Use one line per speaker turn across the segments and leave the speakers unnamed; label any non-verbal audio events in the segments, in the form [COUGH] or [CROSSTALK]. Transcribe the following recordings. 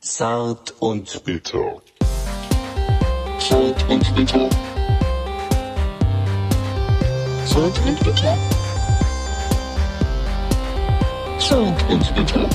Zart und
bitter.
zart und bitter. Zart und bitter. Zart und bitter.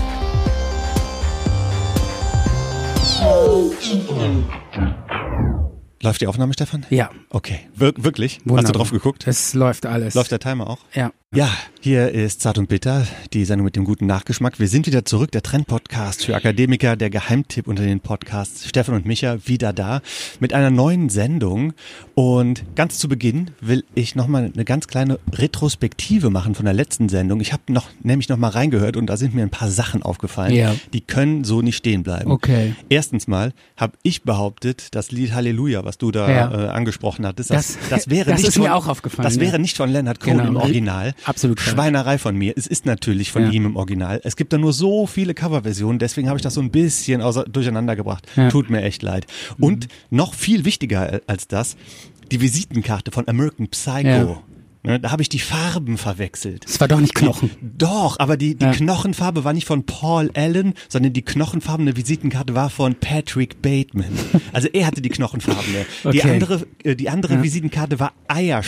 Läuft die Aufnahme, Stefan?
Ja,
Okay. Wir wirklich? Hast du
Wunderbar.
drauf geguckt?
es läuft alles.
Läuft der Timer auch?
ja.
Ja, hier ist Zart und Bitter, die Sendung mit dem guten Nachgeschmack. Wir sind wieder zurück, der Trendpodcast für Akademiker, der Geheimtipp unter den Podcasts. Stefan und Micha wieder da mit einer neuen Sendung. Und ganz zu Beginn will ich nochmal eine ganz kleine Retrospektive machen von der letzten Sendung. Ich habe noch, nämlich nochmal reingehört und da sind mir ein paar Sachen aufgefallen,
Ja.
die können so nicht stehen bleiben.
Okay.
Erstens mal habe ich behauptet, das Lied Halleluja, was du da äh,
Ja.
angesprochen hattest,
Das-
das wäre
[LAUGHS] das
nicht
ist mir
von,
auch aufgefallen,
Das
ja.
wäre nicht von Leonard Cohen
Genau.
im Original.
Absolut falsch.
Schweinerei von mir. Es ist natürlich von
Ja.
ihm im Original. Es gibt da nur so viele Coverversionen, deswegen habe ich das so ein bisschen außer, durcheinander gebracht.
Ja. Mhm.
Tut mir echt leid. Und noch viel wichtiger als das, die Visitenkarte von American Psycho.
Ja.
Ne, Da habe ich die Farben verwechselt.
Es war doch nicht Knochen.
Doch, aber die, die
Ja.
Knochenfarbe war nicht von Paul Allen, sondern die knochenfarbene Visitenkarte war von Patrick
[LAUGHS]
Bateman. Also er hatte die knochenfarbene. Die
Okay.
andere, äh, die andere Visitenkarte war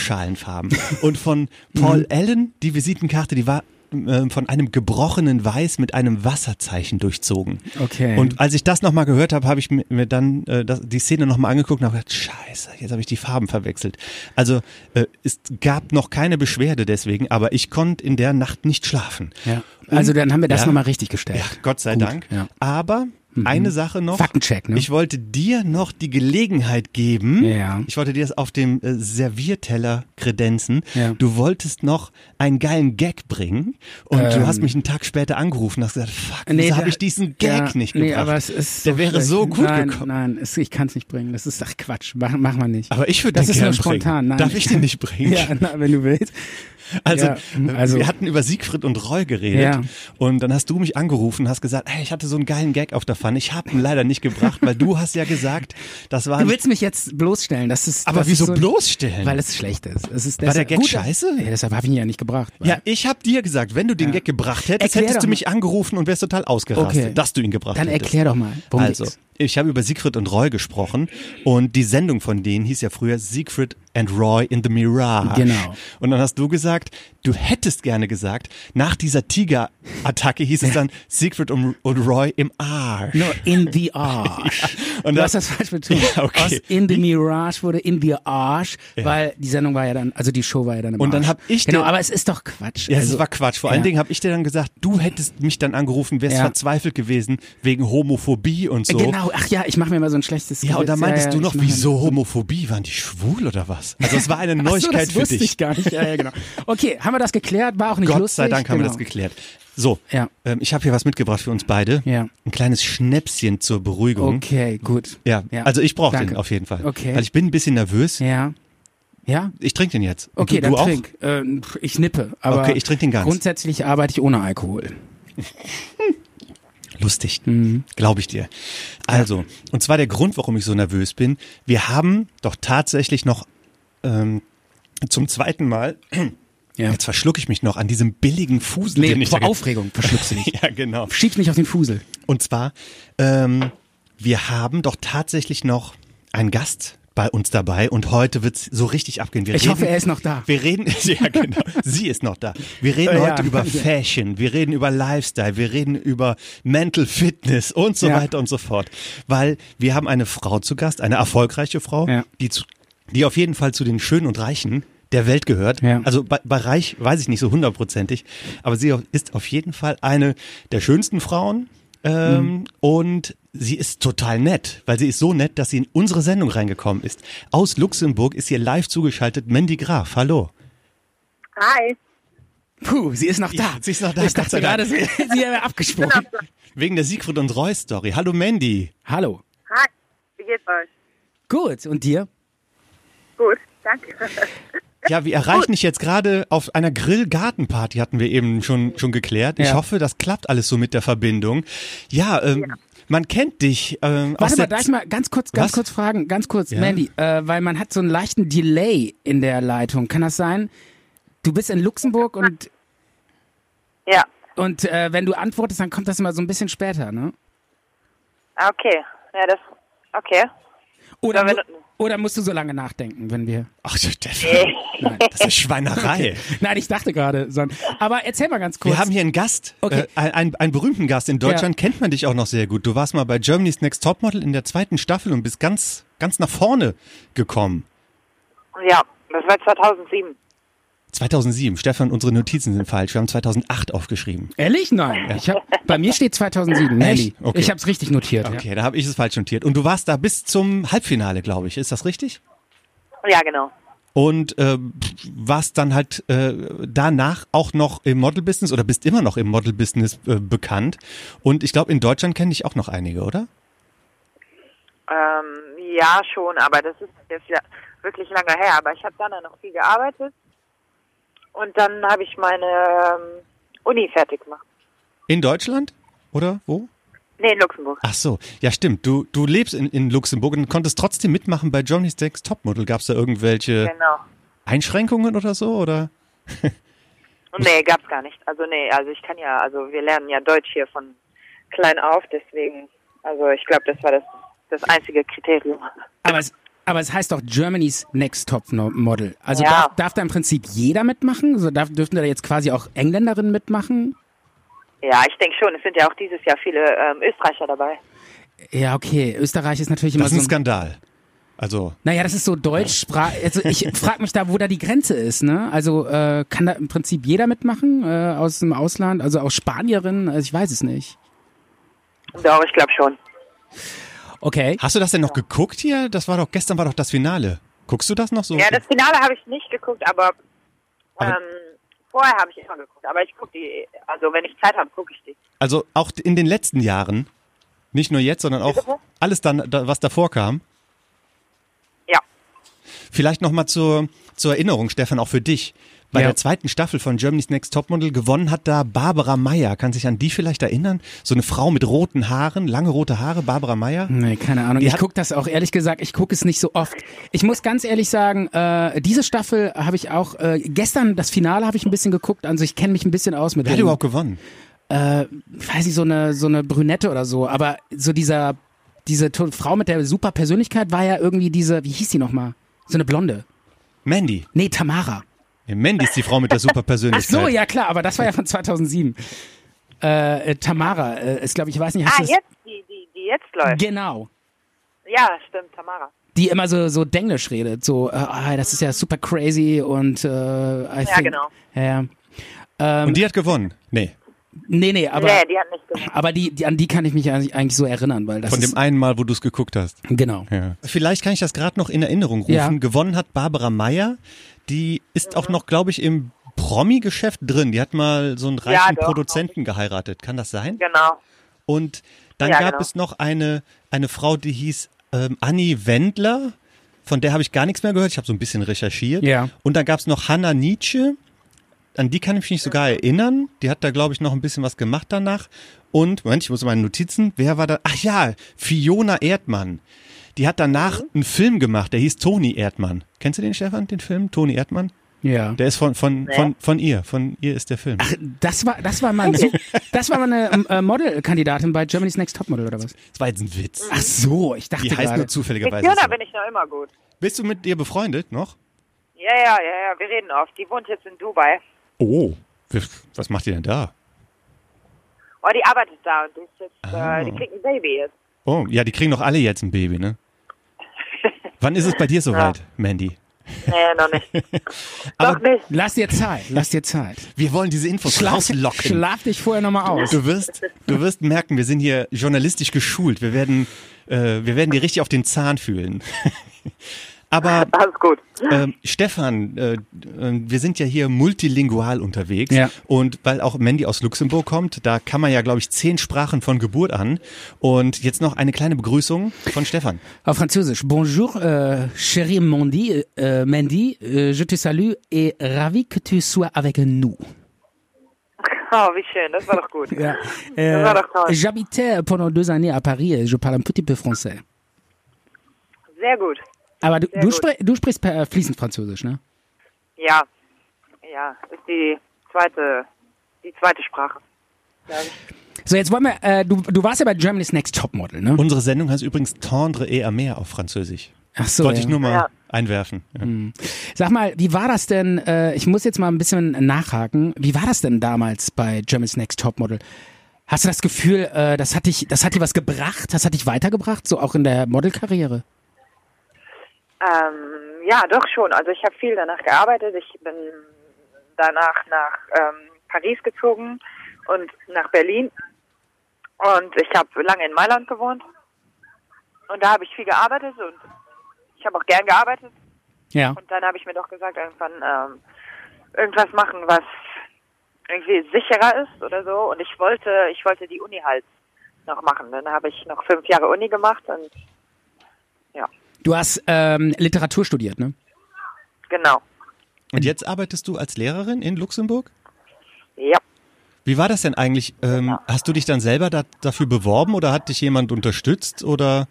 Eierschalenfarben. Und
[LAUGHS]
von
Mhm.
Paul Allen, die Visitenkarte, die war ähm, von einem gebrochenen Weiß mit einem Wasserzeichen durchzogen.
Okay.
Und als ich das nochmal gehört habe, habe ich mir- mir dann äh, das, die Szene nochmal angeguckt und habe gedacht, scheiße, jetzt habe ich die Farben verwechselt. Also äh, es gab noch keine Beschwerde deswegen, aber ich konnte in der Nacht nicht schlafen.
Ja. Also dann haben wir das
Ja.
nochmal richtig gestellt.
Ja, Gott sei
Gut,
Dank.
Ja. Mhm.
Aber eine Sache noch.
Faktencheck, ne?
Ich wollte dir noch die Gelegenheit geben.
Ja.
Hm? Ich wollte dir das auf dem äh, Servierteller kredenzen.
Ja.
Du wolltest noch einen geilen Gag bringen und du
Ähm.
hast mich einen Tag später angerufen und hast gesagt, fuck,
Nee,
wieso
da-
habe ich diesen Gag
ja,
nicht gebracht?
nee, aber es ist
Der
so
wäre
schlecht.
so gut
nein,
gekommen.
Nein, es, ich kann es nicht bringen. Das ist ach Quatsch. Mach, mach mal nicht.
Aber ich würde
das
den
ist
gern
nur spontan.
bringen.
Nein,
Darf ich den nicht bringen?
[LAUGHS] Ja, na, wenn du willst.
Also,
Ja,
äh,
also-
wir hatten über Siegfried und Roy geredet
Ja.
und dann hast du mich angerufen und hast gesagt, hey, ich hatte so einen geilen Gag auf der Pfanne, ich habe ihn leider nicht gebracht, weil du hast ja gesagt, das war...
Du willst mich jetzt bloßstellen. Das ist.
aber
das
wieso
ist so,
bloßstellen?
Weil es schlecht ist. Es ist
War der
deshalb-
Gag
gut,
scheiße?
Ja, deshalb habe ich ihn ja nicht gebracht.
ja, ich habe dir gesagt, wenn du den Gag gebracht hättest,
Erklär
hättest
doch
du mich angerufen und wärst total ausgerastet,
Okay.
dass du ihn gebracht
Dann
hättest.
erklär doch mal. Worum
also,
geht's?
ich habe über Siegfried und Roy gesprochen und die Sendung von denen hieß ja früher Siegfried and Roy in the Mirage.
Genau.
Und dann hast du gesagt, du hättest gerne gesagt, nach dieser Tiger-Attacke hieß es dann Siegfried und, und Roy im Arsch.
No,
[LAUGHS]
in the Arsch.
und
du
da-
hast das falsch betont.
[LAUGHS] Ja, okay.
Aus in the Mirage wurde in the Arsch, weil die Sendung war ja dann, also die Show war ja dann im
Und dann
Arsch.
hab ich
Genau,
dir-
aber es ist doch Quatsch.
Ja,
also,
es war Quatsch. Vor allen
ja.
Dingen habe ich dir dann gesagt, du hättest mich dann angerufen, wärst
Ja.
verzweifelt gewesen wegen Homophobie und so.
Genau, ach ja, ich mache mir immer so ein schlechtes
Ja, und da
Gewissen.
meintest
ja,
du
ich
noch,
mach mir-
wieso Homophie? Waren die schwul oder was? Also es war eine
[LAUGHS] Ach so,
Neuigkeit
das
für
wusste
dich.
ich gar nicht. Ja, ja, genau. Okay, haben wir das geklärt? War auch nicht
Gott
lustig.
sei Dank haben wir
genau.
das geklärt. So,
Ja.
ähm, ich habe hier was mitgebracht für uns beide.
Ja.
Ein kleines Schnäpschen zur Beruhigung.
Okay, gut.
Mhm. Ja, also ich brauche den
Danke.
auf jeden Fall.
Okay.
Weil ich bin ein bisschen nervös.
Ja. Ja?
Ich trinke den jetzt. Und
Okay,
du,
dann
du auch?
trink. Ähm, ich nippe, aber
Okay, ich trink den ganz.
grundsätzlich arbeite ich ohne Alkohol.
Lustig,
Mhm.
glaube ich dir. Also, und zwar der Grund, warum ich so nervös bin. Wir haben doch tatsächlich noch ähm, zum zweiten Mal,
Ja.
jetzt verschlucke ich mich noch an diesem billigen Fusel, den
Nee,
ich
vor
da ge-
Aufregung verschluckst du dich.
[LAUGHS] Ja, genau.
Schieb nicht auf den Fusel.
Und zwar, ähm, wir haben doch tatsächlich noch einen Gast bei uns dabei und heute wird's so richtig abgehen. Wir
Ich
reden,
hoffe, er ist noch da.
[LAUGHS] Wir reden, ja genau, sie ist noch da. Wir reden
[LAUGHS] Ja.
heute über Fashion, wir reden über Lifestyle, wir reden über Mental Fitness und so
Ja.
weiter und so fort. Weil wir haben eine Frau zu Gast, eine erfolgreiche Frau,
Ja.
die, zu, die auf jeden Fall zu den Schönen und Reichen der Welt gehört.
Ja.
Also bei, bei Reich weiß ich nicht so hundertprozentig, aber sie ist auf jeden Fall eine der schönsten Frauen. Ähm, Und sie ist total nett, weil sie ist so nett, dass sie in unsere Sendung reingekommen ist. Aus Luxemburg ist hier live zugeschaltet Mandy Graf. Hallo.
Hi.
Puh, sie ist noch da.
Ja, sie ist noch da,
Ich
Gott
dachte
sei Dank.
gerade, sie, sie wäre abgesprungen.
Genau.
Wegen der Siegfried und Roy Story. Hallo Mandy.
Hallo.
Hi. Wie geht's euch?
Gut, und dir?
Gut, danke.
Ja, wir erreichen dich jetzt gerade auf einer Grill-Garten-Party, hatten wir eben schon, schon geklärt. Ich
Ja.
hoffe, das klappt alles so mit der Verbindung. Ja, ähm, man kennt dich. Ähm, aus
Warte mal,
der
darf ich mal ganz kurz, ganz
Was?
kurz fragen, ganz kurz, Mandy, äh, weil man hat so einen leichten Delay in der Leitung. Kann das sein? Du bist in Luxemburg und,
Ja.
und äh, wenn du antwortest, dann kommt das immer so ein bisschen später, ne?
Ah, Okay, ja, das. Okay.
Oder,
Ja, wenn-
mu- oder musst du so lange nachdenken, wenn wir.
Ach, Stefan,
Nein,
das ist Schweinerei.
Nein ich dachte gerade. So. Aber erzähl mal ganz kurz.
Wir haben hier einen Gast,
Okay.
äh, ein- einen, einen berühmten Gast. In Deutschland kennt man dich auch noch sehr gut. Du warst mal bei Germany's Next Topmodel in der zweiten Staffel und bist ganz, ganz nach vorne gekommen.
Ja, das war 2007.
2007. Stefan, unsere Notizen sind falsch. Wir haben 2008 aufgeschrieben.
Ehrlich? Nein. Ich hab, bei mir steht 2007. Nelly.
Okay.
Ich habe es richtig notiert.
Okay, da habe ich es falsch notiert. Und du warst da bis zum Halbfinale, glaube ich. Ist das richtig?
Ja, genau.
Und äh, warst dann halt äh, danach auch noch im Model-Business oder bist immer noch im Model-Business äh, bekannt. Und ich glaube, in Deutschland kenne ich auch noch einige, oder?
Ähm, ja, schon, aber das ist jetzt ja wirklich lange her. Aber ich habe dann noch viel gearbeitet und dann habe ich meine ähm, Uni fertig gemacht.
In Deutschland? Oder wo?
Nee, in Luxemburg.
Ach so, ja stimmt. Du, du lebst in, in Luxemburg und konntest trotzdem mitmachen bei Johnny Stacks Topmodel. Gab es da irgendwelche
Genau.
Einschränkungen oder so? Oder?
Nee, gab's gar nicht. Also nee, also ich kann ja, also wir lernen ja Deutsch hier von klein auf, deswegen, also ich glaube, das war das, das einzige Kriterium.
Aber es, aber es heißt doch Germany's Next Top No- Model. Also
Ja.
darf, darf da im Prinzip jeder mitmachen? So darf, dürften da jetzt quasi auch Engländerinnen mitmachen?
Ja, ich denke schon, es sind ja auch dieses Jahr viele ähm, Österreicher dabei.
Ja, okay. Österreich ist natürlich immer
Das ist
so.
ein
ein-
Skandal. Also,
Naja, das ist so deutschsprach. Also ich
[LAUGHS]
frage mich da, wo da die Grenze ist. Ne? Also äh, kann da im Prinzip jeder mitmachen äh, aus dem Ausland? Also auch Spanierinnen? Also ich weiß es nicht.
Doch, ich glaube schon.
Okay.
hast du das denn noch geguckt hier? Das war doch, gestern war doch das Finale. Guckst du das noch so?
Ja, das Finale habe ich nicht geguckt, aber,
Also
Aber-
ähm, vorher habe ich immer geguckt. Aber ich gucke die, also wenn ich Zeit habe, gucke ich die.
also auch in den letzten Jahren, nicht nur jetzt, sondern auch alles dann, da, was davor kam.
Ja.
Vielleicht nochmal zur, zur Erinnerung, Stefan, auch für dich. Bei
Ja.
der zweiten Staffel von Germany's Next Topmodel gewonnen hat da Barbara Meyer. Kann sich an die vielleicht erinnern? So eine Frau mit roten Haaren, lange rote Haare, Barbara Meyer.
Nee, keine Ahnung.
Die
Ich
hat-
gucke das auch, ehrlich gesagt, ich gucke es nicht so oft. Ich muss ganz ehrlich sagen, äh, diese Staffel habe ich auch, äh, gestern das Finale habe ich ein bisschen geguckt, also ich kenne mich ein bisschen aus mit
Wer hat
den-
überhaupt gewonnen?
weiß ich, so eine, so eine Brünette oder so, aber so dieser, diese to- Frau mit der super Persönlichkeit war ja irgendwie diese, wie hieß die nochmal? So eine Blonde.
Mandy.
Nee, Tamara.
Ja, Mandy ist die Frau mit der super
Ach
Persönlichkeit.
so, ja klar, aber das war ja von 2007. Äh, äh, Tamara äh, ist, glaube ich, ich weiß nicht, hast
Ah,
du das-
jetzt, die, die, die jetzt läuft.
Genau.
Ja, stimmt, Tamara.
die immer so so Denglisch redet, so äh, ah, das ist ja super crazy und äh, I think,
genau.
Ja, ja.
Und die hat gewonnen. Nee,
nee, nee, aber
nee, die hat nicht gemacht.
aber die, die an die kann ich mich eigentlich eigentlich so erinnern, weil das
von dem
ist,
einen Mal, wo du es geguckt hast.
genau.
Ja. Vielleicht kann ich das gerade noch in Erinnerung rufen.
Ja.
Gewonnen hat Barbara Meyer. Die ist auch noch, glaube ich, im Promi-Geschäft drin. Die hat mal so einen reichen
doch,
Produzenten geheiratet. Kann das sein?
Genau.
Und dann
Ja,
gab
genau.
es noch eine, eine Frau, die hieß ähm, Anni Wendler. Von der habe ich gar nichts mehr gehört. Ich habe so ein bisschen recherchiert.
Ja.
Und dann gab es noch Hannah Nietzsche. An die kann ich mich nicht sogar erinnern. Die hat da, glaube ich, noch ein bisschen was gemacht danach. Und, Moment, ich muss in meine Notizen. Wer war da? Ach ja, Fiona Erdmann. Die hat danach
Mhm.
einen Film gemacht, der hieß Toni Erdmann. Kennst du den, Stefan, den Film? Toni Erdmann?
Ja.
Der ist von, von, von, von ihr. Von ihr ist der Film.
Das war das war mal ein Su- das war mal eine ähm, äh, Modelkandidatin bei Germany's Next Topmodel oder was?
Das war jetzt ein Witz.
Ach so, ich dachte
Die heißt
gerade.
nur zufälligerweise.
Fiona
so.
bin ich noch immer gut.
Bist du mit ihr befreundet noch?
Ja, ja, ja, ja, wir reden oft. Die wohnt jetzt in Dubai.
Oh, was macht ihr denn da?
Oh, die arbeitet da und die ist jetzt,
Ah.
äh, die kriegt ein Baby jetzt.
Oh, ja, die kriegen doch alle jetzt ein Baby, ne? Wann ist es bei dir soweit, Mandy?
Nee, noch
[LAUGHS]
nicht.
Aber-
Noch nicht.
Lass dir Zeit, lass dir Zeit.
Wir wollen diese Infos rauslocken.
schlaf dich vorher nochmal aus.
Du wirst, du wirst merken, wir sind hier journalistisch geschult. Wir werden, äh, wir werden dir richtig auf den Zahn fühlen. [LAUGHS] Aber
Alles gut.
Ähm, Stefan, äh, äh, wir sind ja hier multilingual unterwegs
Ja.
und weil auch Mandy aus Luxemburg kommt, da kann man ja, glaube ich, zehn Sprachen von Geburt an. Und jetzt noch eine kleine Begrüßung von Stefan.
Auf Französisch. Bonjour, euh, chérie Mandy, euh, Mandy, euh, je te salue et ravi que tu sois avec nous.
Oh, wie schön. Das war doch gut.
[LAUGHS] Ja.
Das war doch toll.
Euh, J'habitais pendant deux années à Paris et je parle un petit peu français. Ah
Sehr gut.
Aber du,
Sehr
du,
gut.
sprich, du sprichst per- fließend Französisch, ne?
Ja. Ja, ist die zweite, die zweite Sprache. glaub ich.
So, jetzt wollen wir, äh, du, du warst ja bei Germany's Next Topmodel, ne?
Unsere Sendung heißt übrigens Tendre et Amer auf Französisch.
Ach so,
Wollte ich
ja.
nur mal
Ja.
einwerfen. Ja.
Sag mal, wie war das denn, äh, ich muss jetzt mal ein bisschen nachhaken, wie war das denn damals bei Germany's Next Topmodel? Hast du das Gefühl, äh, das hat dich, das hat dir was gebracht, das hat dich weitergebracht, so auch in der Modelkarriere?
Ähm, ja, doch schon. Also ich habe viel danach gearbeitet. Ich bin danach nach ähm, Paris gezogen und nach Berlin. Und ich habe lange in Mailand gewohnt. Und da habe ich viel gearbeitet und ich habe auch gern gearbeitet.
Ja.
Und dann habe ich mir doch gesagt, irgendwann ähm, irgendwas machen, was irgendwie sicherer ist oder so. Und ich wollte, ich wollte die Uni halt noch machen. Dann habe ich noch fünf Jahre Uni gemacht und ja,
Du hast ähm, Literatur studiert, ne?
genau.
Und jetzt arbeitest du als Lehrerin in Luxemburg?
Ja.
Wie war das denn eigentlich? Ähm, hast du dich dann selber da, dafür beworben oder hat dich jemand unterstützt oder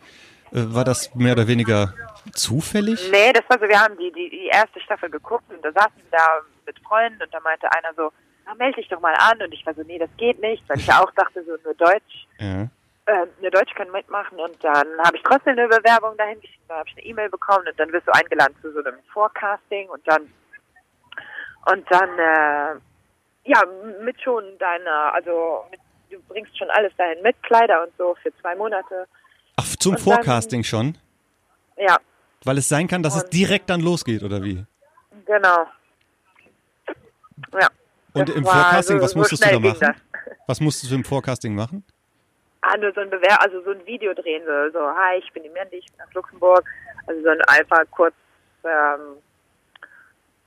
äh, war das mehr oder weniger zufällig?
Nee, das war so, wir haben die, die, die erste Staffel geguckt und da saßen wir da mit Freunden und da meinte einer so, na, melde dich doch mal an und ich war so, nee, das geht nicht, weil ich ja auch dachte, so nur Deutsch,
Ja.
äh, nur Deutsch kann mitmachen und dann habe ich trotzdem eine Bewerbung dahin geschickt, dann habe ich eine E-Mail bekommen und dann wirst du eingeladen zu so einem Forecasting und dann und dann äh, ja, mit schon deiner, also mit, du bringst schon alles dahin mit, Kleider und so für zwei Monate.
Ach, zum
Und dann-
Forecasting schon?
Ja,
Weil es sein kann, dass es direkt dann losgeht, oder wie?
genau. Ja.
Und
Das
im
war
Forecasting,
so-
was
so
musstest du
schnell
da
ging
machen? Was musstest du im Forecasting machen?
Ah, nur so ein Bewerb, also so ein Video drehen, so, so hi, ich bin die Mandy, ich bin aus Luxemburg. Also so ein einfach kurz, ähm,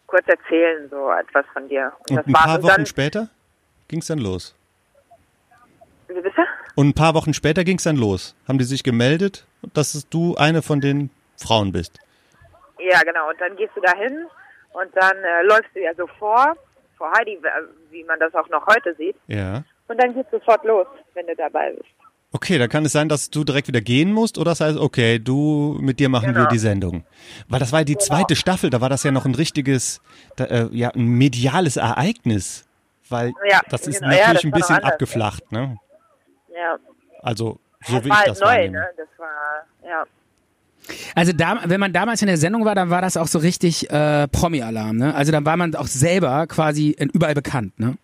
kurz erzählen, so etwas von dir.
Und
das
ein paar
Und
Wochen
dann,
später ging es dann los.
wie bitte?
Und ein paar Wochen später ging es dann los. Haben die sich gemeldet, dass es du eine von den Frauen bist.
Ja, genau. Und dann gehst du dahin und dann äh, läufst du ja so vor, vor Heidi, äh, wie man das auch noch heute sieht.
Ja.
Und dann geht's sofort los, wenn du dabei bist.
Okay, dann kann es sein, dass du direkt wieder gehen musst oder das heißt, okay, du, mit dir machen
Genau.
wir die Sendung. Weil das war ja die zweite Staffel, da war das ja noch ein richtiges, da, äh, ja, ein mediales Ereignis. Weil
Ja,
das ist
genau,
natürlich ein
ja, das war noch
bisschen
anders,
abgeflacht, ne?
Ja.
Also, so
das
wie
war
ich
halt
das
neu,
wahrnehme.
ne? Das war, ja.
Also da, wenn man damals in der Sendung war, dann war das auch so richtig äh, Promi-Alarm, ne? Also dann war man auch selber quasi in- überall bekannt, ne?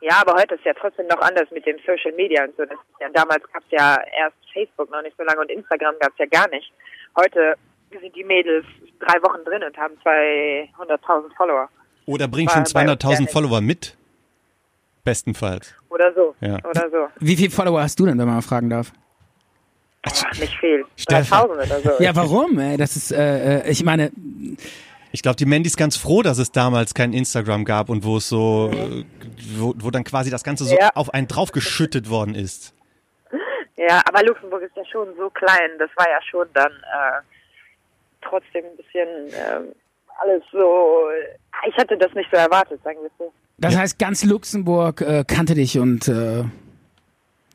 Ja, aber heute ist ja trotzdem noch anders mit dem Social Media und so. Das ist ja, damals gab's ja erst Facebook noch nicht so lange und Instagram gab's ja gar nicht. Heute sind die Mädels drei Wochen drin und haben 200.000 Follower
Oder bring
War
schon
bei uns ja
200.000
nicht.
Follower mit. Bestenfalls.
oder so.
Ja.
Oder so.
Wie viele Follower hast du denn, wenn man mal fragen darf?
Nicht viel.
[LAUGHS] Stefan.
3.000 oder so.
Ja, warum? Ey? Das ist, äh, äh, ich meine,
Ich glaube, die Mandy ist ganz froh, dass es damals kein Instagram gab und wo es so, äh, wo, wo dann quasi das Ganze so
Ja.
auf einen draufgeschüttet worden ist.
ja, aber Luxemburg ist ja schon so klein. Das war ja schon dann äh, trotzdem ein bisschen ähm, alles so. Ich hatte das nicht so erwartet, sagen wir so.
das heißt, ganz Luxemburg äh, kannte dich und äh,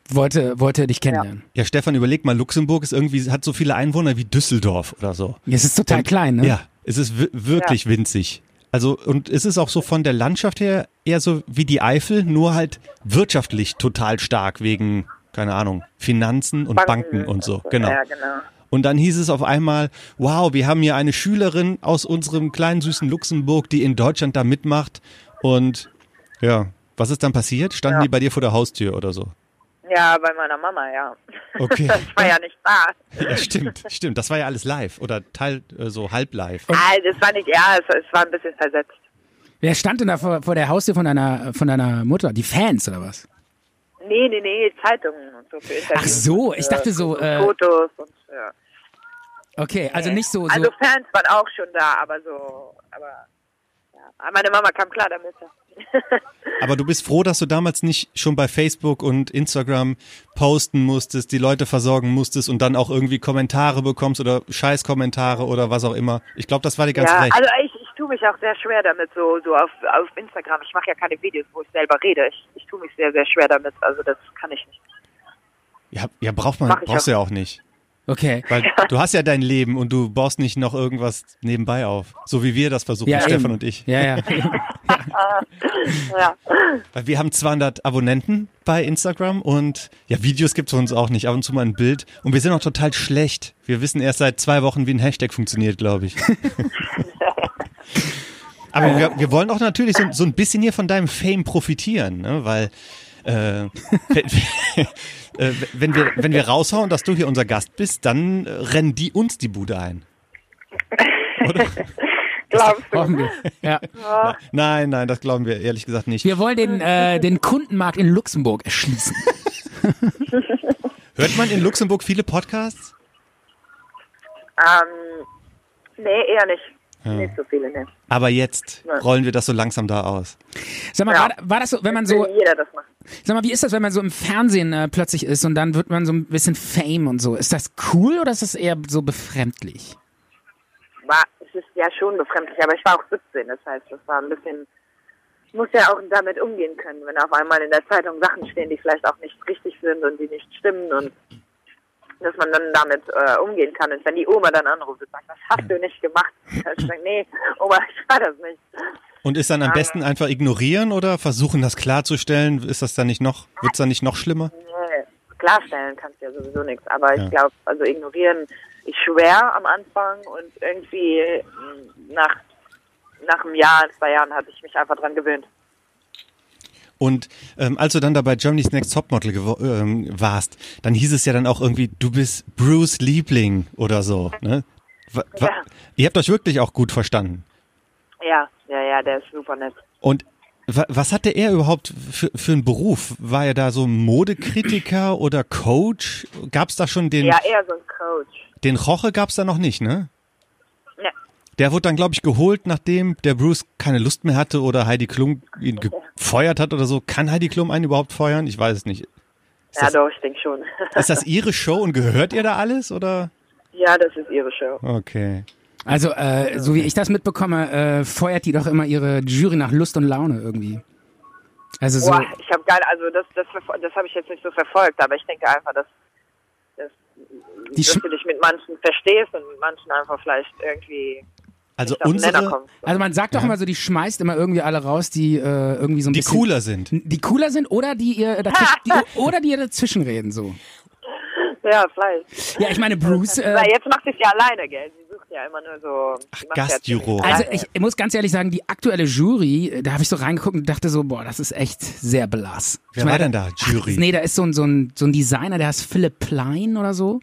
wollte, wollte dich kennenlernen.
Ja, Stefan, überleg mal, Luxemburg ist irgendwie, hat so viele Einwohner wie Düsseldorf oder so.
Es ist total klein, ne?
Ja, es ist wi- wirklich winzig. Also, und es ist auch so von der Landschaft her eher so wie die Eifel, nur halt wirtschaftlich total stark wegen, keine Ahnung, Finanzen und Banken, und so. Genau.
Ja, genau.
Und dann hieß es auf einmal, wow, wir haben hier eine Schülerin aus unserem kleinen süßen Luxemburg, die in Deutschland da mitmacht. Und ja, was ist dann passiert? Standen die bei dir vor der Haustür oder so? [LAUGHS]
Ja, bei meiner Mama, ja. [LAUGHS]
Okay.
Ich war ja nicht da.
ja, stimmt, stimmt. Das war ja alles live oder teil, äh, so halb live.
Ah, das war nicht, ja, es, es war ein bisschen versetzt.
Wer stand denn da vor, vor der Haustür von deiner, von deiner Mutter? Die Fans oder was?
Nee, nee, nee, Zeitungen und so für Interviews.
Ach so,
und,
ich dachte so,
und
äh,
Fotos und, ja.
Okay, also nicht so, so
Also Fans waren auch schon da, aber so, aber, ja. Aber Meine Mama kam klar damit. [LAUGHS]
Aber du bist froh, dass du damals nicht schon bei Facebook und Instagram posten musstest, die Leute versorgen musstest und dann auch irgendwie Kommentare bekommst oder Scheißkommentare oder was auch immer. Ich glaube, das war dir ganz
ja,
recht.
also ich, ich tue mich auch sehr schwer damit, so, so auf, auf Instagram. Ich mache ja keine Videos, wo ich selber rede. Ich, ich tue mich sehr, sehr schwer damit. Also das kann ich nicht.
Ja, ja braucht man,
Mach ich
brauchst
auch.
du ja auch nicht.
Okay.
Weil du hast ja dein Leben und du baust nicht noch irgendwas nebenbei auf. So wie wir das versuchen,
Ja, [LAUGHS]
Stefan
eben.
und ich.
Ja, ja. [LAUGHS]
ja.
Weil wir haben 200 Abonnenten bei Instagram und ja, Videos gibt es uns auch nicht. Ab und zu mal ein Bild. Und wir sind auch total schlecht. Wir wissen erst seit zwei Wochen, wie ein Hashtag funktioniert, glaube ich. Aber wir, wir wollen auch natürlich so, so ein bisschen hier von deinem Fame profitieren, ne? weil äh, [LAUGHS] wenn, äh, wenn, wir, wenn wir raushauen, dass du hier unser Gast bist, dann äh, rennen die uns die Bude ein.
Glaubst du?
Hoffen wir. Ja.
Nein, nein, das glauben wir ehrlich gesagt nicht.
Wir wollen den, äh, den Kundenmarkt in Luxemburg erschließen.
Hört man in Luxemburg viele Podcasts?
Ähm, nee, eher nicht. Nicht so viele, ne.
Aber jetzt rollen wir das so langsam da aus.
Sag mal,
Ja.
war, war das so, wenn man so,
Will jeder das macht.
sag mal, wie ist das, wenn man so im Fernsehen äh, plötzlich ist und dann wird man so ein bisschen Fame und so? Ist das cool oder ist das eher so befremdlich?
war, es ist ja schon befremdlich, aber ich war auch 17, das heißt, das war ein bisschen, ich muss ja auch damit umgehen können, wenn auf einmal in der Zeitung Sachen stehen, die vielleicht auch nicht richtig sind und die nicht stimmen und dass man dann damit äh, umgehen kann. Und wenn die Oma dann anruft und sagt, das hast du nicht gemacht, [LAUGHS] dann sag ich, nee, Oma, ich war das nicht.
Und ist dann am besten einfach ignorieren oder versuchen, das klarzustellen? Ist das dann nicht noch, wird's dann nicht noch schlimmer?
Nee, Äh, klarstellen kannst du ja sowieso nichts, aber
Ja.
ich glaube, also ignorieren ist schwer am Anfang und irgendwie mh, nach, nach einem Jahr, zwei Jahren hatte ich mich einfach dran gewöhnt.
Und ähm, als du dann da bei Germany's Next Topmodel gewo- ähm, warst, dann hieß es ja dann auch irgendwie, du bist Bruce Liebling oder so. Ne? Wa- wa-
Ja.
Ihr habt euch wirklich auch gut verstanden.
Ja, ja, ja, der ist super nett.
Und wa was hatte er überhaupt für, für einen Beruf? War er da so Modekritiker oder Coach? Gab's da schon den,
Ja, eher so ein Coach.
den Roche gab's da noch nicht, ne?
Ne.
Der wurde dann, glaube ich, geholt, nachdem der Bruce keine Lust mehr hatte oder Heidi Klum ihn gefeuert hat oder so. Kann Heidi Klum einen überhaupt feuern? Ich weiß es nicht.
Ja,
das-
doch, ich denke schon. [LAUGHS]
Ist das ihre Show und gehört ihr da alles oder?
ja, das ist ihre Show.
Okay.
Also, äh, so wie ich das mitbekomme, äh, feuert die doch immer ihre Jury nach Lust und Laune irgendwie. Also so,
Boah, ich habe geil, also das, das, verfol- das habe ich jetzt nicht so verfolgt, aber ich denke einfach, dass, dass,
Die
dass
Sch-
du dich mit manchen verstehst und mit manchen einfach vielleicht irgendwie
Also
auf den Nenner
unsere,
kommst.
also man sagt doch immer so, die schmeißt immer irgendwie alle raus, die äh, irgendwie so ein
die
bisschen...
cooler sind.
Die cooler sind oder die ihr dazwischen,
[LAUGHS]
die, oder die ihr dazwischen reden so.
Ja, vielleicht.
Ja, ich meine, Bruce... Äh,
Weil jetzt macht sie es ja alleine, gell? Sie sucht ja immer nur so. die macht ja
Gastjuror.
ziemlich
Also
alleine.
ich muss ganz ehrlich sagen, die aktuelle Jury, äh, da habe ich so reingeguckt und dachte so, boah, das ist echt sehr blass.
Wer
ich meine,
war denn da, Jury?
Ach, nee, da ist so ein, so ein, so ein Designer, der heißt Philipp Plein oder so.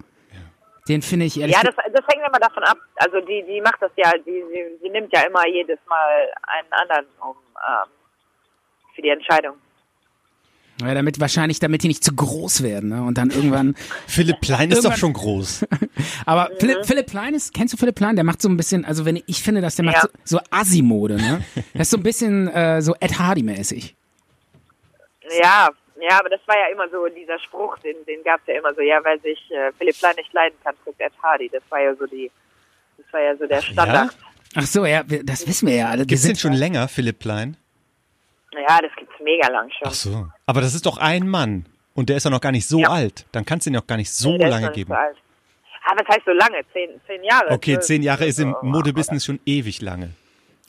Den finde ich ehrlich
Ja, das,
gesagt-
das hängt immer davon ab. Also die, die macht das ja, die, sie, sie nimmt ja immer jedes Mal einen anderen um ähm, für die Entscheidung.
ja, damit wahrscheinlich, damit die nicht zu groß werden ne? und dann
[LAUGHS]
irgendwann.
Philipp Plein ist doch
Irgendwann-
schon groß.
Aber Philipp, Philipp Plein ist, kennst du Philipp Plein? Der macht so ein bisschen, also wenn ich, ich finde, dass der macht
Ja.
so, so
[LAUGHS]
Assi-Mode, ne? Das ist so ein bisschen äh, so Ed Hardy-mäßig.
Ja, ja, aber das war ja immer so dieser Spruch, den, den gab's ja immer so, ja, weil sich äh, Philipp Klein nicht leiden kann, guckt Ed Hardy. Das war ja so die, das war ja so der Standard.
Ach so, ja, wir, das wissen wir ja alle. Wir
Gibt's den
sind
schon länger, Philipp Plein?
Ja, das gibt's mega lang schon.
Ach so. Aber das ist doch ein Mann. Und der ist ja noch gar nicht so
Ja.
alt. Dann kannst du ihn auch gar nicht so
Der ist noch
lange
nicht
geben.
So alt. Aber das heißt so lange, zehn, zehn Jahre.
Okay,
zwölf,
zehn Jahre ist im
so,
Modebusiness schon ewig lange.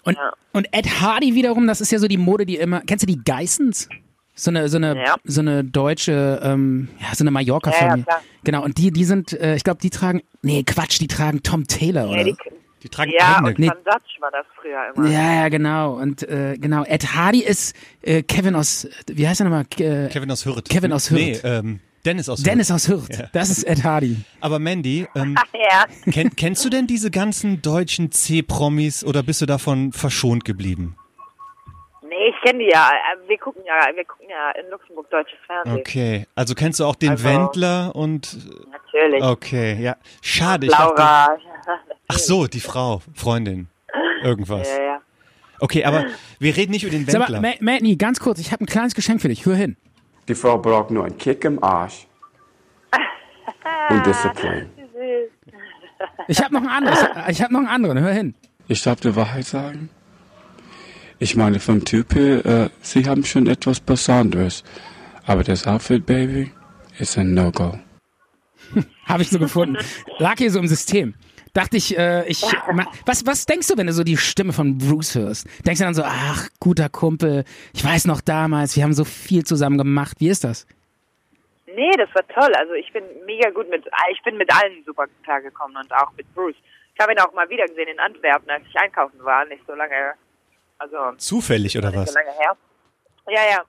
Und,
Ja.
und Ed Hardy wiederum, das ist ja so die Mode, die immer. Kennst du die Geissens? So eine, so eine,
Ja.
so eine deutsche, ähm, ja, so eine
Ja,
Mallorca-Familie.
ja, klar.
genau, und die, die sind, äh, ich glaube, die tragen. Nee, Quatsch, die tragen Tom Taylor,
Ja,
oder?
die,
Die tragen
ja
eigene.
und Van Dutch war das früher immer.
ja, ja, genau. Und äh, genau, Ed Hardy ist äh, Kevin aus, wie heißt er nochmal? Äh,
Kevin aus Hürth.
Kevin aus Hürth.
Nee, ähm, Dennis aus
Dennis
Hürth.
aus Hürth. Das ist Ed Hardy.
Aber Mandy, ähm,
[LAUGHS]
[LAUGHS]
ja.
kenn, kennst du denn diese ganzen deutschen C-Promis oder bist du davon verschont geblieben?
Nee, ich kenne die ja. Äh, Wir gucken ja, wir gucken ja in Luxemburg deutsches Fernsehen.
Okay, also kennst du auch den
Also-
Wendler und
Natürlich.
okay, ja, schade. Oh, Ich dachte,
Laura.
ach so, die Frau, Freundin, irgendwas.
[LAUGHS] ja, ja.
Okay, aber wir reden nicht über den
Sag mal,
Wendler.
Ma- Manny, ganz kurz, ich habe ein kleines Geschenk für dich. Hör hin.
Die Frau braucht nur einen Kick im Arsch und Disziplin.
Ich habe noch ein
[LAUGHS]
anderes. Ich habe noch einen anderen. Hör hin.
Ich darf die Wahrheit sagen. Ich meine, vom Typ her, äh, sie haben schon etwas Besonderes. Aber das Outfit, Baby, ist ein No-Go.
[LAUGHS]
Habe ich so gefunden. Lag hier so im System. Dachte ich, äh, ich. ma- Was, was denkst du, wenn du so die Stimme von Bruce hörst? Denkst du dann so, ach, guter Kumpel, ich weiß noch damals, wir haben so viel zusammen gemacht. Wie ist das?
Nee, das war toll. Also ich bin mega gut mit, ich bin mit allen super klargekommen und auch mit Bruce. Ich habe ihn auch mal wieder gesehen in Antwerpen, als ich einkaufen war, nicht so lange, also
Zufällig oder
nicht so
was?
lange her. Ja, ja.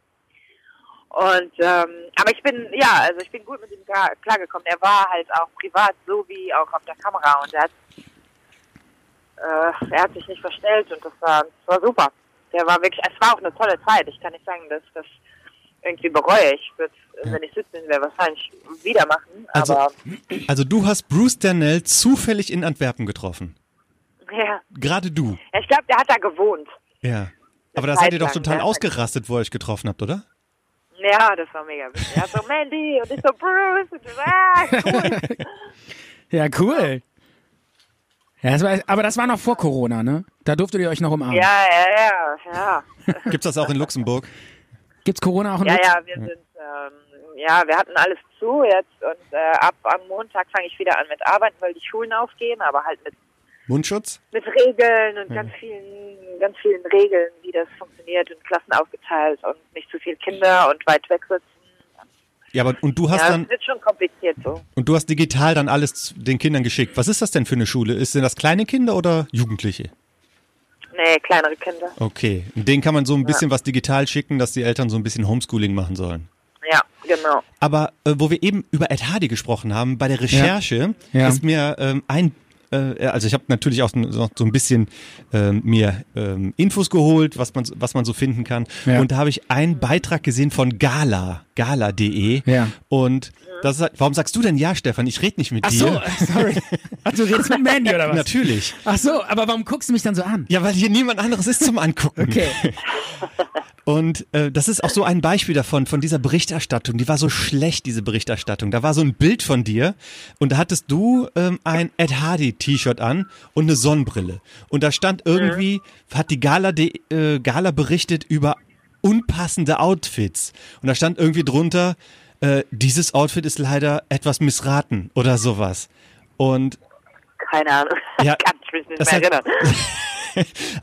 Und ähm, aber ich bin, ja, also ich bin gut mit ihm klar- klargekommen. Er war halt auch privat so wie auch auf der Kamera und er hat, äh, er hat sich nicht verstellt und das war, das war super. Der war wirklich, es war auch eine tolle Zeit. Ich kann nicht sagen, dass das irgendwie bereue. Ich würde, wenn ich sitzen wäre, wahrscheinlich wieder machen.
Also-
aber
Also du hast Bruce Dernell zufällig in Antwerpen getroffen.
ja,
Gerade du.
ich glaube, der hat da gewohnt.
Ja. Aber da
Eine
seid
Zeit
ihr doch
lang,
total
ne?
ausgerastet, wo ihr euch getroffen habt, oder?
Ja, das war mega witzig. Er hat so Mandy und ich so Bruce und ich so, ah,
[LAUGHS]
cool.
Ja, cool. Ja, das war, aber das war noch vor Corona, ne? Da durftet ihr euch noch umarmen.
Ja, ja, ja, ja.
Gibt's das auch in Luxemburg?
Gibt's Corona auch in
Ja,
Lux-
ja, wir sind, ähm, ja, wir hatten alles zu jetzt und äh, ab am Montag fange ich wieder an mit Arbeiten, weil die Schulen aufgehen, aber halt mit,
Mundschutz?
mit Regeln und ganz vielen, ganz vielen Regeln, wie das funktioniert und Klassen aufgeteilt und nicht zu viel Kinder und weit weg sitzen.
Ja, aber und du hast
Ja,
dann
das wird schon kompliziert so.
und du hast digital dann alles zu- den Kindern geschickt. Was ist das denn für eine Schule? Ist denn das kleine Kinder oder Jugendliche?
Nee, kleinere Kinder.
Okay, den kann man so ein bisschen was digital schicken, dass die Eltern so ein bisschen Homeschooling machen sollen.
Ja, genau.
Aber äh, wo wir eben über Ed Hardy gesprochen haben, bei der Recherche
Ja.
ist mir ähm, ein äh, also ich habe natürlich auch noch so ein bisschen ähm, mir ähm, Infos geholt, was man was man so finden kann
Ja.
und da habe ich einen Beitrag gesehen von Gala, gala.de
Ja.
und das ist, halt- warum sagst du denn ja Stefan, ich rede nicht mit
Ach
dir.
so, [LAUGHS] sorry. Ach, Also du redest mit Mandy oder was?
Natürlich.
Ach so, aber warum guckst du mich dann so an?
Ja, weil hier niemand anderes ist zum Angucken.
Okay.
Und äh, das ist auch so ein Beispiel davon, von dieser Berichterstattung. Die war so schlecht, diese Berichterstattung. Da war so ein Bild von dir und da hattest du ähm, ein Ed Hardy-T-Shirt an und eine Sonnenbrille. Und da stand irgendwie, hat die Gala, de, äh, Gala berichtet über unpassende Outfits. Und da stand irgendwie drunter, äh, dieses Outfit ist leider etwas missraten oder sowas. Und
Keine Ahnung.
Ja,
[LAUGHS] Kann ich mich nicht
das
mehr
hat-
erinnern.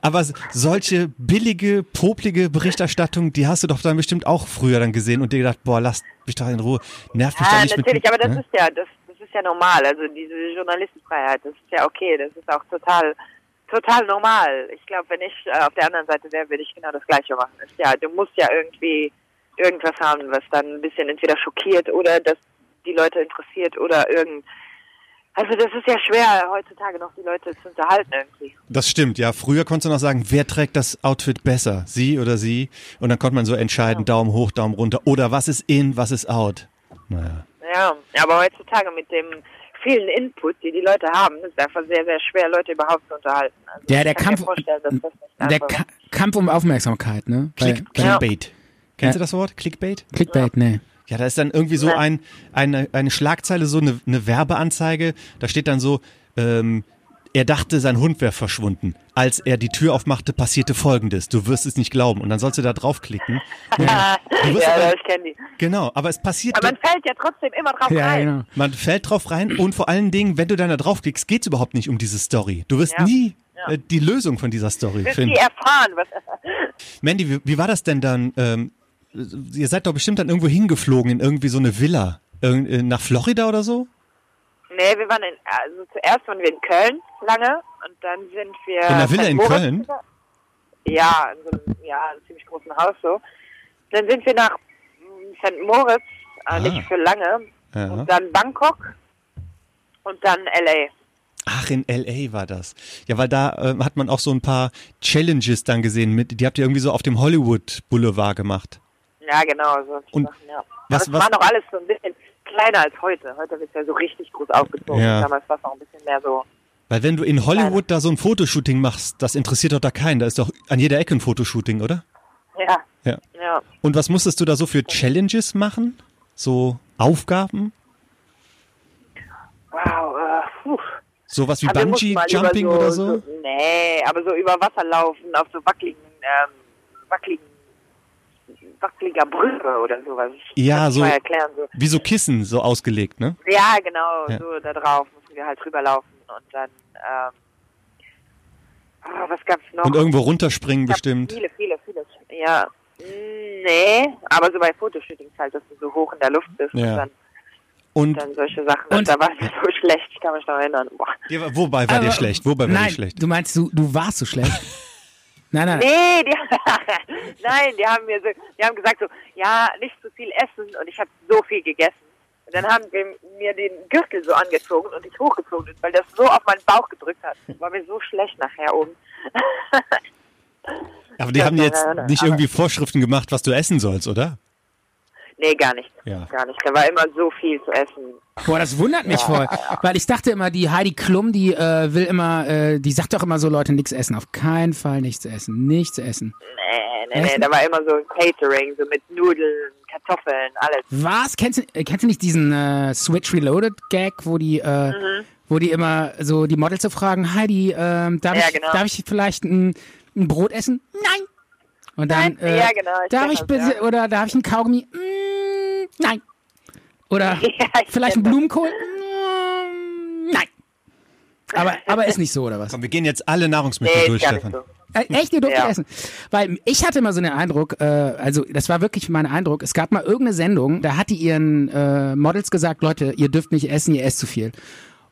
Aber s- solche billige, poplige Berichterstattung, die hast du doch dann bestimmt auch früher dann gesehen und dir gedacht, boah, lass mich doch in Ruhe, nerv mich doch
Ja,
nicht
Ah, natürlich,
mit.
aber das
ne?
ist ja, das, das ist ja normal. Also diese Journalistenfreiheit, das ist ja okay, das ist auch total, total normal. Ich glaube, wenn ich äh, auf der anderen Seite wäre, würde ich genau das Gleiche machen. Ist ja, du musst ja irgendwie irgendwas haben, was dann ein bisschen entweder schockiert oder das die Leute interessiert oder irgend. Also das ist ja schwer heutzutage noch die Leute zu unterhalten irgendwie.
das stimmt, ja. Früher konntest du noch sagen, wer trägt das Outfit besser, sie oder sie? Und dann konnte man so entscheiden, Daumen hoch, Daumen runter. Oder was ist in, was ist out? Naja.
Ja, aber heutzutage mit dem vielen Input, die die Leute haben, ist einfach sehr, sehr schwer, Leute überhaupt zu unterhalten. Also
Ja, [LAUGHS]
ich
der
kann
Kampf-
mir vorstellen, dass das nicht
Der
einfach-
Ka Kampf um Aufmerksamkeit, ne? Bei-
Click,
bei-
Clickbait. Kennst du
Ja.
das Wort? Clickbait?
Clickbait, ne.
Ja, da ist dann irgendwie so ein, eine, eine Schlagzeile, so eine, eine Werbeanzeige. Da steht dann so, ähm, er dachte, sein Hund wäre verschwunden. Als er die Tür aufmachte, passierte Folgendes. Du wirst es nicht glauben. Und dann sollst du da draufklicken. Du wirst
[LAUGHS] Ja,
aber,
ja, ich kenne die.
genau, aber es passiert.
Aber man fällt ja trotzdem immer drauf
Ja,
rein.
genau.
Man fällt drauf rein und vor allen Dingen, wenn du dann da draufklickst, geht's überhaupt nicht um diese Story. Du wirst
Ja.
nie äh, die Lösung von dieser Story
Bis
finden.
die erfahren, was
Mandy, wie, wie war das denn dann? Ähm, ihr seid doch bestimmt dann irgendwo hingeflogen in irgendwie so eine Villa. Irgend- äh, nach Florida oder so?
Nee, wir waren in, also zuerst waren wir in Köln lange und dann sind wir.
In der Villa
St.
in
Moritz
Köln?
gegangen. Ja, in so einem, ja, einem ziemlich großen Haus so. Dann sind wir nach mm, St. Moritz, äh,
Ah.
nicht für lange,
Ja.
und dann Bangkok und dann L.A.
Ach, in L.A. war das. Ja, weil da ähm, hat man auch so ein paar Challenges dann gesehen. Mit, die habt ihr irgendwie so auf dem Hollywood Boulevard gemacht.
Ja, genau, so
Und
Sachen, ja.
was-
Aber
was-
es war noch alles so ein bisschen kleiner als heute. Heute wird es ja so richtig groß aufgezogen.
Ja.
Damals war es noch ein bisschen mehr so.
Weil wenn du in Hollywood da so ein Fotoshooting machst, das interessiert doch da keinen. Da ist doch an jeder Ecke ein Fotoshooting, oder?
Ja,
Ja.
ja.
Und was musstest du da so für Challenges machen? So Aufgaben?
Wow, äh, puh.
Sowas wie
Aber wir mussten mal über
Bungee-Jumping
so,
oder so?
Nee, aber so über Wasser laufen auf so wackeligen, ähm, wackeligen, wackeliger Brücke oder sowas. Ich
Ja,
kann's
so-
Mal erklären, so.
Wie so Kissen, so ausgelegt, ne?
Ja, genau,
Ja.
so da drauf müssen wir halt drüber laufen. und dann, ähm, ah, was gab's noch?
Und irgendwo runterspringen
Ich hab
bestimmt.
Viele, viele, viele. Ja. Mm, Nee, aber so bei Fotoshootings halt, dass du so hoch in der Luft bist
Ja.
und dann,
Und
dann solche Sachen. Und,
Und-
da war es [LAUGHS] so schlecht, ich kann mich noch erinnern. Boah.
dir, wobei war dir
Aber-
schlecht? Wobei war dir
Nein,
schlecht?
du meinst, du, du warst
[LAUGHS]
so schlecht. nein, nein.
Nee, die, nein, die [LAUGHS] haben mir so, die haben gesagt so, ja, nicht zu viel essen und ich habe so viel gegessen. Und dann haben wir mir den Gürtel so angezogen und ich hochgezogen, weil das so auf meinen Bauch gedrückt hat. War mir so schlecht nachher oben. [LAUGHS]
Aber die haben dir jetzt
nein, nein,
nicht
aber-
irgendwie Vorschriften gemacht, was du essen sollst, oder?
Nee, gar nicht.
Ja.
Gar nicht. Da war immer so viel zu essen.
Boah, das wundert mich voll. Weil ich dachte immer, die Heidi Klum, die äh, will immer, äh, die sagt doch immer so, Leute, nichts essen. Auf keinen Fall nichts essen. Nichts essen.
Nee, nee,
Echt?
nee, da war immer so ein Catering, so mit Nudeln, Kartoffeln, alles.
Was? Kennst du, äh, kennst du nicht diesen äh, Switch Reloaded Gag, wo die, äh,
Mhm.
wo die immer so die Models so fragen, Heidi, ähm, darf,
Ja,
ich,
genau.
darf ich vielleicht ein, ein Brot essen? Nein. Und dann,
Nein.
äh,
Ja, genau, ich
darf
kenn
ich
das,
bitte,
ja.
oder darf ich ein Kaugummi? Mm, nein. Oder
[LAUGHS] Ja, ich
vielleicht ein
kenn
Blumenkohl? Mm, nein. Aber, aber ist nicht so, oder was?
Komm, wir gehen jetzt alle Nahrungsmittel
Nee,
durch,
ist gar nicht
Stefan.
so.
Äh, Echt, ihr durftet
Ja.
essen. Weil ich hatte immer so den Eindruck, äh, also das war wirklich mein Eindruck, es gab mal irgendeine Sendung, da hat die ihren äh, Models gesagt, Leute, ihr dürft nicht essen, ihr esst zu viel.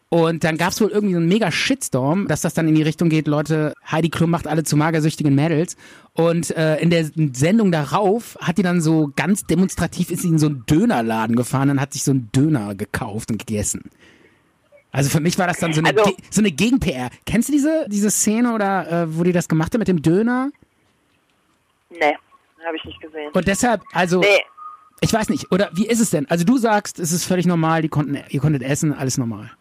Und dann gab's wohl irgendwie so einen mega Shitstorm, dass das dann in die Richtung geht, Leute, Heidi Klum macht alle zu magersüchtigen Mädels. Und äh, in der Sendung darauf hat die dann so ganz demonstrativ, ist sie in so einen Dönerladen gefahren und hat sich so einen Döner gekauft und gegessen. Also für mich war das dann so eine,
Also-
Ge- so eine Gegen-PR. Kennst du diese, diese Szene oder äh, wo die das gemacht hat mit dem Döner?
Nee, habe ich nicht gesehen.
Und deshalb, also,
Nee,
ich weiß nicht, oder wie ist es denn? Also du sagst, es ist völlig normal, die konnten, ihr konntet essen, alles normal.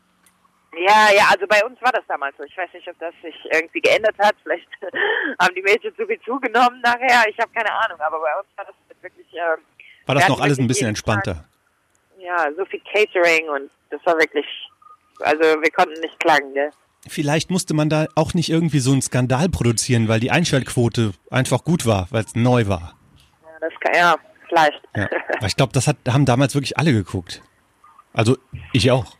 ja, ja, also bei uns war das damals so. Ich weiß nicht, ob das sich irgendwie geändert hat. Vielleicht [LAUGHS] haben die Mädchen zu viel zugenommen nachher. Ich habe keine Ahnung, aber bei uns war das wirklich, äh,
War das
Ja,
noch alles ein
wirklich
bisschen
jeden
entspannter?
ja, so viel Catering und das war wirklich, also wir konnten nicht klagen, gell?
Vielleicht musste man da auch nicht irgendwie so einen Skandal produzieren, weil die Einschaltquote einfach gut war, weil es neu war.
Ja, das kann, ja, vielleicht.
Ja. Aber ich glaube, das hat, haben damals wirklich alle geguckt. Also ich auch.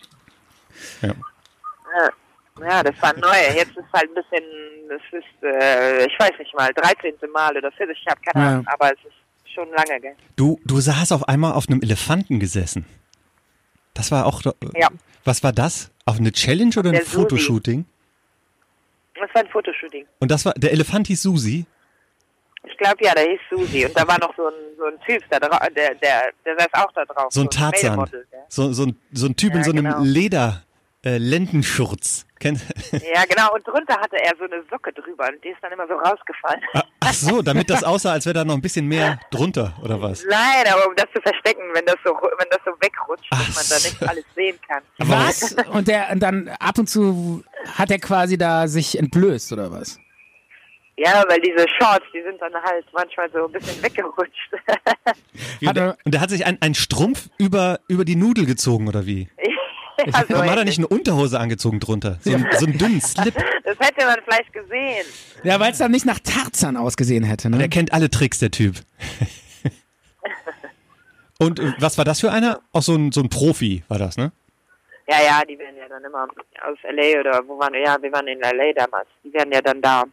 Ja.
Ja. [LAUGHS] Ja, das war neu. Jetzt ist halt ein bisschen, das ist, äh, ich weiß nicht mal, 13. Mal oder 40, ich habe keine
Ja.
Ahnung, aber es ist schon lange, gell?
Du, du saßt auf einmal auf einem Elefanten gesessen. Das war auch. doch-
Ja.
Was war das? Auf eine Challenge oder ein
Der Susi.
Fotoshooting?
Das war ein Fotoshooting.
Und das war. Der Elefant hieß Susi.
Ich glaube, ja, da hieß Susi und da war noch so ein, so ein Typ da drauf, der, der, der saß auch da drauf.
So ein Tarzan.
Mädelmodel, gell?
So, so, ein, so ein Typ in
Ja,
so einem
genau.
Leder. Äh, Lendenschurz. Kennt,
Ja, genau, und drunter hatte er so eine Socke drüber und die ist dann immer so rausgefallen. [LAUGHS]
Ach so, damit das aussah, als wäre da noch ein bisschen mehr drunter, oder was?
Nein, aber um das zu verstecken, wenn das so, ru- wenn das so wegrutscht,
Ach
dass man da nicht
so.
alles sehen kann.
Was? Und der und dann ab und zu hat er quasi da sich entblößt oder was?
Ja, weil diese Shorts, die sind dann halt manchmal so ein bisschen weggerutscht. [LAUGHS]
Wie,
Hat er-
und der hat sich ein- einen Strumpf über, über die Nudel gezogen, oder wie?
ja, so
Warum hat er
ähnlich.
nicht eine Unterhose angezogen drunter? So, ein- so einen dünnen Slip.
Das hätte man vielleicht gesehen.
Ja, weil es dann nicht nach Tarzan ausgesehen hätte,
Der
ne?
kennt alle Tricks, der Typ. Und äh, was war das für einer? Auch so ein, so ein Profi war das, ne?
Ja, ja, die werden ja dann immer aus LA oder wo waren ja, wir waren in LA damals. Die werden ja dann da.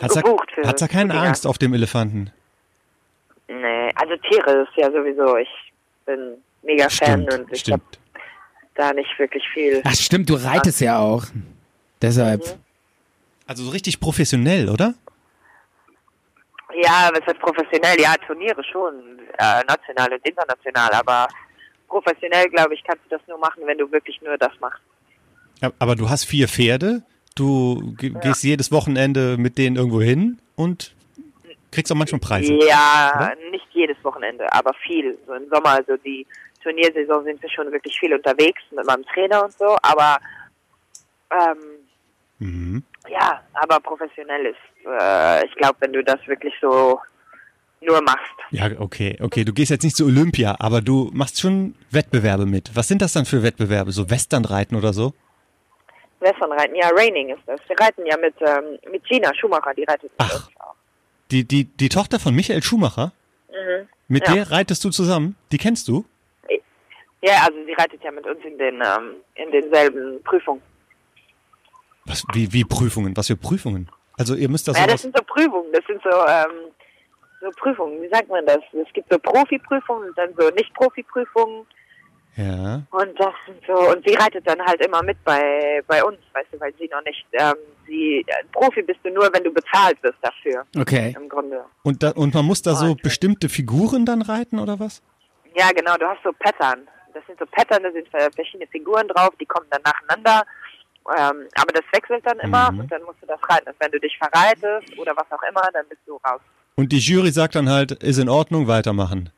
Hat's da,
Gebucht für-
hat's da keine
für die
Angst auf dem Elefanten?
Nee, also Tiere ist ja sowieso. Ich bin mega
Stimmt,
Fan und ich habe
stimmt.
da nicht wirklich viel.
Ach stimmt, du reitest ja auch. Deshalb.
Also so richtig professionell, oder?
Ja, was heißt professionell? Ja, Turniere schon, äh, national und international, aber professionell, glaube ich, kannst du das nur machen, wenn du wirklich nur das machst.
Ja, Aber du hast vier Pferde, du ge gehst jedes Wochenende mit denen irgendwo hin und kriegst auch manchmal Preise.
ja, nicht jedes Wochenende, aber viel. So im Sommer, also die Turniersaison sind wir schon wirklich viel unterwegs mit meinem Trainer und so, aber ähm, ja, aber professionell ist. Äh, ich glaube, wenn du das wirklich so nur machst.
Ja, okay, okay. Du gehst jetzt nicht zu Olympia, aber du machst schon Wettbewerbe mit. Was sind das dann für Wettbewerbe? So Westernreiten oder so?
Westernreiten, ja, Raining ist das. Wir reiten ja mit, ähm, mit Gina Schumacher, die reitet mit
Ach.
uns auch.
Die, die, die Tochter von Michael Schumacher, mit
Mhm. Ja.
der reitest du zusammen? Die kennst du?
Ja, also sie reitet ja mit uns in den ähm, in denselben Prüfungen.
Was, wie, wie Prüfungen? Was für Prüfungen? Also ihr müsst das
Ja,
so
das
aus-
sind so Prüfungen, das sind so, ähm, so Prüfungen, wie sagt man das? Es gibt so Profiprüfungen und dann so Nicht-Profiprüfungen
Ja,
und das sind so, und sie reitet dann halt immer mit bei, bei uns, weißt du, weil sie noch nicht, ähm, sie, ein Profi bist du nur, wenn du bezahlt wirst dafür,
Okay.
im Grunde.
und, da, und man muss da so bestimmte Figuren dann reiten oder was?
Ja, genau, du hast so Pattern. Das sind so Pattern, da sind ver- verschiedene Figuren drauf, die kommen dann nacheinander. Ähm, aber das wechselt dann immer und dann musst du das reiten. Und wenn du dich verreitest oder was auch immer, dann bist du raus.
Und die Jury sagt dann halt, ist in Ordnung, weitermachen.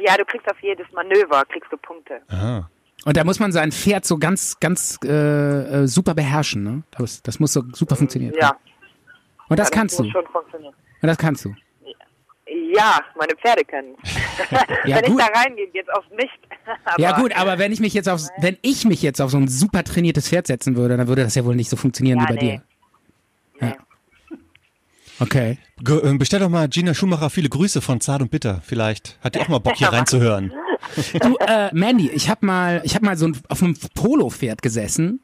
Ja, du kriegst auf jedes Manöver, kriegst du Punkte.
Aha.
Und da muss man sein Pferd so ganz, ganz äh, äh, super beherrschen, ne? Das, das muss so super funktionieren.
Ja,
Und das kannst du.
muss
Und
schon funktionieren.
das kannst du.
Ja, meine Pferde können.
Ja,
wenn
gut.
ich da reingehe, geht's auf nicht. [LAUGHS] aber,
Ja gut, aber wenn ich mich jetzt auf wenn ich mich jetzt auf so ein super trainiertes Pferd setzen würde, dann würde das ja wohl nicht so funktionieren
Ja,
wie bei
nee.
dir. Okay.
Ge äh, bestell doch mal Gina Schumacher viele Grüße von Zart und Bitter. Vielleicht hat die auch mal Bock hier reinzuhören.
Du, äh, Mandy, ich hab mal, ich hab mal so ein, auf einem Polo-Pferd gesessen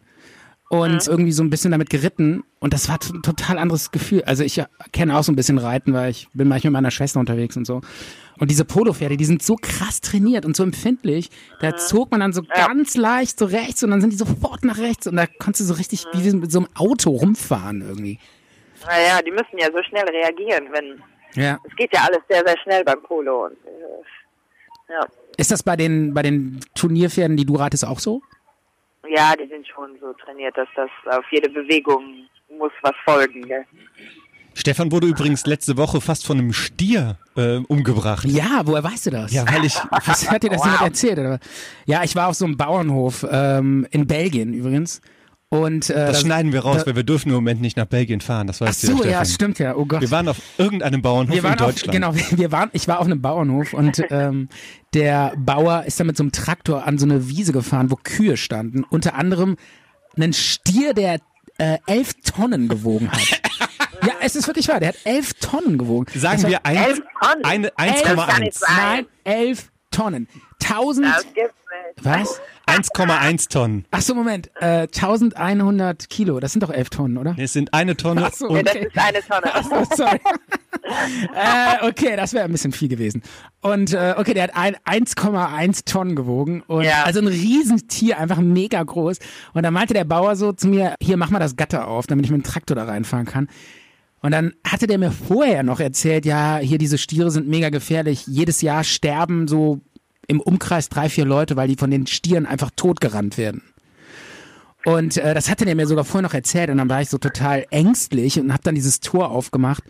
und irgendwie so ein bisschen damit geritten und das war t- ein total anderes Gefühl. Also ich äh, kenne auch so ein bisschen Reiten, weil ich bin manchmal mit meiner Schwester unterwegs und so. Und diese Polo-Pferde, die sind so krass trainiert und so empfindlich. Da zog man dann so ganz leicht so rechts und dann sind die sofort nach rechts und da konntest du so richtig wie mit so einem Auto rumfahren irgendwie.
Naja, die müssen ja so schnell reagieren, wenn
Ja.
es geht ja alles sehr, sehr schnell beim Polo und äh, ja.
Ist das bei den, bei den Turnierpferden, die du ratest, auch so?
Ja, die sind schon so trainiert, dass das auf jede Bewegung muss was folgen. Gell?
Stefan wurde übrigens letzte Woche fast von einem Stier äh, umgebracht.
Ja, woher weißt du das?
Ja, weil [LAUGHS] ich.
[LAUGHS] Was hat dir das jemand erzählt? Oder? was? Ja, ich war auf so einem Bauernhof ähm, in Belgien übrigens. Und äh,
Das
da-
schneiden wir raus, weil wir dürfen im Moment nicht nach Belgien fahren. Das
Ach
weißt du,
so,
Stefan.
ja, stimmt ja. Oh Gott.
Wir waren auf irgendeinem Bauernhof
Wir waren
in Deutschland.
Auf, genau, wir waren, ich war auf einem
[LAUGHS]
Bauernhof und ähm, der Bauer ist dann mit so einem Traktor an so eine Wiese gefahren, wo Kühe standen. Unter anderem einen Stier, der äh, elf Tonnen gewogen hat. ja, es ist wirklich wahr, der hat elf Tonnen gewogen. Das
Sagen
war-
wir eins-
Elf Tonnen.
eine-
kann nicht
1,1.
sein.
Nein, elf Tonnen. Tausend,
Das gibt's nicht.
was?
1,1 Tonnen.
Ach so, Moment. Äh, 1100 Kilo, das sind doch 11 Tonnen, oder?
Es sind eine Tonne
Ach so,
und
Das ist eine Tonne.
[LAUGHS] Oh, sorry. [LAUGHS] äh, okay, das wäre ein bisschen viel gewesen. Und äh, okay, der hat ein- 1,1 Tonnen gewogen. Und
Ja.
Also ein Riesentier, einfach mega groß. Und dann meinte der Bauer so zu mir, hier, mach mal das Gatter auf, damit ich mit dem Traktor da reinfahren kann. Und dann hatte der mir vorher noch erzählt, ja, hier diese Stiere sind mega gefährlich. Jedes Jahr sterben so im Umkreis drei, vier Leute, weil die von den Stieren einfach totgerannt werden. Und äh, das hatte der mir sogar vorher noch erzählt und dann war ich so total ängstlich und habe dann dieses Tor aufgemacht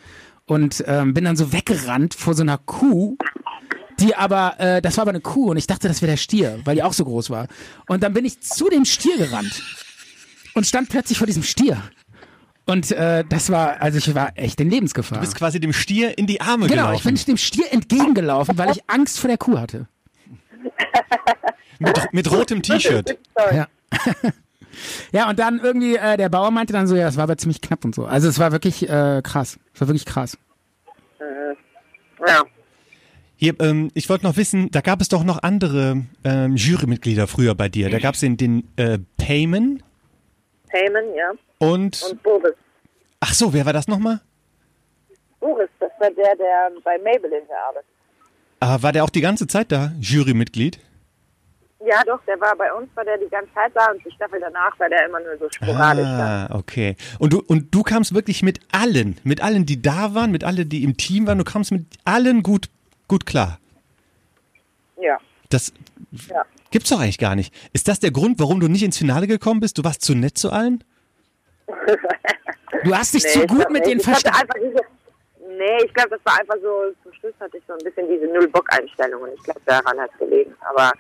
und ähm, bin dann so weggerannt vor so einer Kuh, die aber, äh, das war aber eine Kuh und ich dachte, das wäre der Stier, weil die auch so groß war. Und dann bin ich zu dem Stier gerannt und stand plötzlich vor diesem Stier. Und äh, das war, also ich war echt in Lebensgefahr.
du bist quasi dem Stier in die Arme
genau, ich
gelaufen.
bin dem Stier entgegengelaufen, weil ich Angst vor der Kuh hatte.
mit, mit rotem T-Shirt.
Ja, und dann irgendwie, äh, der Bauer meinte dann so, ja, es war aber ziemlich knapp und so. Also es war wirklich äh, krass. Es war wirklich krass.
[LAUGHS] Ja.
Hier, ähm, ich wollte noch wissen, da gab es doch noch andere ähm, Jurymitglieder früher bei dir. Da gab es den, den äh, Payman
Payman, ja.
und,
Und Boris.
ach so, wer war das nochmal?
Boris, das war der, der bei Maybelline arbeitet.
Ah, war der auch die ganze Zeit da Jurymitglied?
Ja, doch, der war bei uns, war der die ganze Zeit da und die Staffel danach war der immer nur so sporadisch da.
Ah, okay. Und du und du kamst wirklich mit allen, mit allen, die da waren, mit allen, die im Team waren. Du kamst mit allen gut gut klar.
Ja.
Das
Ja.
gibt's doch eigentlich gar nicht. Ist das der Grund, warum du nicht ins Finale gekommen bist? Du warst zu nett zu allen?
Du hast dich
Nee,
zu
ich
gut
glaub
mit
nicht.
denen
Ich hatte
verstanden.
einfach diese, Nee, ich glaube, das war einfach so, zum Schluss hatte ich so ein bisschen diese Null-Bock-Einstellung und ich glaube, daran hat es gelegen. Aber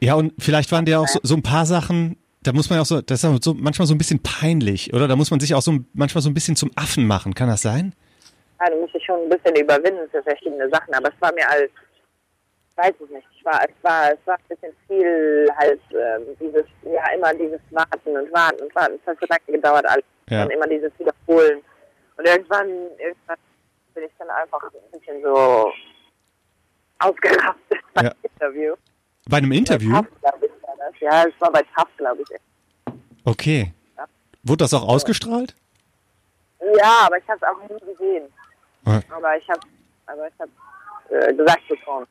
Ja, und vielleicht waren dir auch so, so ein paar Sachen, da muss man ja auch so, das ist auch so, manchmal so ein bisschen peinlich, oder? Da muss man sich auch so ein- manchmal so ein bisschen zum Affen machen, kann das sein?
ja, du musst dich schon ein bisschen überwinden für verschiedene Sachen, aber es war mir als, weiß ich nicht, es war, es war, es war ein bisschen viel halt ähm, dieses, ja immer dieses Warten und Warten und Warten, es hat so lange gedauert alles
Ja.
und immer dieses Wiederholen und irgendwann, irgendwann bin ich dann einfach ein bisschen so ausgerastet beim
Ja.
Interview.
Bei einem Interview?
Bei Tough, glaub ich, war das. Ja, es war bei Tough, glaube ich.
Okay. Wurde das auch ausgestrahlt?
Ja, aber ich habe es auch nie gesehen.
Ja.
Aber ich habe aber ich hab, äh, gesagt bekommen.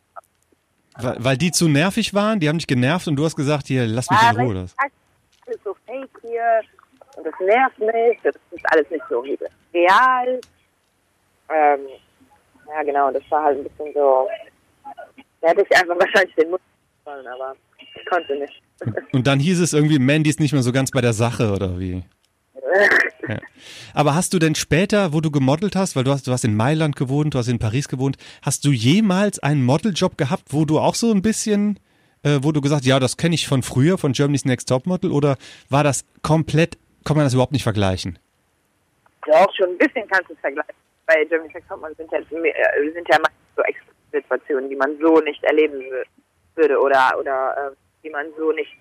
Weil, weil die zu nervig waren, die haben dich genervt und du hast gesagt, hier, lass mich in
aber
Ruhe.
ich-
Oder? was?
Das Ah, ist so fake hier und das nervt mich. Das ist alles nicht so real. Ähm, ja, genau, das war halt ein bisschen so. Da hätte ich einfach [LAUGHS] wahrscheinlich den Mund wollen, aber ich konnte nicht.
[LAUGHS] Und dann hieß es irgendwie, Mandy ist nicht mehr so ganz bei der Sache oder wie. Ja. Aber hast du denn später, wo du gemodelt hast, weil du hast, du hast in Mailand gewohnt, du hast in Paris gewohnt, hast du jemals einen Modeljob gehabt, wo du auch so ein bisschen, äh, wo du gesagt, ja, das kenne ich von früher, von Germany's Next Topmodel, oder war das komplett, kann man das überhaupt nicht vergleichen?
Doch, schon ein bisschen kannst du es vergleichen. Bei Germany's Next Topmodel sind ja, äh, sind ja meistens so extreme Situationen, die man so nicht erleben wü- würde oder, oder äh, die man so nicht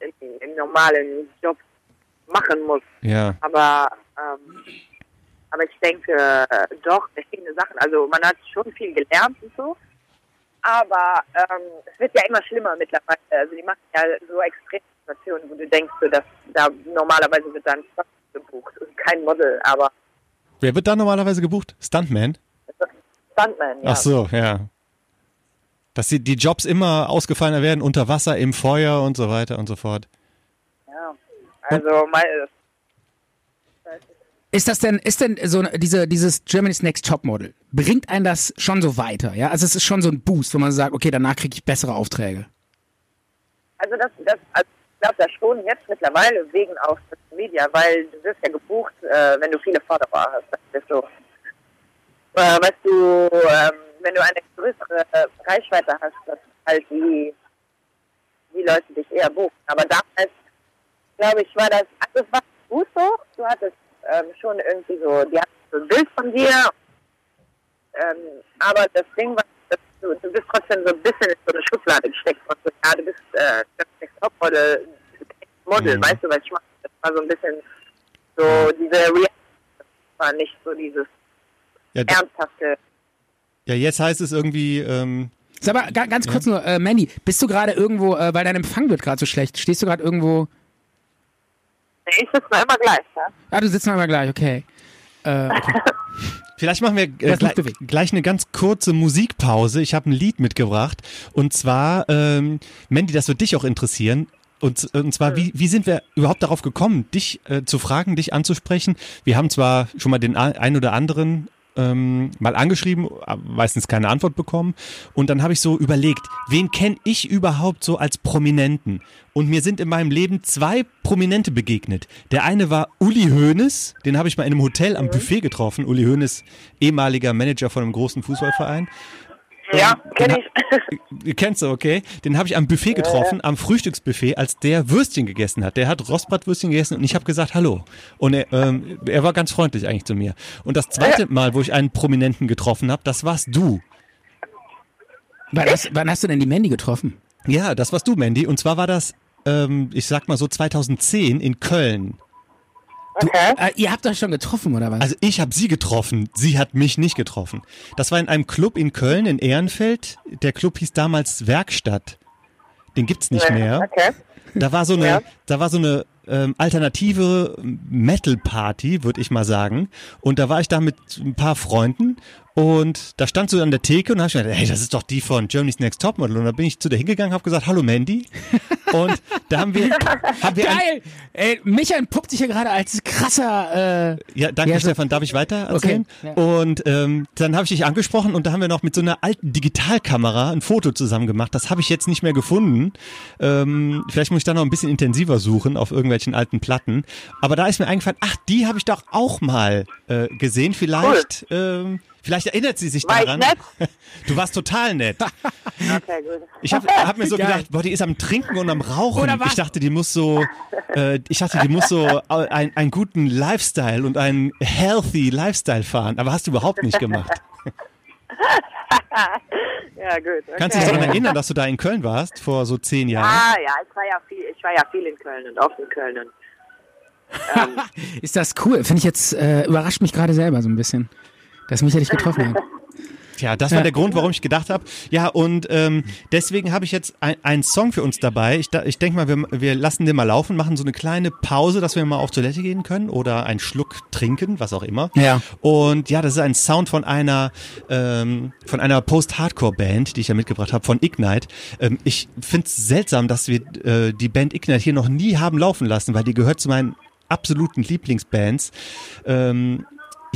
in, im normalen Job machen muss.
Ja.
Aber, ähm, aber ich denke, äh, doch, verschiedene Sachen. Also man hat schon viel gelernt und so. Aber ähm, es wird ja immer schlimmer mittlerweile. Also die machen ja so Extremsituationen, wo du denkst, so, dass da normalerweise wird dann Stunt gebucht und kein Model, aber
Wer wird da normalerweise gebucht? Stuntman?
Stuntman. Ja.
Ach so, ja. Dass die, die Jobs immer ausgefallener werden, unter Wasser, im Feuer und so weiter und so fort.
Ja. Also mein,
Ist das denn, ist denn so diese, dieses Germany's Next Topmodel, bringt einen das schon so weiter, ja? Also es ist schon so ein Boost, wenn man sagt, okay, danach kriege ich bessere Aufträge.
Also das, das also ich glaube das schon jetzt mittlerweile wegen auch Social Media, weil du wirst ja gebucht, äh, wenn du viele Follower hast. Das ist so. Äh, weißt du, ähm, wenn du eine größere äh, Reichweite hast, dass halt die, die Leute dich eher buchen. Aber damals, glaube ich, war das, also es war gut so. Du hattest ähm, schon irgendwie so, die hatten so ein Bild von dir. Ähm, aber das Ding war, dass du, du bist trotzdem so ein bisschen in so eine Schublade gesteckt worden. So, Ja, du bist äh, das ist Topmodel, Model,
Mhm.
weißt du, was ich meine? Das war so ein bisschen so diese Realität, das war nicht so dieses
Ja, da,
ernsthafte.
ja jetzt heißt es irgendwie, ähm,
Sag mal, ga, ganz kurz nur, äh, Manny, bist du gerade irgendwo, äh, weil dein Empfang wird gerade so schlecht, stehst du gerade irgendwo,
Nee, ich sitze noch immer gleich, ne? ja?
ah, du sitzt noch mal gleich, okay.
Vielleicht machen wir äh,
Lass mich
gleich,
bewegen.
gleich eine ganz kurze Musikpause. Ich habe ein Lied mitgebracht. Und zwar, ähm, Mandy, das wird dich auch interessieren. Und, und zwar, wie, wie sind wir überhaupt darauf gekommen, dich äh, zu fragen, dich anzusprechen? Wir haben zwar schon mal den a- ein oder anderen ähm, mal angeschrieben, äh, meistens keine Antwort bekommen. Und dann habe ich so überlegt, wen kenne ich überhaupt so als Prominenten? Und mir sind in meinem Leben zwei Prominente begegnet. Der eine war Uli Hoeneß, den habe ich mal in einem Hotel am Buffet getroffen. Uli Hoeneß, ehemaliger Manager von einem großen Fußballverein. Ähm,
Ja, kenne
den
ich.
Du kennst du, okay? Den habe ich am Buffet getroffen, am Frühstücksbuffet, als der Würstchen gegessen hat. Der hat Rostbratwürstchen gegessen und ich habe gesagt Hallo. Und er, ähm, er war ganz freundlich eigentlich zu mir. Und das zweite Mal, wo ich einen Prominenten getroffen habe, das warst du.
Wann hast, wann hast du denn die Mandy getroffen?
Ja, das warst du, Mandy. Und zwar war das, ähm, ich sag mal so 2010 in Köln.
Okay.
Äh, ihr habt euch schon getroffen, oder was?
Also ich habe sie getroffen, sie hat mich nicht getroffen. Das war in einem Club in Köln, in Ehrenfeld. Der Club hieß damals Werkstatt. Den gibt's nicht mehr.
[LAUGHS] Okay.
Da war so eine,
Ja.
da war so eine ähm, alternative Metal-Party, würde ich mal sagen. Und da war ich da mit ein paar Freunden und da stand so an der Theke und habe ich gedacht, hey, das ist doch die von Germany's Next Topmodel. Und da bin ich zu der hingegangen, habe gesagt, hallo Mandy. Und da haben wir, haben wir ein-
Geil! Ey, Micha entpuppt sich hier gerade als krasser, äh,
Ja, danke
Ja, so-
Stefan. Darf ich weiter erzählen?
Okay,
Und ähm, dann habe ich dich angesprochen und da haben wir noch mit so einer alten Digitalkamera ein Foto zusammen gemacht. Das habe ich jetzt nicht mehr gefunden. Ähm, vielleicht muss ich da noch ein bisschen intensiver suchen auf irgendwelchen alten Platten. Aber da ist mir eingefallen, ach, die habe ich doch auch mal äh, gesehen. Vielleicht, ähm, vielleicht erinnert sie sich
War ich
daran.
nett?
[LAUGHS] Du warst total nett.
Okay, gut.
Ich habe hab mir so
Geil.
gedacht, boah, die ist am Trinken und am Rauchen.
Oder was?
Ich dachte, die muss so, äh, ich dachte, die muss so ein, einen guten Lifestyle und einen healthy Lifestyle fahren. Aber hast du überhaupt nicht gemacht.
[LAUGHS] Ja, gut. Okay.
Kannst du dich daran erinnern, dass du da in Köln warst vor so zehn Jahren?
Ah ja, ich war ja viel, ich war ja viel in Köln und oft in Köln und
ist das cool. Finde ich jetzt, äh, überrascht mich gerade selber so ein bisschen, dass Micha dich getroffen hat.
Tja, das war
Ja.
der Grund, warum ich gedacht habe. Ja, und ähm, deswegen habe ich jetzt ein- einen Song für uns dabei. Ich, da- ich denke mal, wir, wir lassen den mal laufen, machen so eine kleine Pause, dass wir mal auf Toilette gehen können oder einen Schluck trinken, was auch immer.
Ja.
Und ja, das ist ein Sound von einer ähm, von einer Post-Hardcore-Band, die ich ja mitgebracht habe, von Ignite. Ähm, ich finde es seltsam, dass wir äh, die Band Ignite hier noch nie haben laufen lassen, weil die gehört zu meinen absoluten Lieblingsbands. Ähm,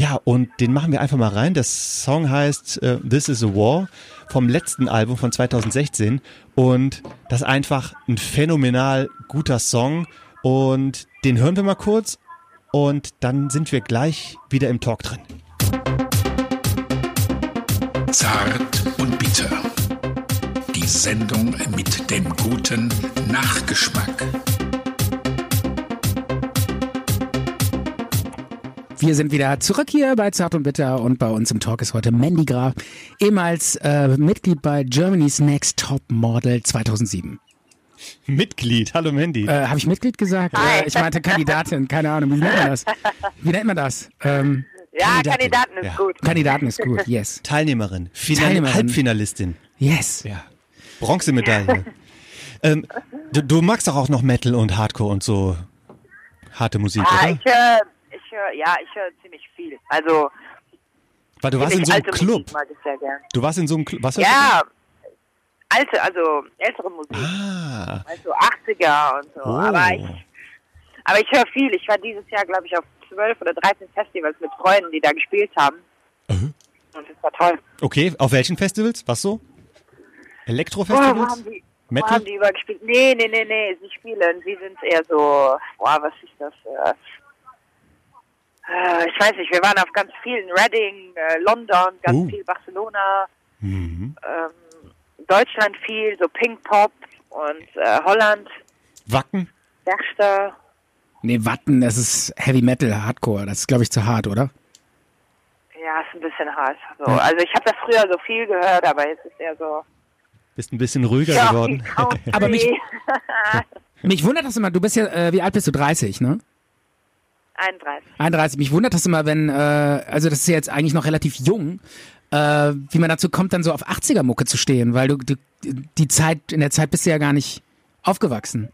ja, und den machen wir einfach mal rein. Der Song heißt äh, This is a War vom letzten Album von 2016 und das ist einfach ein phänomenal guter Song und den hören wir mal kurz und dann sind wir gleich wieder im Talk drin.
Zart und bitter. Die Sendung mit dem guten Nachgeschmack.
Wir sind wieder zurück hier bei Zart und Bitter und bei uns im Talk ist heute Mandy Graf, ehemals äh, Mitglied bei Germany's Next Top Model 2007.
Mitglied, hallo Mandy.
Äh, Habe ich Mitglied gesagt?
Hi.
Äh, ich meinte Kandidatin, keine Ahnung, wie nennt man das? Wie nennt man das? Ähm,
Ja,
Kandidatin.
Kandidaten ist
Ja.
gut.
Kandidaten ist gut, yes.
Teilnehmerin, Final
Teilnehmerin.
Halbfinalistin,
Yes.
ja. Bronzemedaille. ähm, du, du magst doch auch noch Metal und Hardcore und so harte Musik,
Ah,
oder?
ich höre, ich höre, ja, ich höre ziemlich viel. Also,
Weil du warst in
ziemlich
so einem
alte Musik
Club.
mag ich sehr gern.
Du warst in so einem Club. Was hörst
Ja, alte, also ältere Musik,
du? Ah,
also 80er und so.
Oh.
Aber ich, aber ich höre viel. Ich war dieses Jahr, glaube ich, auf 12 oder 13 Festivals mit Freunden, die da gespielt haben.
Mhm.
Und das war toll.
Okay, auf welchen Festivals? Was so?
Boah, wo
Elektrofestivals?
haben die, wo
Metal?
haben die übergespielt? Nee, nee, nee, nee, sie spielen. Sie sind eher so, boah, was ist das? Äh, äh, ich weiß nicht, wir waren auf ganz vielen Reading, äh, London, ganz
Uh.
viel Barcelona,
Mhm.
ähm, Deutschland viel, so Pink Pop und äh, Holland,
Wacken?
Werchter.
Nee, Watten, das ist Heavy Metal, Hardcore. Das ist, glaube ich, zu hart, oder?
Ja, ist ein bisschen hart. So. Also ich habe das früher so viel gehört, aber jetzt ist eher so.
Bist ein bisschen ruhiger
Ja,
geworden.
viel Country.
Aber
[LAUGHS]
mich- Mich wundert das immer, du bist ja, äh, wie alt bist du? 30, ne?
31.
31. Mich wundert das immer, wenn, äh, also das ist ja jetzt eigentlich noch relativ jung, äh, wie man dazu kommt, dann so auf 80er-Mucke zu stehen, weil du, du die Zeit, in der Zeit bist du ja gar nicht aufgewachsen.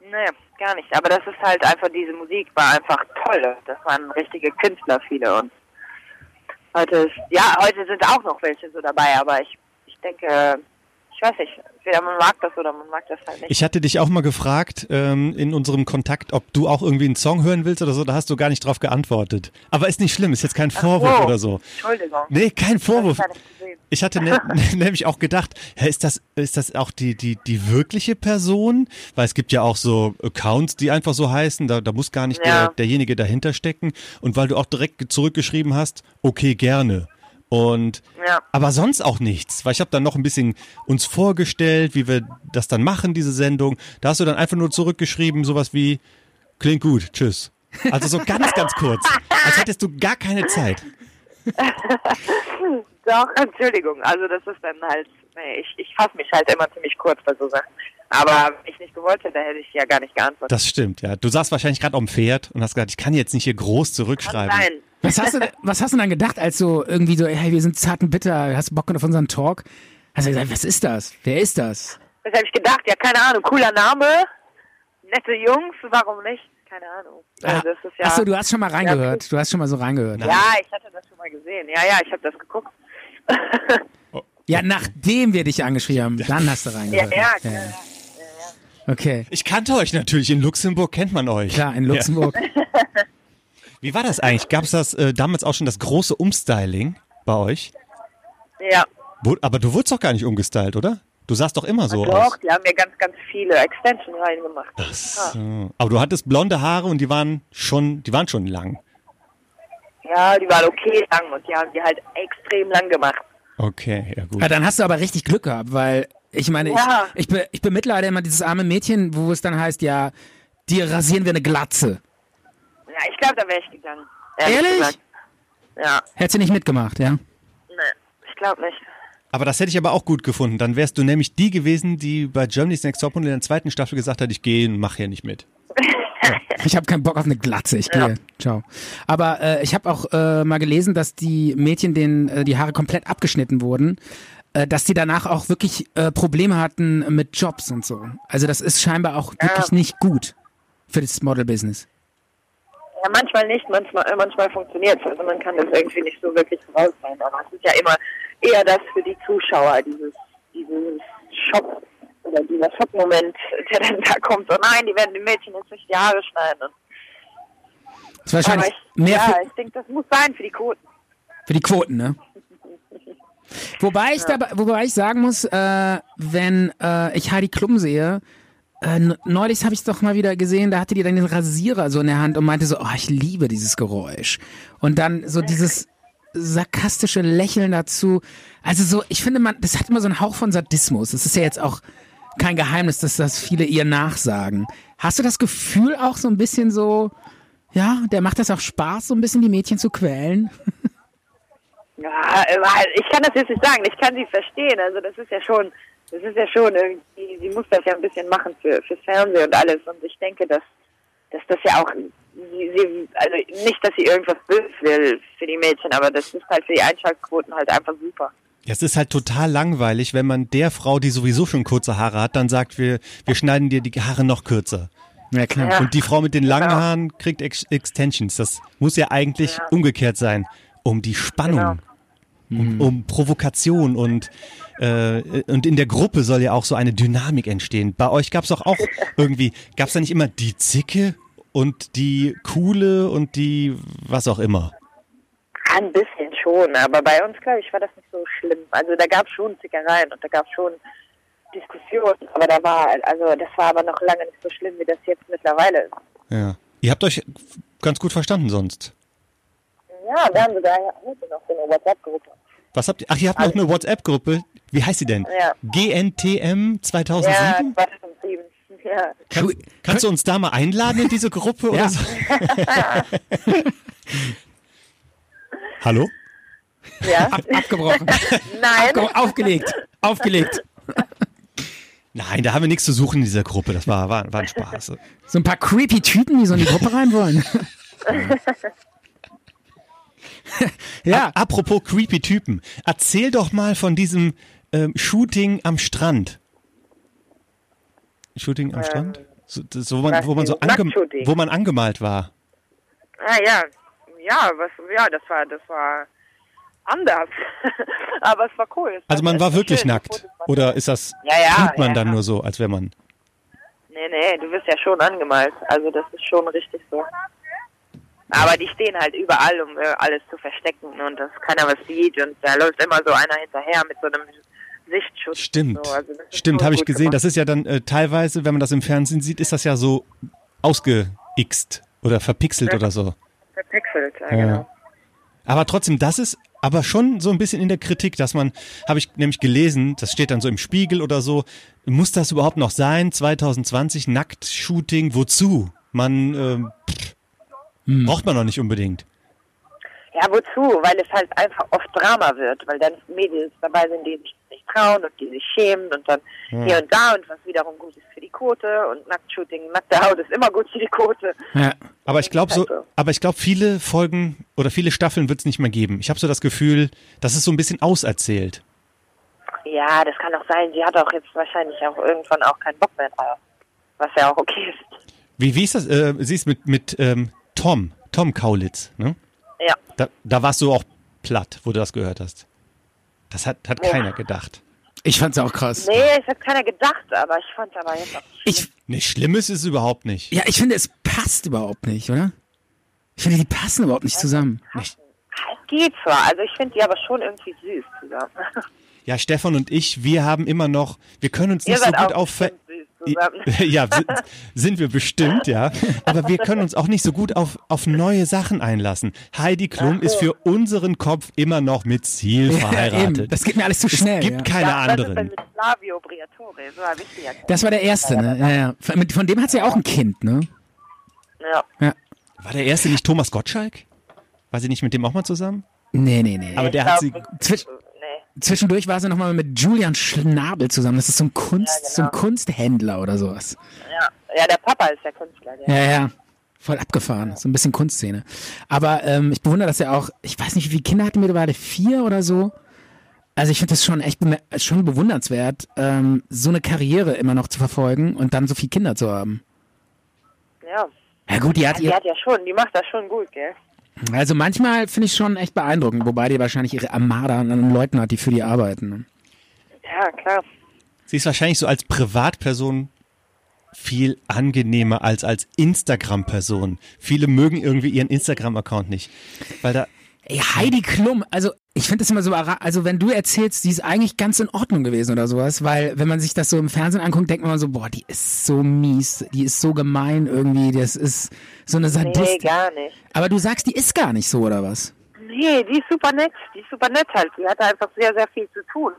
Nee, gar nicht. Aber das ist halt einfach, diese Musik war einfach toll. Das waren richtige Künstler, viele. Und heute ist, ja, heute sind auch noch welche so dabei, aber ich, ich denke, ich weiß nicht, entweder man mag das oder man mag das halt nicht.
Ich hatte dich auch mal gefragt ähm, in unserem Kontakt, ob du auch irgendwie einen Song hören willst oder so. Da hast du gar nicht drauf geantwortet. Aber ist nicht schlimm, ist jetzt kein Vorwurf
so.
oder so.
Oh, Entschuldigung.
Nee, kein Vorwurf.
gar nicht gesehen.
Ich hatte
[LAUGHS]
ne, nämlich auch gedacht, hä, ist das, ist das auch die, die, die wirkliche Person? Weil es gibt ja auch so Accounts, die einfach so heißen, da, da muss gar nicht der,
Ja.
derjenige dahinter stecken. Und weil du auch direkt ge- zurückgeschrieben hast, okay, gerne. Und
Ja.
aber sonst auch nichts, weil ich habe dann noch ein bisschen uns vorgestellt, wie wir das dann machen, diese Sendung. Da hast du dann einfach nur zurückgeschrieben, sowas wie klingt gut, tschüss. Also so ganz, ganz kurz. Als hättest du gar keine Zeit.
Doch, [LAUGHS] Entschuldigung. Also das ist dann halt, nee, ich, ich fasse mich halt immer ziemlich kurz bei so Sachen. Aber wenn ich nicht gewollt hätte, hätte ich ja gar nicht geantwortet.
Das stimmt, ja. Du saßt wahrscheinlich gerade auf dem Pferd und hast gesagt, ich kann jetzt nicht hier groß
Kann
zurückschreiben.
sein.
Was
[LAUGHS]
hast du, was hast du dann gedacht, als so irgendwie so, hey, wir sind zart und bitter, hast du Bock auf unseren Talk? Hast du gesagt, was ist das? Wer ist das?
Das habe ich gedacht, ja, keine Ahnung, cooler Name, nette Jungs, warum nicht? Keine Ahnung. Also, das ist ja,
Achso, Ah, du hast schon mal reingehört. Du hast schon mal so reingehört.
ja, ich hatte das schon mal gesehen. Ja, ja, ich habe das geguckt. [LAUGHS]
Ja, nachdem wir dich angeschrieben haben, dann hast du
ja,
reingehört.
ja,
Ja,
klar.
ja. Okay.
Ich kannte euch natürlich, in Luxemburg kennt man euch.
Klar, in Luxemburg.
Wie war das eigentlich? Gab es das äh, damals auch schon das große Umstyling bei euch?
Ja,
Wo, aber du wurdest doch gar nicht umgestylt, oder? Du sahst doch immer so
doch,
aus.
die haben mir ganz, ganz viele Extension reingemacht.
So. Ah. Aber du hattest blonde Haare und die waren schon, die waren schon lang.
Ja, die waren okay lang und die haben die halt extrem lang gemacht.
Okay, ja gut.
Ja, dann hast du aber richtig Glück gehabt, weil ich meine,
Ja.
ich, ich, be, ich bemitleide immer dieses arme Mädchen, wo es dann heißt, ja, dir rasieren wir eine Glatze.
Ja, ich glaube, da wäre ich gegangen.
Ehrlich?
gesagt. Ja,
Hättest du nicht mitgemacht, ja?
ne, ich glaube nicht.
Aber das hätte ich aber auch gut gefunden. Dann wärst du nämlich die gewesen, die bei Germany's Next Topmodel in der zweiten Staffel gesagt hat, ich gehe und mach hier nicht mit.
Ich habe keinen Bock auf eine Glatze, ich gehe. Ciao. Aber äh, ich habe auch äh, mal gelesen, dass die Mädchen, denen äh, die Haare komplett abgeschnitten wurden, äh, dass die danach auch wirklich äh, Probleme hatten mit Jobs und so. Also das ist scheinbar auch wirklich nicht gut für das Model-Business.
Ja, manchmal nicht, manchmal, äh, manchmal funktioniert es. Also man kann das irgendwie nicht so wirklich rausfinden. Aber es ist ja immer eher das für die Zuschauer, dieses, dieses Shop oder dieser Schockmoment, der dann da kommt. So, nein, die werden den Mädchen jetzt nicht die Haare schneiden. Und,
Das ist wahrscheinlich
aber ich,
mehr
ja,
für,
ich denke, das muss sein für die Quoten.
für die Quoten, ne? Wobei ich dabei, wobei ich sagen muss, äh, wenn äh, ich Heidi Klum sehe, äh, n- neulich habe ich doch mal wieder gesehen, da hatte die dann den Rasierer so in der Hand und meinte so, oh, ich liebe dieses Geräusch. Und dann so dieses sarkastische Lächeln dazu. Also so, ich finde man, das hat immer so einen Hauch von Sadismus. Das ist ja jetzt auch kein Geheimnis, dass das viele ihr nachsagen. Hast du das Gefühl auch so ein bisschen so, ja, der macht das auch Spaß, so ein bisschen die Mädchen zu quälen?
Ja, aber ich kann das jetzt nicht sagen. Ich kann sie verstehen. Also das ist ja schon, das ist ja schon irgendwie, sie muss das ja ein bisschen machen für fürs Fernsehen und alles. Und ich denke, dass dass das ja auch sie, sie, also nicht, dass sie irgendwas böse will für die Mädchen, aber das ist halt für die Einschaltquoten halt einfach super.
Ja, Es ist halt total langweilig, wenn man der Frau, die sowieso schon kurze Haare hat, dann sagt, wir, wir schneiden dir die Haare noch kürzer.
Ja, klar.
Und die Frau mit den langen Haaren kriegt Ex Extensions. Das muss ja eigentlich umgekehrt sein. Um die Spannung, um, um Provokation und, äh, und in der Gruppe soll ja auch so eine Dynamik entstehen. Bei euch gab's doch auch irgendwie, gab's da nicht immer die Zicke und die Coole und die was auch immer?
Ein bisschen schon, aber bei uns, glaube ich, war das nicht so schlimm. Also da gab es schon Zickereien und da gab es schon Diskussionen, aber da war, also das war aber noch lange nicht so schlimm, wie das jetzt mittlerweile ist.
Ja. Ihr habt euch ganz gut verstanden sonst.
Ja, wir haben sogar heute noch so eine WhatsApp-Gruppe.
Was habt ihr? Ach, ihr habt noch eine WhatsApp-Gruppe. Wie heißt sie denn?
Also Ja.
GNTM 2007?
Ja, 2007. um [LAUGHS] Ja.
Kannst, kannst du uns da mal einladen in diese Gruppe oder
Ja.
[LAUGHS]
so? Hallo?
ja.
Ab, abgebrochen.
Nein,
Abge aufgelegt. Aufgelegt.
Nein, da haben wir nichts zu suchen in dieser Gruppe. Das war, war, war ein Spaß.
So ein paar creepy Typen, die so in die Gruppe rein wollen. ja,
Apropos creepy Typen. Erzähl doch mal von diesem ähm, Shooting am Strand. Shooting am Strand? So, das, so, wo, man,
Äh, was
wo, man so
dieses
ange-
Nacktshooting?
wo man angemalt war.
ah, ja. Ja, was, ja, das war, das war anders. [LAUGHS] aber es war cool. Es
Also man
es
war wirklich
schön, die
nackt.
Fotos waren-
Oder ist das,
Ja, ja,
tut man
ja,
dann
ja.
nur so, als wenn man...
Nee, nee, du wirst ja schon angemalt. Also das ist schon richtig so. Aber die stehen halt überall, um äh, alles zu verstecken und dass keiner was sieht. Und da läuft immer so einer hinterher mit so einem Sichtschutz.
Stimmt,
So. Also das ist
stimmt,
schon
habe ich
gut
gesehen.
Gemacht.
Das ist ja dann äh, teilweise, wenn man das im Fernsehen sieht, ist das ja so ausgeixt oder verpixelt oder so.
Verpixelt, ja,
Ja.
genau.
Aber trotzdem, das ist aber schon so ein bisschen in der Kritik, dass man, habe ich nämlich gelesen, das steht dann so im Spiegel oder so, muss das überhaupt noch sein? 2020 Nacktshooting, wozu? Man ähm, pff, braucht man noch nicht unbedingt.
Ja, wozu? Weil es halt einfach oft Drama wird, weil dann Mädels dabei sind, die sich nicht trauen und die sich schämen und dann hier und da und was wiederum gut ist für die Quote und Nacktshooting, nackte Haut ist immer gut für die Quote.
ja.
Aber ich glaube so,
Scheiße.
aber ich glaube, viele Folgen oder viele Staffeln wird es nicht mehr geben. Ich habe so das Gefühl, das ist so ein bisschen auserzählt.
Ja, das kann auch sein. Sie hat auch jetzt wahrscheinlich auch irgendwann auch keinen Bock mehr drauf, was ja auch okay ist.
Wie, wie ist das? Äh, sie ist mit, mit ähm, Tom, Tom Kaulitz, ne?
Ja,
Da, da warst du auch platt, wo du das gehört hast. Das hat, hat keiner gedacht.
ich fand's auch krass.
nee, es hat keiner gedacht, aber ich fand aber jetzt auch.
Ich,
Nee, Schlimmes ist es überhaupt nicht.
ja, ich finde, es passt überhaupt nicht, oder? Ich finde, die passen überhaupt nicht zusammen.
Es geht zwar, also ich finde die aber schon irgendwie süß zusammen.
Ja, Stefan und ich, wir haben immer noch, wir können uns
Ihr
nicht so
seid
gut
auch
auf Ver
bestimmt süß [LAUGHS]
[LAUGHS]
zusammen.
ja, sind, sind wir bestimmt, ja. Aber wir können uns auch nicht so gut auf, auf neue Sachen einlassen. Heidi Klum ist für unseren Kopf immer noch mit Ziel
eben,
verheiratet.
das geht mir alles zu schnell.
Oh, es gibt
ja.
keine
Was ist denn
anderen.
mit Flavio Briatore? So habe ich die ja kenn-
das war der erste, ne? Ja, ja. Von- mit- Von dem hat sie ja auch ein Kind, ne?
Ja.
War der erste nicht Thomas Gottschalk? War sie nicht mit dem auch mal zusammen?
Nee, nee, nee.
Aber der hat sie
glaub,
Zwisch-
Ähm, Nee.
Zwischendurch war sie nochmal mit Julian Schnabel zusammen. Das ist so ein, Kunst,
Ja, genau.
so ein Kunsthändler oder sowas.
Ja. ja, der Papa ist der Künstler. Der
Ja, ja. Voll abgefahren. So ein bisschen Kunstszene. Aber ähm, ich bewundere, dass er auch, ich weiß nicht, wie viele Kinder hatten wir mittlerweile? Vier oder so? Also ich finde das schon echt bemer- schon bewundernswert, ähm, so eine Karriere immer noch zu verfolgen und dann so viele Kinder zu haben.
ja.
Ja gut, die hat
Die
ihr,
hat ja schon, die macht das schon gut, gell?
also manchmal finde ich schon echt beeindruckend, wobei die wahrscheinlich ihre Armada an Leuten hat, die für die arbeiten. ne?
Ja, klar.
Sie ist wahrscheinlich so als Privatperson viel angenehmer als als Instagram-Person. Viele mögen irgendwie ihren Instagram-Account nicht, weil da
Ey, Heidi Klum, also ich finde das immer so, ara- also wenn du erzählst, die ist eigentlich ganz in Ordnung gewesen oder sowas, weil wenn man sich das so im Fernsehen anguckt, denkt man immer so, boah, die ist so mies, die ist so gemein irgendwie, das ist so eine
Nee,
Sadistin.
gar nicht.
Aber du sagst, die ist gar nicht so oder was?
Nee, die ist super nett. Die ist super nett halt. Die hat einfach sehr, sehr viel zu tun.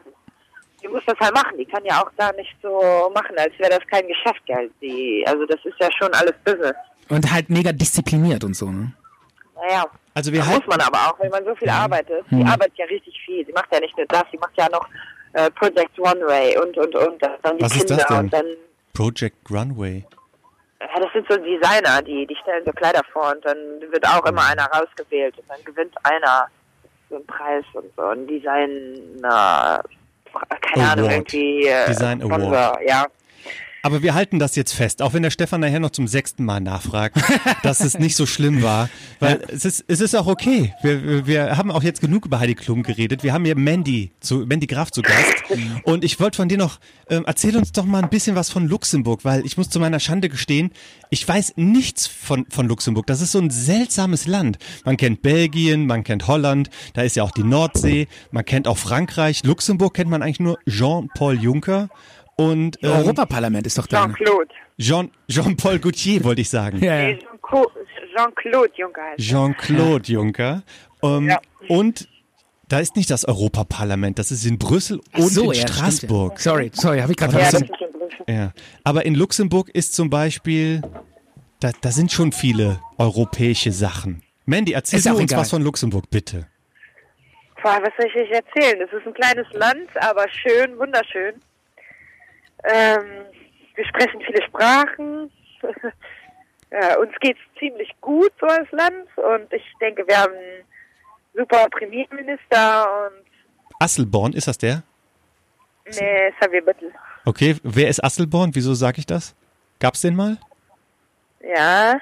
Die muss das halt machen. Die kann ja auch gar nicht so machen, als wäre das kein Geschäft, gell? Die, also das ist ja schon alles Business.
Und halt mega diszipliniert und so, ne?
Naja.
Also wir Mhm.
das
halten-
muss man aber auch, wenn man so viel arbeitet. Die arbeitet ja richtig viel. Die macht ja nicht nur das, die macht ja noch äh, Project One Way und und und. Das dann die
Was ist
Kinder
das denn?
und dann
Project Runway.
ja, das sind so Designer, die, die stellen so Kleider vor und dann wird auch
Mhm.
immer einer rausgewählt und dann gewinnt einer so einen Preis und so ein Designer, keine
Award.
Ahnung, irgendwie äh,
Design Award.
Sponsor, ja.
Aber wir halten das jetzt fest, auch wenn der Stefan nachher noch zum sechsten Mal nachfragt, dass es nicht so schlimm war. Weil es, ist, es ist auch okay. Wir, wir, wir haben auch jetzt genug über Heidi Klum geredet. Wir haben hier Mandy, zu, Mandy Graf zu Gast. Und ich wollte von dir noch, ähm, erzähl uns doch mal ein bisschen was von Luxemburg, weil ich muss zu meiner Schande gestehen, ich weiß nichts von, von Luxemburg. Das ist so ein seltsames Land. Man kennt Belgien, man kennt Holland, da ist ja auch die Nordsee, man kennt auch Frankreich. Luxemburg kennt man eigentlich nur Jean-Paul Juncker. Und ähm,
Europaparlament ist doch da. ne?
Jean-Claude.
Jean, Jean-Paul Gaultier wollte ich sagen.
Ja, ja.
Jean-Co- Jean-Claude Juncker heißt er.
Jean-Claude Juncker. Ähm,
Ja.
Und da ist nicht das Europaparlament, das ist in Brüssel und in
ja,
Straßburg.
Stimmt, ja. Sorry, sorry, habe ich gerade
Ja, das
vergessen.
ist schon Brüssel.
Ja. Aber in Luxemburg ist zum Beispiel, da, da sind schon viele europäische Sachen. Mandy, erzähl
Ist
du
auch
uns
egal.
was von Luxemburg, bitte.
Boah, was soll ich euch erzählen? Es ist ein kleines Land, aber schön, wunderschön. Ähm, wir sprechen viele Sprachen. [LAUGHS] ja, uns geht's ziemlich gut so als Land und ich denke, wir haben einen super Premierminister und
Asselborn, ist das der?
nee, Xavier Bettel.
Okay, wer ist Asselborn? Wieso sage ich das? Gab's den mal?
Ja,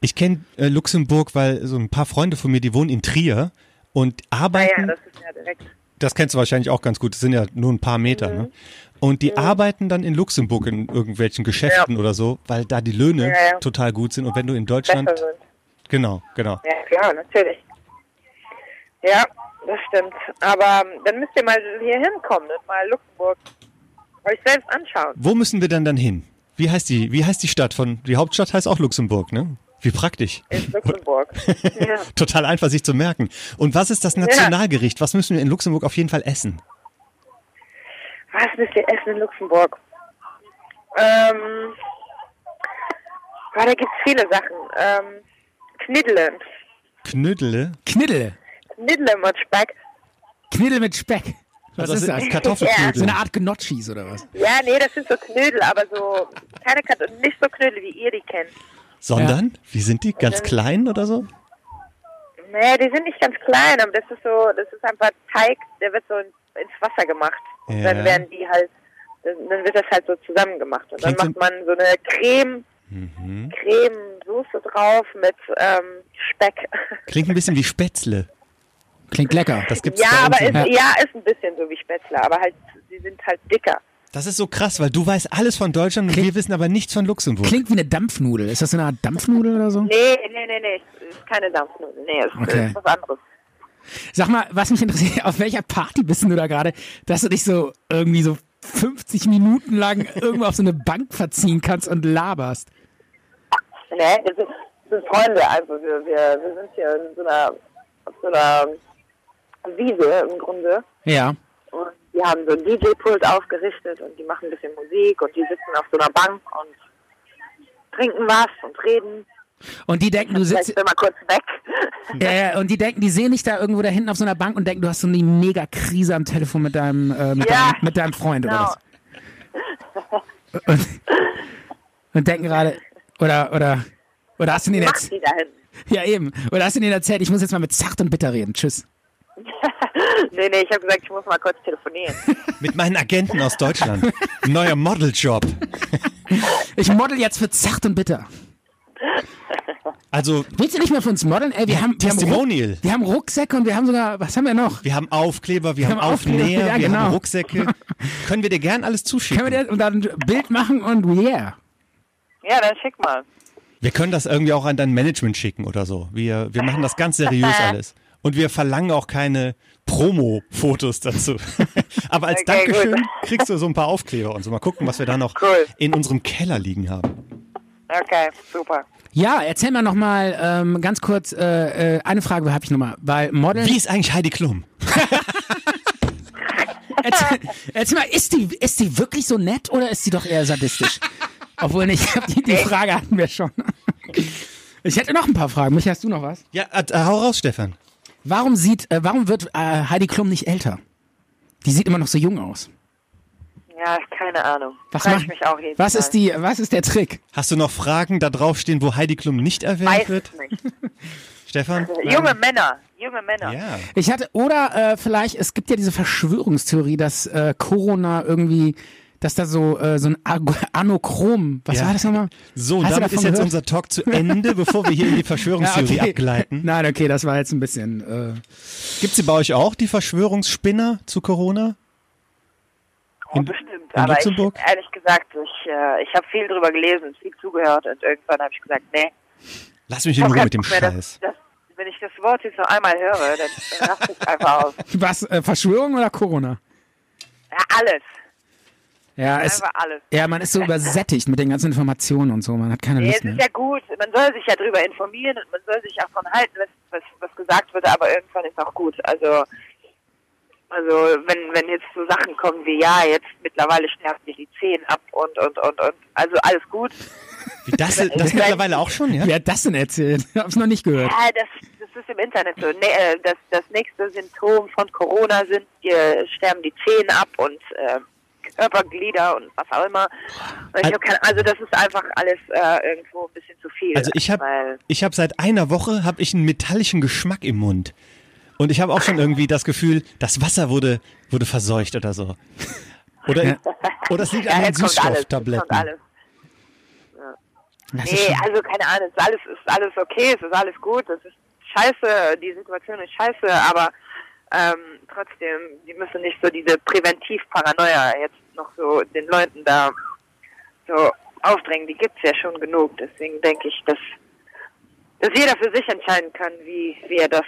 Ich kenne äh, Luxemburg, weil so ein paar Freunde von mir, die wohnen in Trier und arbeiten
naja, Ah das ist ja direkt.
Das kennst du wahrscheinlich auch ganz gut. Das sind ja nur ein paar Meter.
Mhm.
Ne? Und die arbeiten dann in Luxemburg in irgendwelchen Geschäften oder so, weil da die Löhne
Ja, ja.
total gut sind. Und wenn du in Deutschland.
besser sind.
Genau, genau.
Ja, klar, natürlich. Ja, das stimmt. Aber ähm, dann müsst ihr mal hier hinkommen und mal Luxemburg euch selbst anschauen.
Wo müssen wir denn dann hin? Wie heißt die, wie heißt die Stadt von. Die Hauptstadt heißt auch Luxemburg, ne? Wie praktisch.
In Luxemburg. ja.
[LAUGHS] Total einfach sich zu merken. Und was ist das Nationalgericht? Was müssen wir in Luxemburg auf jeden Fall essen?
Was müsst ihr essen in Luxemburg? Ähm, ja, da gibt's viele Sachen. Ähm, Knidle.
Knödele.
Kniddel.
Knidle mit Speck.
Kniddel mit Speck. Was ist das? So
Also Kartoffelknödel.
eine Art Gnocchis oder was?
Ja, nee, das sind so Knödel, aber so keine Kat nicht so Knödel, wie ihr die kennt.
Sondern, wie sind die? Ganz klein oder so?
Nee, die sind nicht ganz klein, aber das ist so, das ist einfach Teig, der wird so in, ins Wasser gemacht. Und
Ja.
dann werden die halt, dann, dann wird das halt so zusammen gemacht. Und dann
Klingt
macht man so eine Creme, Creme-Soße drauf mit ähm, Speck.
Klingt ein bisschen wie Spätzle.
Klingt lecker.
Das gibt's
Ja,
bei uns
aber
im-
ist, ja, ist ein bisschen so wie Spätzle, aber halt, sie sind halt dicker.
Das ist so krass, weil du weißt alles von Deutschland und wir wissen aber nichts von Luxemburg.
Klingt wie eine Dampfnudel. Ist das so eine Art Dampfnudel oder so?
Nee, nee, nee, nee, es ist keine Dampfnudel. Nee, es
Okay.
ist was anderes.
Sag mal, was mich interessiert, auf welcher Party bist denn du da gerade, dass du dich so irgendwie so 50 Minuten lang irgendwo auf so eine Bank verziehen kannst und laberst?
Nee, das sind, das sind Freunde. Also wir, wir, wir sind hier in so einer, auf so einer Wiese im Grunde.
Ja.
Und die haben so ein DJ-Pult aufgerichtet und die machen ein bisschen Musik und die sitzen auf so einer Bank und trinken was und reden.
Und die denken, du
Vielleicht
sitzt,
bin mal kurz
[LAUGHS]
weg.
ja, ja, und die denken, die sehen dich da irgendwo da hinten auf so einer Bank und denken, du hast so eine mega Krise am Telefon mit deinem, äh, mit,
Ja.
deinem mit deinem Freund oder
Genau.
was. Und, und denken gerade, oder, oder, oder hast du den
Mach
jetzt,
die dahin.
ja eben, oder hast du den erzählt, ich muss jetzt mal mit zart und bitter reden, tschüss.
nee, nee, ich habe gesagt, ich muss mal kurz
[LAUGHS]
telefonieren.
Mit meinen Agenten aus Deutschland. Neuer Modeljob.
Ich model jetzt für zart und bitter.
Also,
Willst du nicht mehr für uns modeln? Ey, wir
Ja,
haben, wir haben, Ruck-
Testimonial.
wir haben Rucksäcke und wir haben sogar, was haben wir noch?
wir haben Aufkleber, wir, haben
haben Aufkleber,
Aufnäher,
ja,
wir haben
genau.
Rucksäcke. Können wir dir gern alles zuschicken?
Können wir dir und dann ein Bild machen und yeah.
ja, dann schick mal.
Wir können das irgendwie auch an dein Management schicken oder so. Wir, wir machen das ganz
Äh.
seriös alles. Und wir verlangen auch keine Promo-Fotos dazu. [LAUGHS] Aber als
Okay, gut.
Dankeschön kriegst du so ein paar Aufkleber und so. Mal gucken, was wir da noch
Cool.
in unserem Keller liegen haben.
Okay, super.
Ja, erzähl mal nochmal ähm, ganz kurz, äh, äh, eine Frage habe ich nochmal, weil Model,
Wie ist eigentlich Heidi Klum?
erzähl, erzähl mal, ist die, ist die wirklich so nett oder ist sie doch eher sadistisch? Obwohl nicht, [LAUGHS] die, die Frage hatten wir schon. Ich hätte noch ein paar Fragen. Michi, hast du noch was?
Ja, äh, hau raus, Stefan.
Warum sieht, äh, warum wird äh, Heidi Klum nicht älter? Die sieht immer noch so jung aus.
Ja, keine Ahnung.
Was,
Frag
mach-
ich mich auch jedes
was ist
Mal.
die, was ist der Trick?
Hast du noch Fragen da draufstehen, wo Heidi Klum nicht erwähnt
Weiß
wird?
es nicht.
Stefan?
Junge Männer, junge Männer.
Ja.
Ich hatte, oder äh, vielleicht, es gibt ja diese Verschwörungstheorie, dass äh, Corona irgendwie, dass da so, äh, so ein Ag- Anochrom, was
Ja.
war das nochmal?
So, und
Hast du
damit
davon
ist jetzt
gehört?
unser Talk zu Ende, bevor wir hier [LAUGHS] in die Verschwörungstheorie
Ja, okay.
abgleiten.
[LAUGHS] Nein, okay, das war jetzt ein bisschen. Äh,
Gibt's sie bei euch auch, die Verschwörungsspinner zu Corona?
Oh, bestimmt.
in
aber
Luxemburg?
Ich, ehrlich gesagt, ich, äh, ich habe viel drüber gelesen, viel zugehört und irgendwann habe ich gesagt, nee.
Lass mich
ich
in
hab
Ruhe
keinen
mit dem
Bock mehr,
Scheiß.
Das, das, wenn ich das Wort jetzt noch einmal höre, dann dann raste ich einfach aus.
was, äh, Verschwörung oder Corona?
Ja, alles.
Ja, es,
Einfach alles.
ja, man ist so übersättigt mit den ganzen Informationen und so, man hat keine
Nee,
Lust
es
ne?
mehr.
ist ja gut, man soll sich ja drüber informieren und man soll sich auch von halten, was, was, was gesagt wird, aber irgendwann ist auch gut. Also, also wenn, wenn jetzt so Sachen kommen wie, ja, jetzt mittlerweile sterben dir die Zehen ab und, und, und, und, also alles gut.
Wie, das das mittlerweile auch schon, ja?
Wer hat das denn erzählt? [LAUGHS] Hab's noch nicht gehört.
Ja, das, das ist im Internet so. Ne, äh, das, das nächste Symptom von Corona sind, dir sterben die Zehen ab und äh, Körperglieder und was auch immer. Und ich hab keine- also das ist einfach alles äh, irgendwo ein bisschen zu viel.
Also ich habe
Weil-
ich hab seit einer Woche hab ich einen metallischen Geschmack im Mund. Und ich habe auch schon irgendwie das Gefühl, das Wasser wurde, wurde verseucht oder so.
[LAUGHS]
Oder, oder es liegt
Ja,
an den
jetzt kommt alles. jetzt Kommt
Süßstofftabletten.
alles.
Das ist
Nee,
schon-
also keine Ahnung, es ist alles, ist alles okay, es ist alles gut, es ist scheiße, die Situation ist scheiße, aber ähm, trotzdem, die müssen nicht so diese Präventivparanoia jetzt noch so den Leuten da so aufdrängen, die gibt's ja schon genug, deswegen denke ich, dass, dass jeder für sich entscheiden kann, wie, wie er das,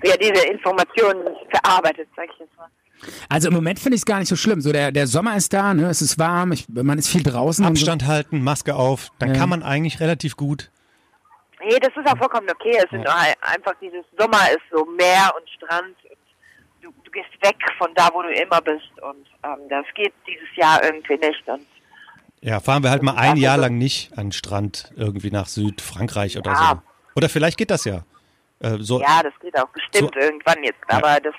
wie er diese Informationen verarbeitet, sag ich jetzt mal.
also im Moment finde ich es gar nicht so schlimm. So der, der Sommer ist da, ne? es ist warm, ich, man ist viel draußen. und so.
Abstand halten, Maske auf, dann
Ja.
kann man eigentlich relativ gut.
Nee, das ist auch vollkommen okay. Es sind nur ein- einfach dieses Sommer ist so Meer und Strand. Und du, du gehst weg von da, wo du immer bist. Und ähm, das geht dieses Jahr irgendwie nicht. Und
Ja, fahren wir halt mal ein
Also-
Jahr lang nicht an den Strand irgendwie nach Südfrankreich oder so.
Ja.
Oder vielleicht geht das ja. Äh, so,
ja, das geht auch bestimmt
So-
irgendwann jetzt. Aber das,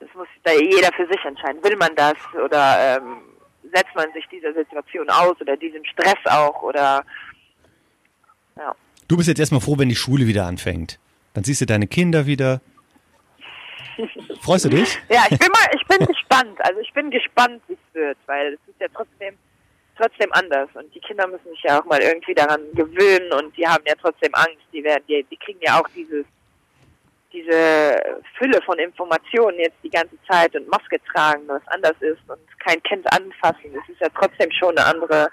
das muss da jeder für sich entscheiden. Will man das oder ähm, setzt man sich dieser Situation aus oder diesem Stress auch oder ja.
Du bist jetzt erstmal froh, wenn die Schule wieder anfängt. Dann siehst du deine Kinder wieder. Freust du dich?
Ja, ich bin mal, ich bin gespannt. Also ich bin gespannt, wie es wird, weil es ist ja trotzdem trotzdem anders und die Kinder müssen sich ja auch mal irgendwie daran gewöhnen und die haben ja trotzdem Angst. Die werden, die, die kriegen ja auch dieses diese Fülle von Informationen jetzt die ganze Zeit und Maske tragen, was anders ist und kein Kind anfassen. Das ist ja trotzdem schon eine andere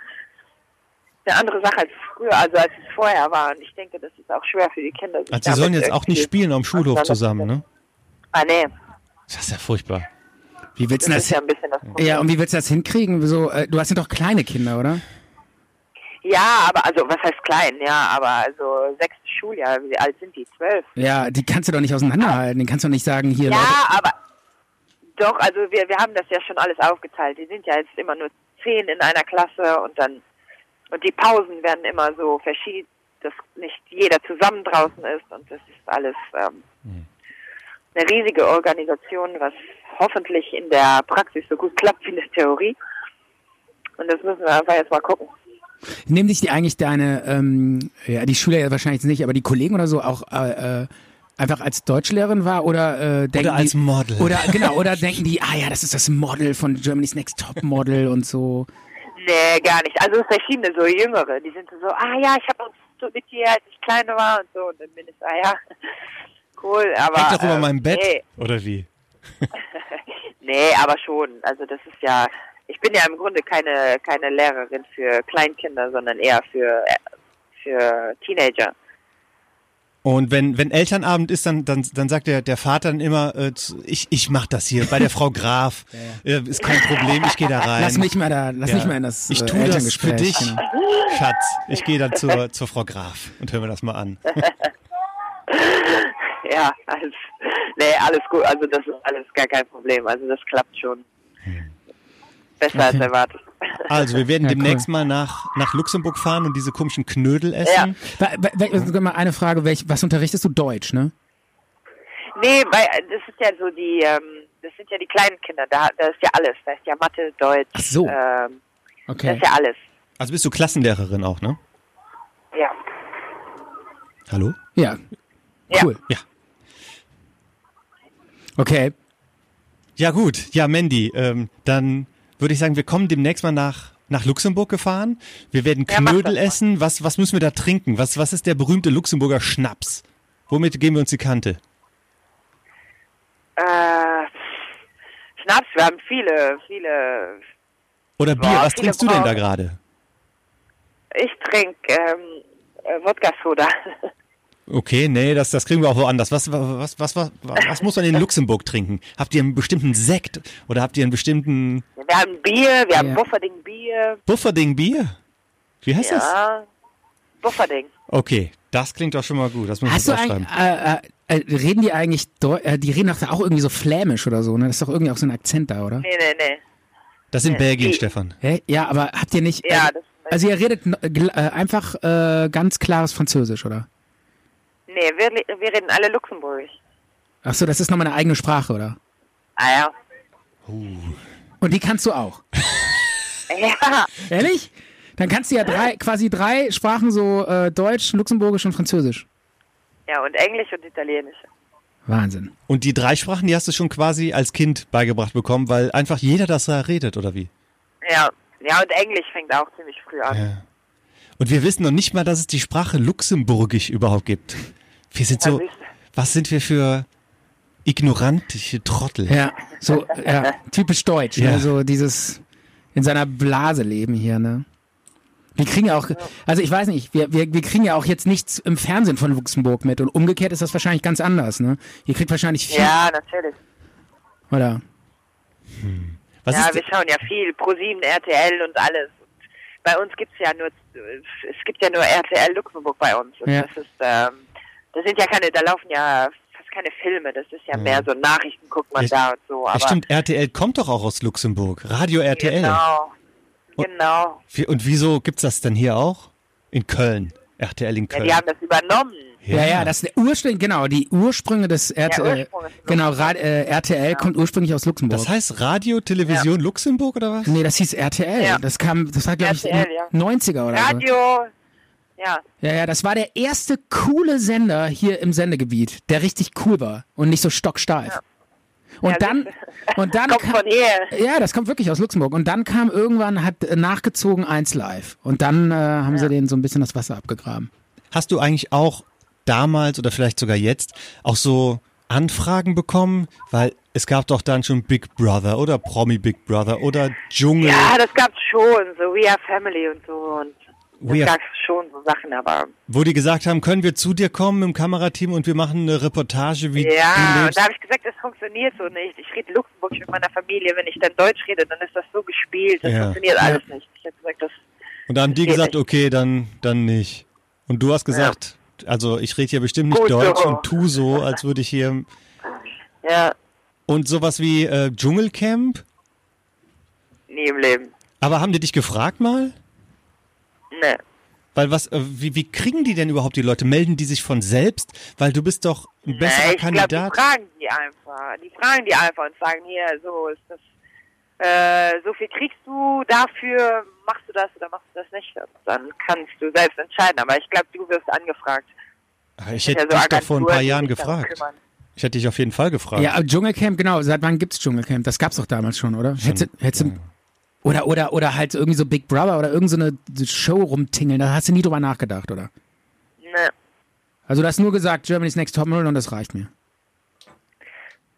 eine andere Sache als früher, also als es vorher war. Und ich denke, das ist auch schwer für die Kinder. sich
Also sie sollen
damit
jetzt auch nicht
irgendwie
spielen am Schulhof
Also,
zusammen, ne?
Ah, nee.
Das ist ja furchtbar.
wie willst du
Das
das?
ist ja ein bisschen das Problem.
Ja, und wie willst du das hinkriegen? So, äh, du hast ja doch kleine Kinder, oder?
Ja, aber also was heißt klein? Ja, aber also sechstes Schuljahr, wie alt sind die? Zwölf?
Ja, die kannst du doch nicht auseinanderhalten. Den kannst du doch nicht sagen, hier, Leute.
Ja, aber doch, also wir, wir haben das ja schon alles aufgeteilt. Die sind ja jetzt immer nur zehn in einer Klasse und dann Und die Pausen werden immer so verschieden, dass nicht jeder zusammen draußen ist und das ist alles ähm, eine riesige Organisation, was hoffentlich in der Praxis so gut klappt wie in der Theorie. Und das müssen wir einfach jetzt mal gucken.
Nehmen dich die eigentlich deine, ähm, ja, die Schüler ja wahrscheinlich jetzt nicht, aber die Kollegen oder so auch äh, äh, einfach als Deutschlehrerin war oder äh, denken
Oder als
die,
Model.
Oder genau, oder denken die, ah ja, das ist das Model von Germany's Next Top Model und so.
Nee, gar nicht. Also verschiedene, so Jüngere, die sind so, ah ja, ich habe uns so mit dir, als ich klein war und so. Und dann bin ich, ah ja, [LAUGHS] cool, aber...
Hängt doch über
ähm,
meinem Bett.
Nee,
Oder wie?
nee, aber schon. Also das ist ja, ich bin ja im Grunde keine, keine Lehrerin für Kleinkinder, sondern eher für, für Teenager.
Und wenn, wenn Elternabend ist, dann, dann, dann sagt der, der Vater dann immer, äh, zu- ich, ich mach das hier bei der Frau Graf. Äh, ist kein Problem, ich gehe da rein.
Lass mich mal da, lass
Ja.
mich mal in das
Ich
äh,
tu das für
Elterngespräch,
dich,
Genau.
Schatz. Ich gehe dann zur, zur Frau Graf und hören wir das mal an.
Ja, alles, nee, alles gut. Also das ist alles gar kein Problem. Also das klappt schon.
Hm.
Besser als erwartet.
Also, wir werden
Ja,
demnächst mal nach, nach Luxemburg fahren und diese komischen Knödel
Ja.
essen.
Wa- wa- wa- sogar Mal eine Frage, welch, was unterrichtest du Deutsch, ne?
Nee, weil äh, das ist ja so die, ähm, das sind ja die kleinen Kinder. Da, da ist ja alles. Da ist ja Mathe, Deutsch.
Ach so.
Ähm, da
Okay.
ist ja alles.
Also bist du Klassenlehrerin auch, ne?
Ja.
Hallo?
Ja.
Ja.
Cool.
Ja.
Okay.
Ja gut, ja Mandy, ähm, dann würde ich sagen, wir kommen demnächst mal nach, nach Luxemburg gefahren. Wir werden
Ja, mach das
Knödel
mal.
essen. Was, was müssen wir da trinken? Was, was ist der berühmte Luxemburger Schnaps? Womit geben wir uns die Kante?
Äh, Schnaps, wir haben viele, viele.
Oder Bier,
Boah,
was
viele
trinkst du denn da
Brause.
gerade?
Ich trinke ähm, äh, Wodka-Soda. [LAUGHS]
Okay, nee, das, das kriegen wir auch woanders. Was, was, was, was, was muss man in Luxemburg trinken? Habt ihr einen bestimmten Sekt oder habt ihr einen bestimmten
wir haben Bier, wir haben
Ja.
Bufferding Bier.
Bufferding-Bier? Wie heißt das?
Ja. Bufferding.
Okay, das klingt doch schon mal gut. Das muss
Hast
ich
du
aufschreiben.
eigentlich, äh, äh, äh, reden die eigentlich, Deu äh, die reden doch da auch irgendwie so flämisch oder so, ne? Das ist doch irgendwie auch so ein Akzent da, oder?
Nee, nee, nee.
Das sind Belgien,
die-
Stefan.
Hä? Ja, aber habt ihr nicht,
Ja,
äh,
das-
also ihr redet n- gl- äh, einfach äh, ganz klares Französisch, oder?
Nee, wir, le- wir reden alle Luxemburgisch.
Ach so, das ist nochmal eine eigene Sprache, oder?
Ah ja.
Und die kannst du auch.
[LAUGHS] Ja,
Ehrlich? Dann kannst du ja drei, quasi drei Sprachen so äh, Deutsch, Luxemburgisch und Französisch.
ja und Englisch und Italienisch.
Wahnsinn.
Und die drei Sprachen, die hast du schon quasi als Kind beigebracht bekommen, weil einfach jeder das da redet, oder wie?
Ja, ja und Englisch fängt auch ziemlich früh an.
Und wir wissen noch nicht mal, dass es die Sprache Luxemburgisch überhaupt gibt. Wir sind so,
Also ich-
was sind wir für ignorantische Trottel?
Ja, so, ja,
[LAUGHS]
typisch deutsch,
Ja.
ne? so dieses in seiner Blase leben hier, ne? Wir kriegen ja auch, also ich weiß nicht, wir, wir, wir kriegen ja auch jetzt nichts im Fernsehen von Luxemburg mit und umgekehrt ist das wahrscheinlich ganz anders, ne? Ihr kriegt wahrscheinlich viel,
Ja, natürlich.
oder?
Was
Ja,
ist
wir schauen ja viel. ProSieben, RTL und alles. Und bei uns gibt's ja nur, es gibt ja nur RTL Luxemburg bei uns. Und
Ja.
das ist, ähm, das sind ja keine, da laufen ja fast keine Filme. Das ist ja mehr so Nachrichten guckt man
Mhm. Ja,
da und so.
ja,
Aber
stimmt, RTL kommt doch auch aus Luxemburg. Radio RTL.
Genau.
Oh.
Genau.
Wie- Und wieso gibt's das denn hier auch? In Köln. RTL in
Ja,
Köln.
die haben das übernommen.
Ja, ja, das ist der Ursprung, genau, die Ursprünge des RTL,
Ursprung ist Luxemburg.
genau, Ra äh, RTL kommt ursprünglich aus Luxemburg.
das heißt Radio, Television, Luxemburg oder was?
nee, das hieß RTL,
Ja.
das kam, das war glaube ich
RTL, ja.
90er oder so.
Radio. Ja,
Ja, ja, das war der erste coole Sender hier im Sendegebiet, der richtig cool war und nicht so stocksteif. Und
Ja,
dann,
[LAUGHS]
und dann
kommt
kam,
von hier.
ja, das kommt wirklich aus Luxemburg. Und dann kam irgendwann, hat äh, nachgezogen 1 live. Und dann äh, haben sie denen so ein bisschen das Wasser abgegraben.
Hast du eigentlich auch damals oder vielleicht sogar jetzt auch so Anfragen bekommen? Weil es gab doch dann schon Big Brother oder Promi Big Brother oder Dschungel.
Ja, das gab's schon, so We Are Family und so und
We
das
Are-
gab's schon so Sachen, aber
Wo die gesagt haben, können wir zu dir kommen im Kamerateam und wir machen eine Reportage, wie du
ja, und
lebst.
da habe ich gesagt, das funktioniert so nicht. Ich rede Luxemburgisch mit meiner Familie, wenn ich dann Deutsch rede, dann ist das so gespielt, das
Ja.
funktioniert alles nicht. Ich habe gesagt, das
Und da haben die
geht
gesagt,
nicht.
okay, dann, dann nicht. Und du hast gesagt, also ich rede hier bestimmt nicht
Gut so.
Deutsch und tu so, als würde ich hier.
ja
Und sowas wie äh, Dschungelcamp.
nie im Leben.
Aber haben die dich gefragt mal?
Nee.
Weil was, äh, wie, wie kriegen die denn überhaupt die Leute? Melden die sich von selbst? Weil du bist doch ein besserer
nee, Ne, ich glaub,
Kandidat.
die fragen die einfach. Die fragen die einfach und sagen, hier, so ist das, äh, so viel kriegst du dafür, machst du das oder machst du das nicht. Und dann kannst du selbst entscheiden. Aber ich glaube, du wirst angefragt.
Ah, ich
Das
hätte
ist ja
dich doch vor ein paar
Agenturen, die
Jahren
sich darum
gefragt.
kümmern.
Ich hätte dich auf jeden Fall gefragt.
Ja, aber Dschungelcamp, genau. Seit wann gibt's Dschungelcamp? Das gab's doch damals schon, oder? Hättest, hättest, oder, oder, oder halt irgendwie so Big Brother oder irgend so eine Show rumtingeln. Da hast du nie drüber nachgedacht, oder?
Nee.
Also du hast nur gesagt, Germany's Next Topmodel und das reicht mir.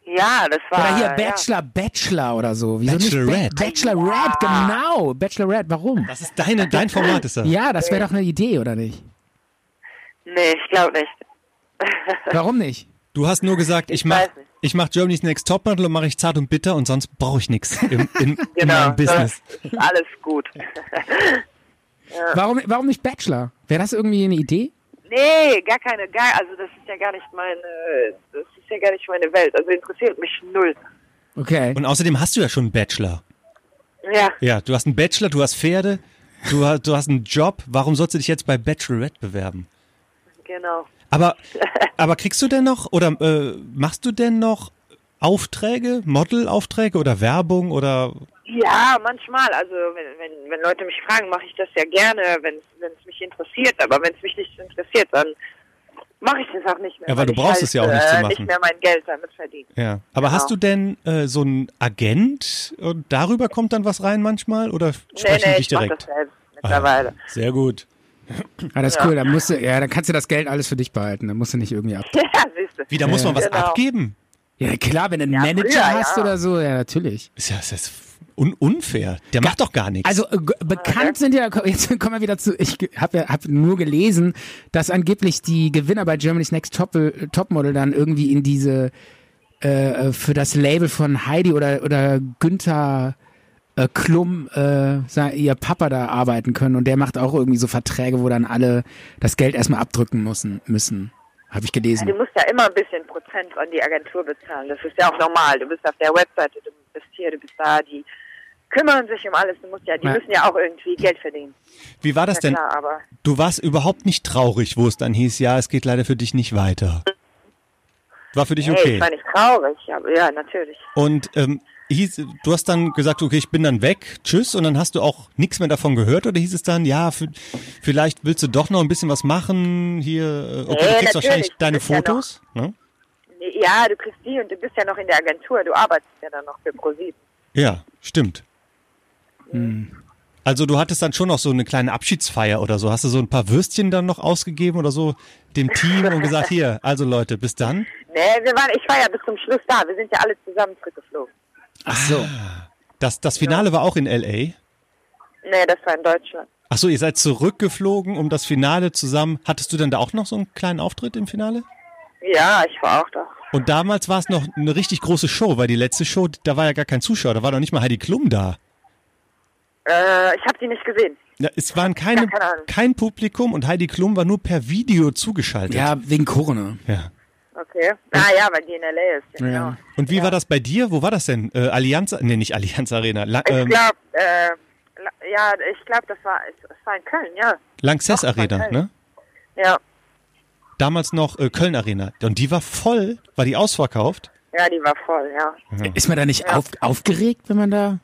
Ja, das war.
Oder hier
Ah, ja.
Bachelor, Bachelor oder so. Wieso nicht Ba-
Bachelorette.
Bachelorette, genau. Bachelorette, warum?
Das ist deine, dein Format ist das.
Ja, das wäre doch eine Idee, oder nicht?
Nee, ich glaube nicht.
Warum nicht?
Du hast nur gesagt, ich mach,
weiß nicht.
ich mach Germany's Next Topmodel und mache ich zart und bitter und sonst brauche ich nichts im,
[LAUGHS]
in, in
Genau.
meinem Business.
Das ist [LAUGHS] alles gut. [LAUGHS]
Warum, warum nicht Bachelor? Wäre das irgendwie eine Idee?
Nee, gar keine, gar, also das ist ja gar nicht meine, das ist ja gar nicht meine Welt. Also interessiert mich null.
Okay.
Und außerdem hast du ja schon einen Bachelor.
Ja,
Ja, du hast einen Bachelor, du hast Pferde, du hast, du hast einen Job. Warum sollst du dich jetzt bei Bachelorette bewerben?
genau.
Aber,
[LAUGHS]
aber kriegst du denn noch oder äh, machst du denn noch Aufträge, Modelaufträge oder Werbung oder
Ja, manchmal. Also wenn, wenn, wenn Leute mich fragen, mache ich das ja gerne, wenn wenn es mich interessiert. Aber wenn es mich nicht interessiert, dann mache ich das auch nicht mehr.
Ja, weil du
ich
brauchst es ja auch nicht zu
äh,
machen.
Nicht mehr mein Geld damit verdienen.
ja. Aber
Genau.
hast du denn äh, so einen Agent und darüber kommt dann was rein manchmal oder
Nee,
sprechen
nee,
die dich
ich mache
direkt? Ah,
das selbst mittlerweile. [LAUGHS]
Sehr gut.
Ah, das ist cool. Dann, musst du, ja, dann kannst du das Geld alles für dich behalten. Dann musst du nicht irgendwie ab.
Ja, siehst du.
Wie, da muss man was
Genau.
abgeben?
Ja, klar, wenn du einen Manager
früher,
hast
ja.
oder so, ja, natürlich.
Ist ja, ist ja un unfair. Der macht doch gar nichts.
Also äh, g- bekannt sind ja, jetzt [LAUGHS] kommen wir wieder zu, ich habe ja, hab nur gelesen, dass angeblich die Gewinner bei Germany's Next Top, äh, Topmodel dann irgendwie in diese, äh, äh, für das Label von Heidi oder, oder Günther äh, Klum, äh, sei- ihr Papa da arbeiten können und der macht auch irgendwie so Verträge, wo dann alle das Geld erstmal abdrücken müssen, müssen. habe ich gelesen.
Du musst ja immer ein bisschen Prozent an die Agentur bezahlen. Das ist ja auch normal. Du bist auf der Webseite, du bist hier, du bist da. Die kümmern sich um alles. Du musst ja, die
Ja.
müssen ja auch irgendwie Geld verdienen.
Wie war das
Ja,
denn?
klar, aber
Du warst überhaupt nicht traurig, wo es dann hieß, ja, es geht leider für dich nicht weiter. War für dich
hey,
okay.
ich war nicht traurig. Aber, ja, natürlich.
Und ähm, hieß, du hast dann gesagt, okay, ich bin dann weg, tschüss, und dann hast du auch nichts mehr davon gehört oder hieß es dann, ja, v- vielleicht willst du doch noch ein bisschen was machen hier, äh, okay, du
Nee,
kriegst wahrscheinlich
natürlich,
deine
das ist ja
Fotos. ne?
Ja, du kriegst die und du bist ja noch in der Agentur. Du arbeitest ja dann noch für ProSieben.
Ja, stimmt. Also du hattest dann schon noch so eine kleine Abschiedsfeier oder so. Hast du so ein paar Würstchen dann noch ausgegeben oder so dem Team und gesagt, hier, also Leute, bis dann.
Nee, wir waren, ich war ja bis zum Schluss da. Wir sind ja alle zusammen zurückgeflogen.
Ach so.
Das, das Finale war auch in L.A.
Nee, das war in Deutschland.
Ach so, ihr seid zurückgeflogen, um das Finale zusammen. Hattest du dann da auch noch so einen kleinen Auftritt im Finale?
Ja, ich war auch da.
Und damals war es noch eine richtig große Show, weil die letzte Show, da war ja gar kein Zuschauer, da war noch nicht mal Heidi Klum da.
Äh, ich habe die nicht gesehen.
Ja, es waren keine,
Ja, keine Ahnung.
kein Publikum und Heidi Klum war nur per Video zugeschaltet.
Ja, wegen Corona.
ja.
Okay. Ah ja, weil die in L.A. ist. Ja. genau.
Ja.
Und wie war das bei dir? Wo war das denn? Äh, Allianz, nee, nicht Allianz Arena, La
Ich
ähm,
glaube, äh, la- ja, ich glaube, das war, es, es war in Köln, ja.
Lanxess
Ach, war
Arena,
Köln.
ne?
Ja,
Damals noch äh, Köln Arena. Und die war voll, war die ausverkauft?
ja, die war voll, ja.
Ist man da nicht auf, aufgeregt, wenn man da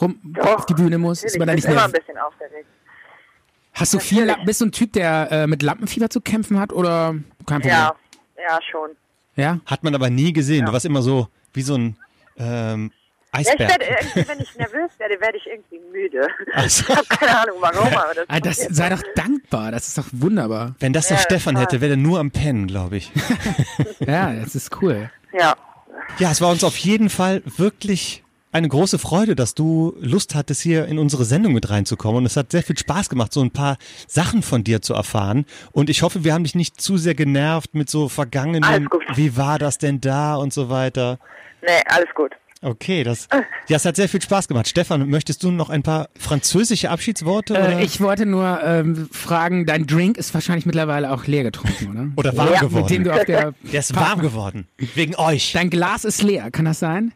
rum auf die Bühne muss? Ist
Natürlich,
man da
ich
nicht
bin immer
nervös?
ein bisschen aufgeregt.
Hast du viel, La- bist du ein Typ, der äh, mit Lampenfieber zu kämpfen hat oder kein Problem?
Ja, ja, schon.
Ja?
Hat man aber nie gesehen. Du warst immer so wie so ein ähm,
Ja, ich werde
Eisberg.
irgendwie, wenn ich nervös werde, werde ich irgendwie müde.
Also,
[LAUGHS] Ich habe keine Ahnung, warum, aber das,
Ah, das sei doch dankbar, das ist doch wunderbar.
wenn das der
Ja,
Stefan
total.
hätte, wäre der nur am Pennen, glaube ich.
Ja, das ist
[LAUGHS]
cool.
ja.
Ja, es war uns auf jeden Fall wirklich eine große Freude, dass du Lust hattest, hier in unsere Sendung mit reinzukommen. Und es hat sehr viel Spaß gemacht, so ein paar Sachen von dir zu erfahren. Und ich hoffe, wir haben dich nicht zu sehr genervt mit so vergangenen,
Alles gut.
wie war das denn da und so weiter.
Nee, alles gut.
Okay, das,
Äh.
ja, es hat sehr viel Spaß gemacht. Stefan, möchtest du noch ein paar französische Abschiedsworte? oder?
Äh, ich wollte nur ähm, fragen, dein Drink ist wahrscheinlich mittlerweile auch leer getrunken, oder?
Oder warm
ja,
geworden.
Mit dem du auf der
der ist warm geworden. Wegen euch.
Dein Glas ist leer, kann das sein?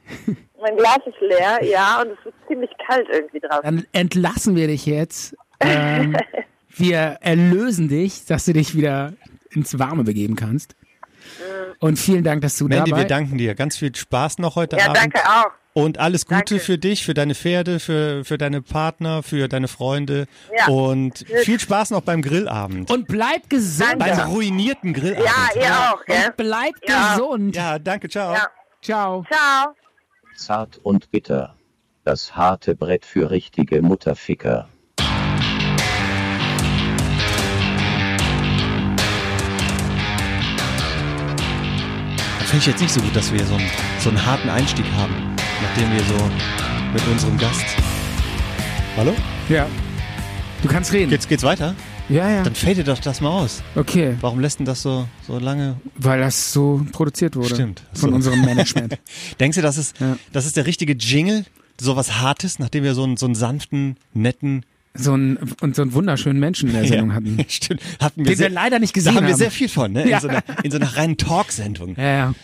Mein Glas ist leer, ja, und es wird ziemlich kalt irgendwie draußen. [LAUGHS]
Dann entlassen wir dich jetzt. Ähm, wir erlösen dich, dass du dich wieder ins Warme begeben kannst.
Äh.
Und vielen Dank, dass du da
Mandy, wir
warst.
danken dir. Ganz viel Spaß noch heute
Ja,
Abend.
danke auch.
Und alles Gute
Danke.
für dich, für deine Pferde, für, für deine Partner, für deine Freunde.
Ja.
Und viel Spaß noch beim Grillabend.
Und bleib gesund.
beim ruinierten Grillabend.
Ja, ihr auch, gell?
Und bleib
Ja.
gesund.
Ja, danke, ciao.
Ja.
Ciao.
Ciao.
Zart und bitter. Das harte Brett für richtige Mutterficker.
Das Finde ich jetzt nicht so gut, dass wir so einen, so einen harten Einstieg haben, nachdem wir so mit unserem Gast. Hallo?
Ja. Du kannst reden.
Geht's, geht's weiter?
Ja, ja.
Dann fade doch das mal aus.
Okay,
Warum lässt denn das so, so lange?
weil das so produziert wurde.
Stimmt.
Von
So.
unserem Management.
Denkst du, das ist,
Ja.
das ist der richtige Jingle? So was Hartes, nachdem wir so einen, so einen sanften, netten.
so ein, und so einen wunderschönen Menschen in der Sendung hatten.
[LAUGHS] Stimmt. Hatten wir
Den
sehr,
wir leider nicht
da
gesehen
haben wir
haben.
sehr viel von, ne? In,
Ja.
so, einer, in so einer reinen Talksendung.
Ja, ja.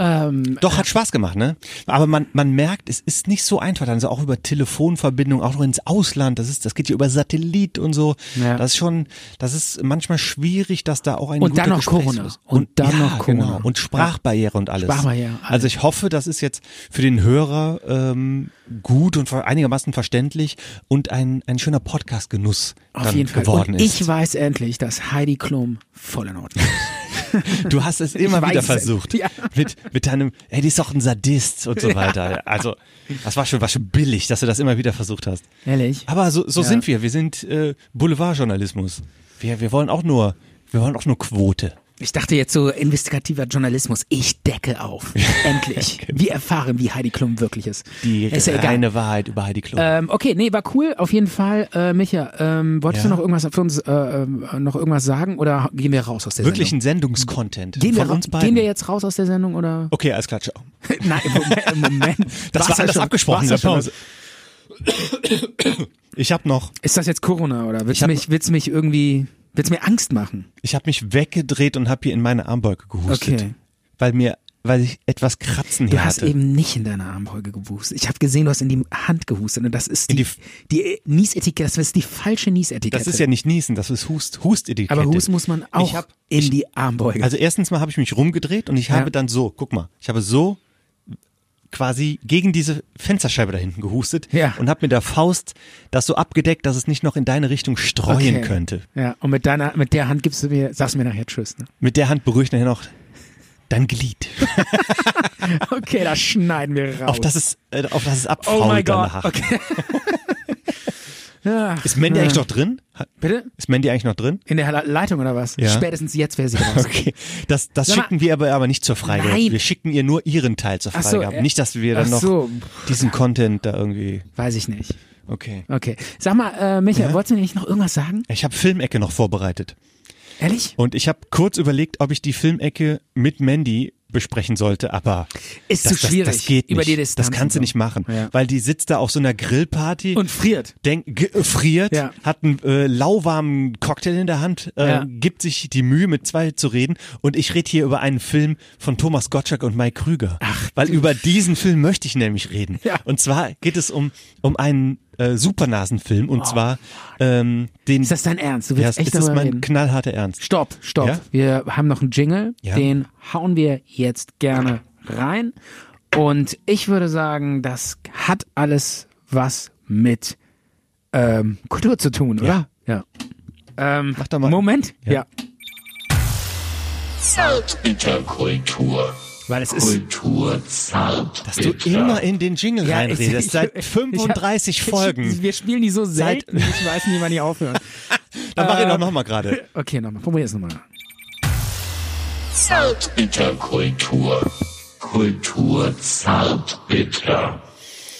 Ähm,
Doch, hat Spaß gemacht, ne? Aber man, man merkt, es ist nicht so einfach. Also auch über Telefonverbindung, auch noch ins Ausland. Das ist, das geht ja über Satellit und so.
Ja.
Das ist schon, das ist manchmal schwierig, dass da auch ein
Und dann
guter
noch Corona.
Gesprächsfluss-
Und dann
ja,
noch Corona.
Genau. Und Sprachbarriere und alles.
Sprachbarriere, alles.
Also ich hoffe, das ist jetzt für den Hörer ähm, gut und ver- einigermaßen verständlich und ein, ein schöner Podcast-Genuss
auf
dann
jeden Fall.
geworden
Und ich
ist.
weiß endlich, dass Heidi Klum voll in Ordnung ist.
Du hast es immer
weiß
wieder
es.
versucht.
Ja.
Mit, mit deinem, ey, die ist doch ein Sadist und so weiter. Also, das war schon, war schon billig, dass du das immer wieder versucht hast.
Ehrlich?
Aber so, so
Ja.
sind wir. Wir sind äh, Boulevardjournalismus. Wir, wir wollen auch nur, wir wollen auch nur Quote.
Ich dachte jetzt so investigativer Journalismus. Ich decke auf.
[LAUGHS]
Endlich. Wir erfahren, wie Heidi Klum wirklich ist.
Die
ist ja egal.
reine Wahrheit über Heidi Klum.
Ähm, okay, nee, war cool. Auf jeden Fall, äh, Micha, ähm, wolltest
Ja.
du noch irgendwas für uns äh, ähm, noch irgendwas sagen oder gehen wir raus aus der
Wirklich
Sendung?
ein Sendungscontent
Gehen wir,
von
ra-
uns beiden.
gehen wir jetzt raus aus der
[LAUGHS]
Sendung oder?
okay, alles klar, ciao.
Nein, im Moment. [LAUGHS] Im Moment
Das
War's
war
ja
alles
schon-
abgesprochen in der
war's ja schon.
Pause. Ich habe noch,
Ist das jetzt Corona oder willst du
hab-
mich, willst du mich irgendwie, willst du mir Angst machen?
ich habe mich weggedreht und habe hier in meine Armbeuge gehustet,
Okay.
weil mir, weil ich etwas kratzen
Du
hier
hast
hatte.
eben nicht in deine Armbeuge gehustet. Ich habe gesehen, du hast in die Hand gehustet und das ist
In
die,
die F-
die, Niesetikette, das ist die falsche Niesetikette.
Das ist ja nicht Niesen, das ist Hust, Hustetikette.
Aber Husten muss man auch
Ich hab,
in die Armbeuge.
also erstens mal habe ich mich rumgedreht und ich
Ja.
habe dann so, guck mal, ich habe so quasi gegen diese Fensterscheibe da hinten gehustet
Ja.
und habe mit der Faust das so abgedeckt, dass es nicht noch in deine Richtung streuen
Okay.
könnte.
Ja, und mit deiner, mit der Hand gibst du mir, sagst du mir nachher Tschüss, ne? [LAUGHS]
Mit der Hand berühre ich nachher noch dein Glied,
Okay, das schneiden wir raus.
auf das es, äh, auf das es abfault
oh mein
danach.
Gott. Okay. [LAUGHS] Ach,
Ist Mandy eigentlich noch drin? Ha-
Bitte?
Ist Mandy eigentlich noch drin?
In der Leitung oder was?
Ja.
Spätestens jetzt wäre sie
[LAUGHS]
raus.
Okay, das, das
Sag mal-
schicken wir aber, aber nicht zur Freigabe.
Nein.
Wir schicken ihr nur ihren Teil zur
Ach so,
Freigabe.
äh,
nicht, dass wir
ach
dann noch
so.
diesen Content da irgendwie.
Weiß ich nicht.
Okay.
Okay. Sag mal, äh, Micha, wolltest du mir nicht noch irgendwas sagen?
Ich habe Filmecke noch vorbereitet.
Ehrlich?
Und ich habe kurz überlegt, ob ich die Filmecke mit Mandy besprechen sollte, aber
Ist
das,
zu schwierig.
Das, das geht nicht.
Über die Distanz
das kannst du
und so.
nicht machen,
Ja.
weil die sitzt da auf so einer Grillparty
Und friert.
denk, ge- äh, friert,
Ja.
hat einen äh, lauwarmen Cocktail in der Hand, äh,
Ja.
gibt sich die Mühe, mit zwei zu reden. Und ich rede hier über einen Film von Thomas Gottschalk und Mike Krüger. Ach, Weil über diesen Film möchte ich nämlich reden.
Ja.
Und zwar geht es um, um einen äh, Supernasenfilm und zwar ähm, den.
Oh, Ist das dein Ernst? Du
ja,
willst
es
echt
ist das
darüber
mein
reden?
knallharter Ernst.
Stopp, stopp.
Ja?
Wir haben noch einen Jingle,
Ja.
den hauen wir jetzt gerne rein. Und ich würde sagen, das hat alles was mit ähm, Kultur zu tun, oder? Ja. Ähm,
Mach doch mal.
Moment, ja.
Kultur.
Weil es ist.
Kultur zart.
Dass du immer in den Jingle
Ja, ich-
reinredest,
[LAUGHS] ich-
seit
ich-
35
[LAUGHS] ich-
Folgen.
wir spielen die so
Seit-
selten, ich weiß nicht, wann die aufhören.
Dann mach ich
äh,
doch nochmal gerade.
Okay, nochmal. Probier es nochmal.
Interkultur. Kultur zart bitter.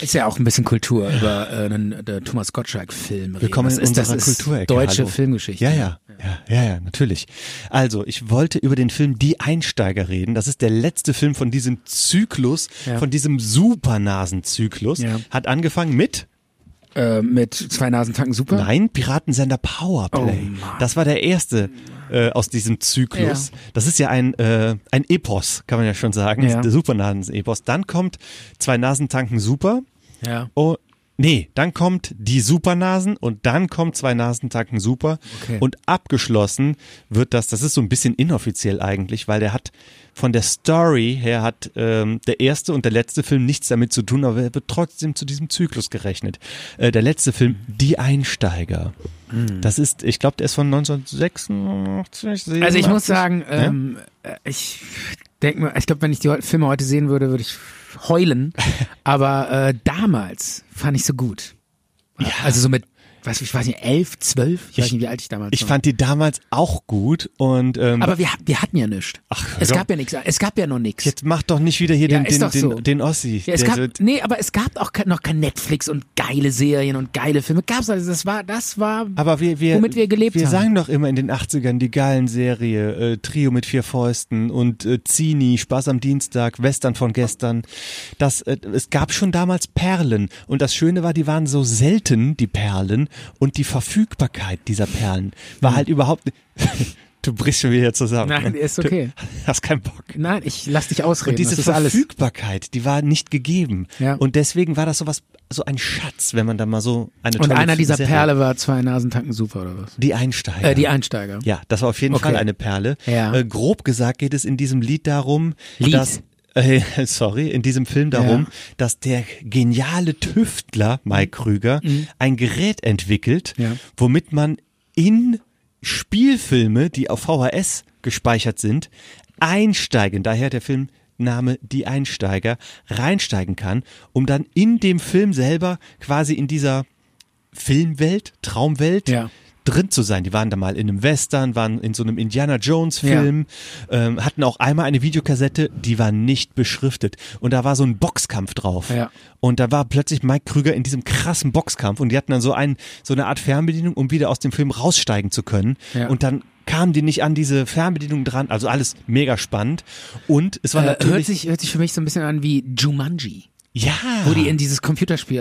Ist ja auch ein bisschen Kultur über äh, einen äh, Thomas Gottschalk-Film. reden.
Willkommen
das
in
ist,
unserer
das ist
Kulturecke.
Deutsche
Hallo.
Filmgeschichte.
Ja, ja, ja, ja, ja, natürlich. Also, ich wollte über den Film Die Einsteiger reden. Das ist der letzte Film von diesem Zyklus,
Ja.
von diesem Supernasen-Zyklus.
Ja.
Hat angefangen mit,
Äh, mit zwei Nasentanken super.
nein, Piratensender Powerplay.
Oh Mann.
das war der erste äh, aus diesem Zyklus. Das ist ja ein, äh, ein Epos, kann man ja schon sagen.
Ja.
Der Supernasen-Epos. Dann kommt Zwei Nasen tanken super.
Ja.
Oh, Nee, dann kommt die Supernasen und dann kommt zwei Nasentanken super.
Okay.
Und abgeschlossen wird das, das ist so ein bisschen inoffiziell eigentlich, weil der hat von der Story her hat ähm, der erste und der letzte Film nichts damit zu tun, aber er wird trotzdem zu diesem Zyklus gerechnet. Äh, der letzte Film, Die Einsteiger.
Hm.
Das ist, ich glaube, der ist von 1986.
Also ich
87.
muss sagen, ähm, äh, ich denke mir, ich glaube, wenn ich die heu- Filme heute sehen würde, würde ich
[LAUGHS]
heulen. Aber äh, damals fand ich so gut. Also so mit, weiß, ich weiß nicht, elf, zwölf, ich, weiß
Ich-
nicht, wie alt ich damals
Ich
war.
fand die damals auch gut und ähm,
Aber wir, wir hatten ja nichts.
Ach,
es
ja.
gab ja nichts. Es gab ja noch nichts.
jetzt mach doch nicht wieder hier
Ja,
den, den,
ist doch so.
den, den Ossi.
Ja, es
Der
gab,
so-
nee, aber es gab auch ke- noch kein Netflix und geile Serien und geile Filme. Gab's alles. Das war, das war.
Aber wir, wir,
Womit wir gelebt
wir
haben.
sagen doch immer in den 80ern die geilen Serie, äh, Trio mit vier Fäusten und äh, Zini, Spaß am Dienstag, Western von gestern. Das, äh, es gab schon damals Perlen und das Schöne war, die waren so selten, die Perlen und die Verfügbarkeit dieser Perlen war halt überhaupt [LAUGHS] Du brichst schon wieder zusammen.
Hm. Nein, ist okay.
Du hast keinen Bock.
Nein, ich lass dich ausreden.
Und diese
das ist alles.
Verfügbarkeit, die war nicht gegeben.
Ja.
Und deswegen war das sowas, so ein Schatz, wenn man da mal so eine
Und
tolle
einer dieser
Serie-
Perle war zwei Nasentanken super oder was?
Die Einsteiger.
Äh, die Einsteiger.
Ja, das war auf jeden
Okay.
Fall eine Perle.
Ja.
Äh, grob gesagt geht es in diesem Lied darum,
Lied.
dass äh, [LAUGHS] sorry, in diesem Film darum,
Ja.
dass der geniale Tüftler Mike Krüger ein Gerät entwickelt,
Mhm. Ja.
womit man in Spielfilme, die auf VHS gespeichert sind, einsteigen. Daher der Filmname Die Einsteiger reinsteigen kann, um dann in dem Film selber quasi in dieser Filmwelt, Traumwelt
Ja.
drin zu sein. Die waren da mal in einem Western, waren in so einem Indiana Jones Film, ähm, hatten auch einmal eine Videokassette, die war nicht beschriftet und da war so ein Boxkampf drauf.
Ja.
Und da war plötzlich Mike Krüger in diesem krassen Boxkampf und die hatten dann so einen so eine Art Fernbedienung, um wieder aus dem Film raussteigen zu können
Ja.
und dann kamen die nicht an diese Fernbedienung dran, also alles mega spannend und es war
Äh, hört,
natürlich
sich, hört sich für mich so ein bisschen an wie Jumanji,
ja,
wo die in dieses Computerspiel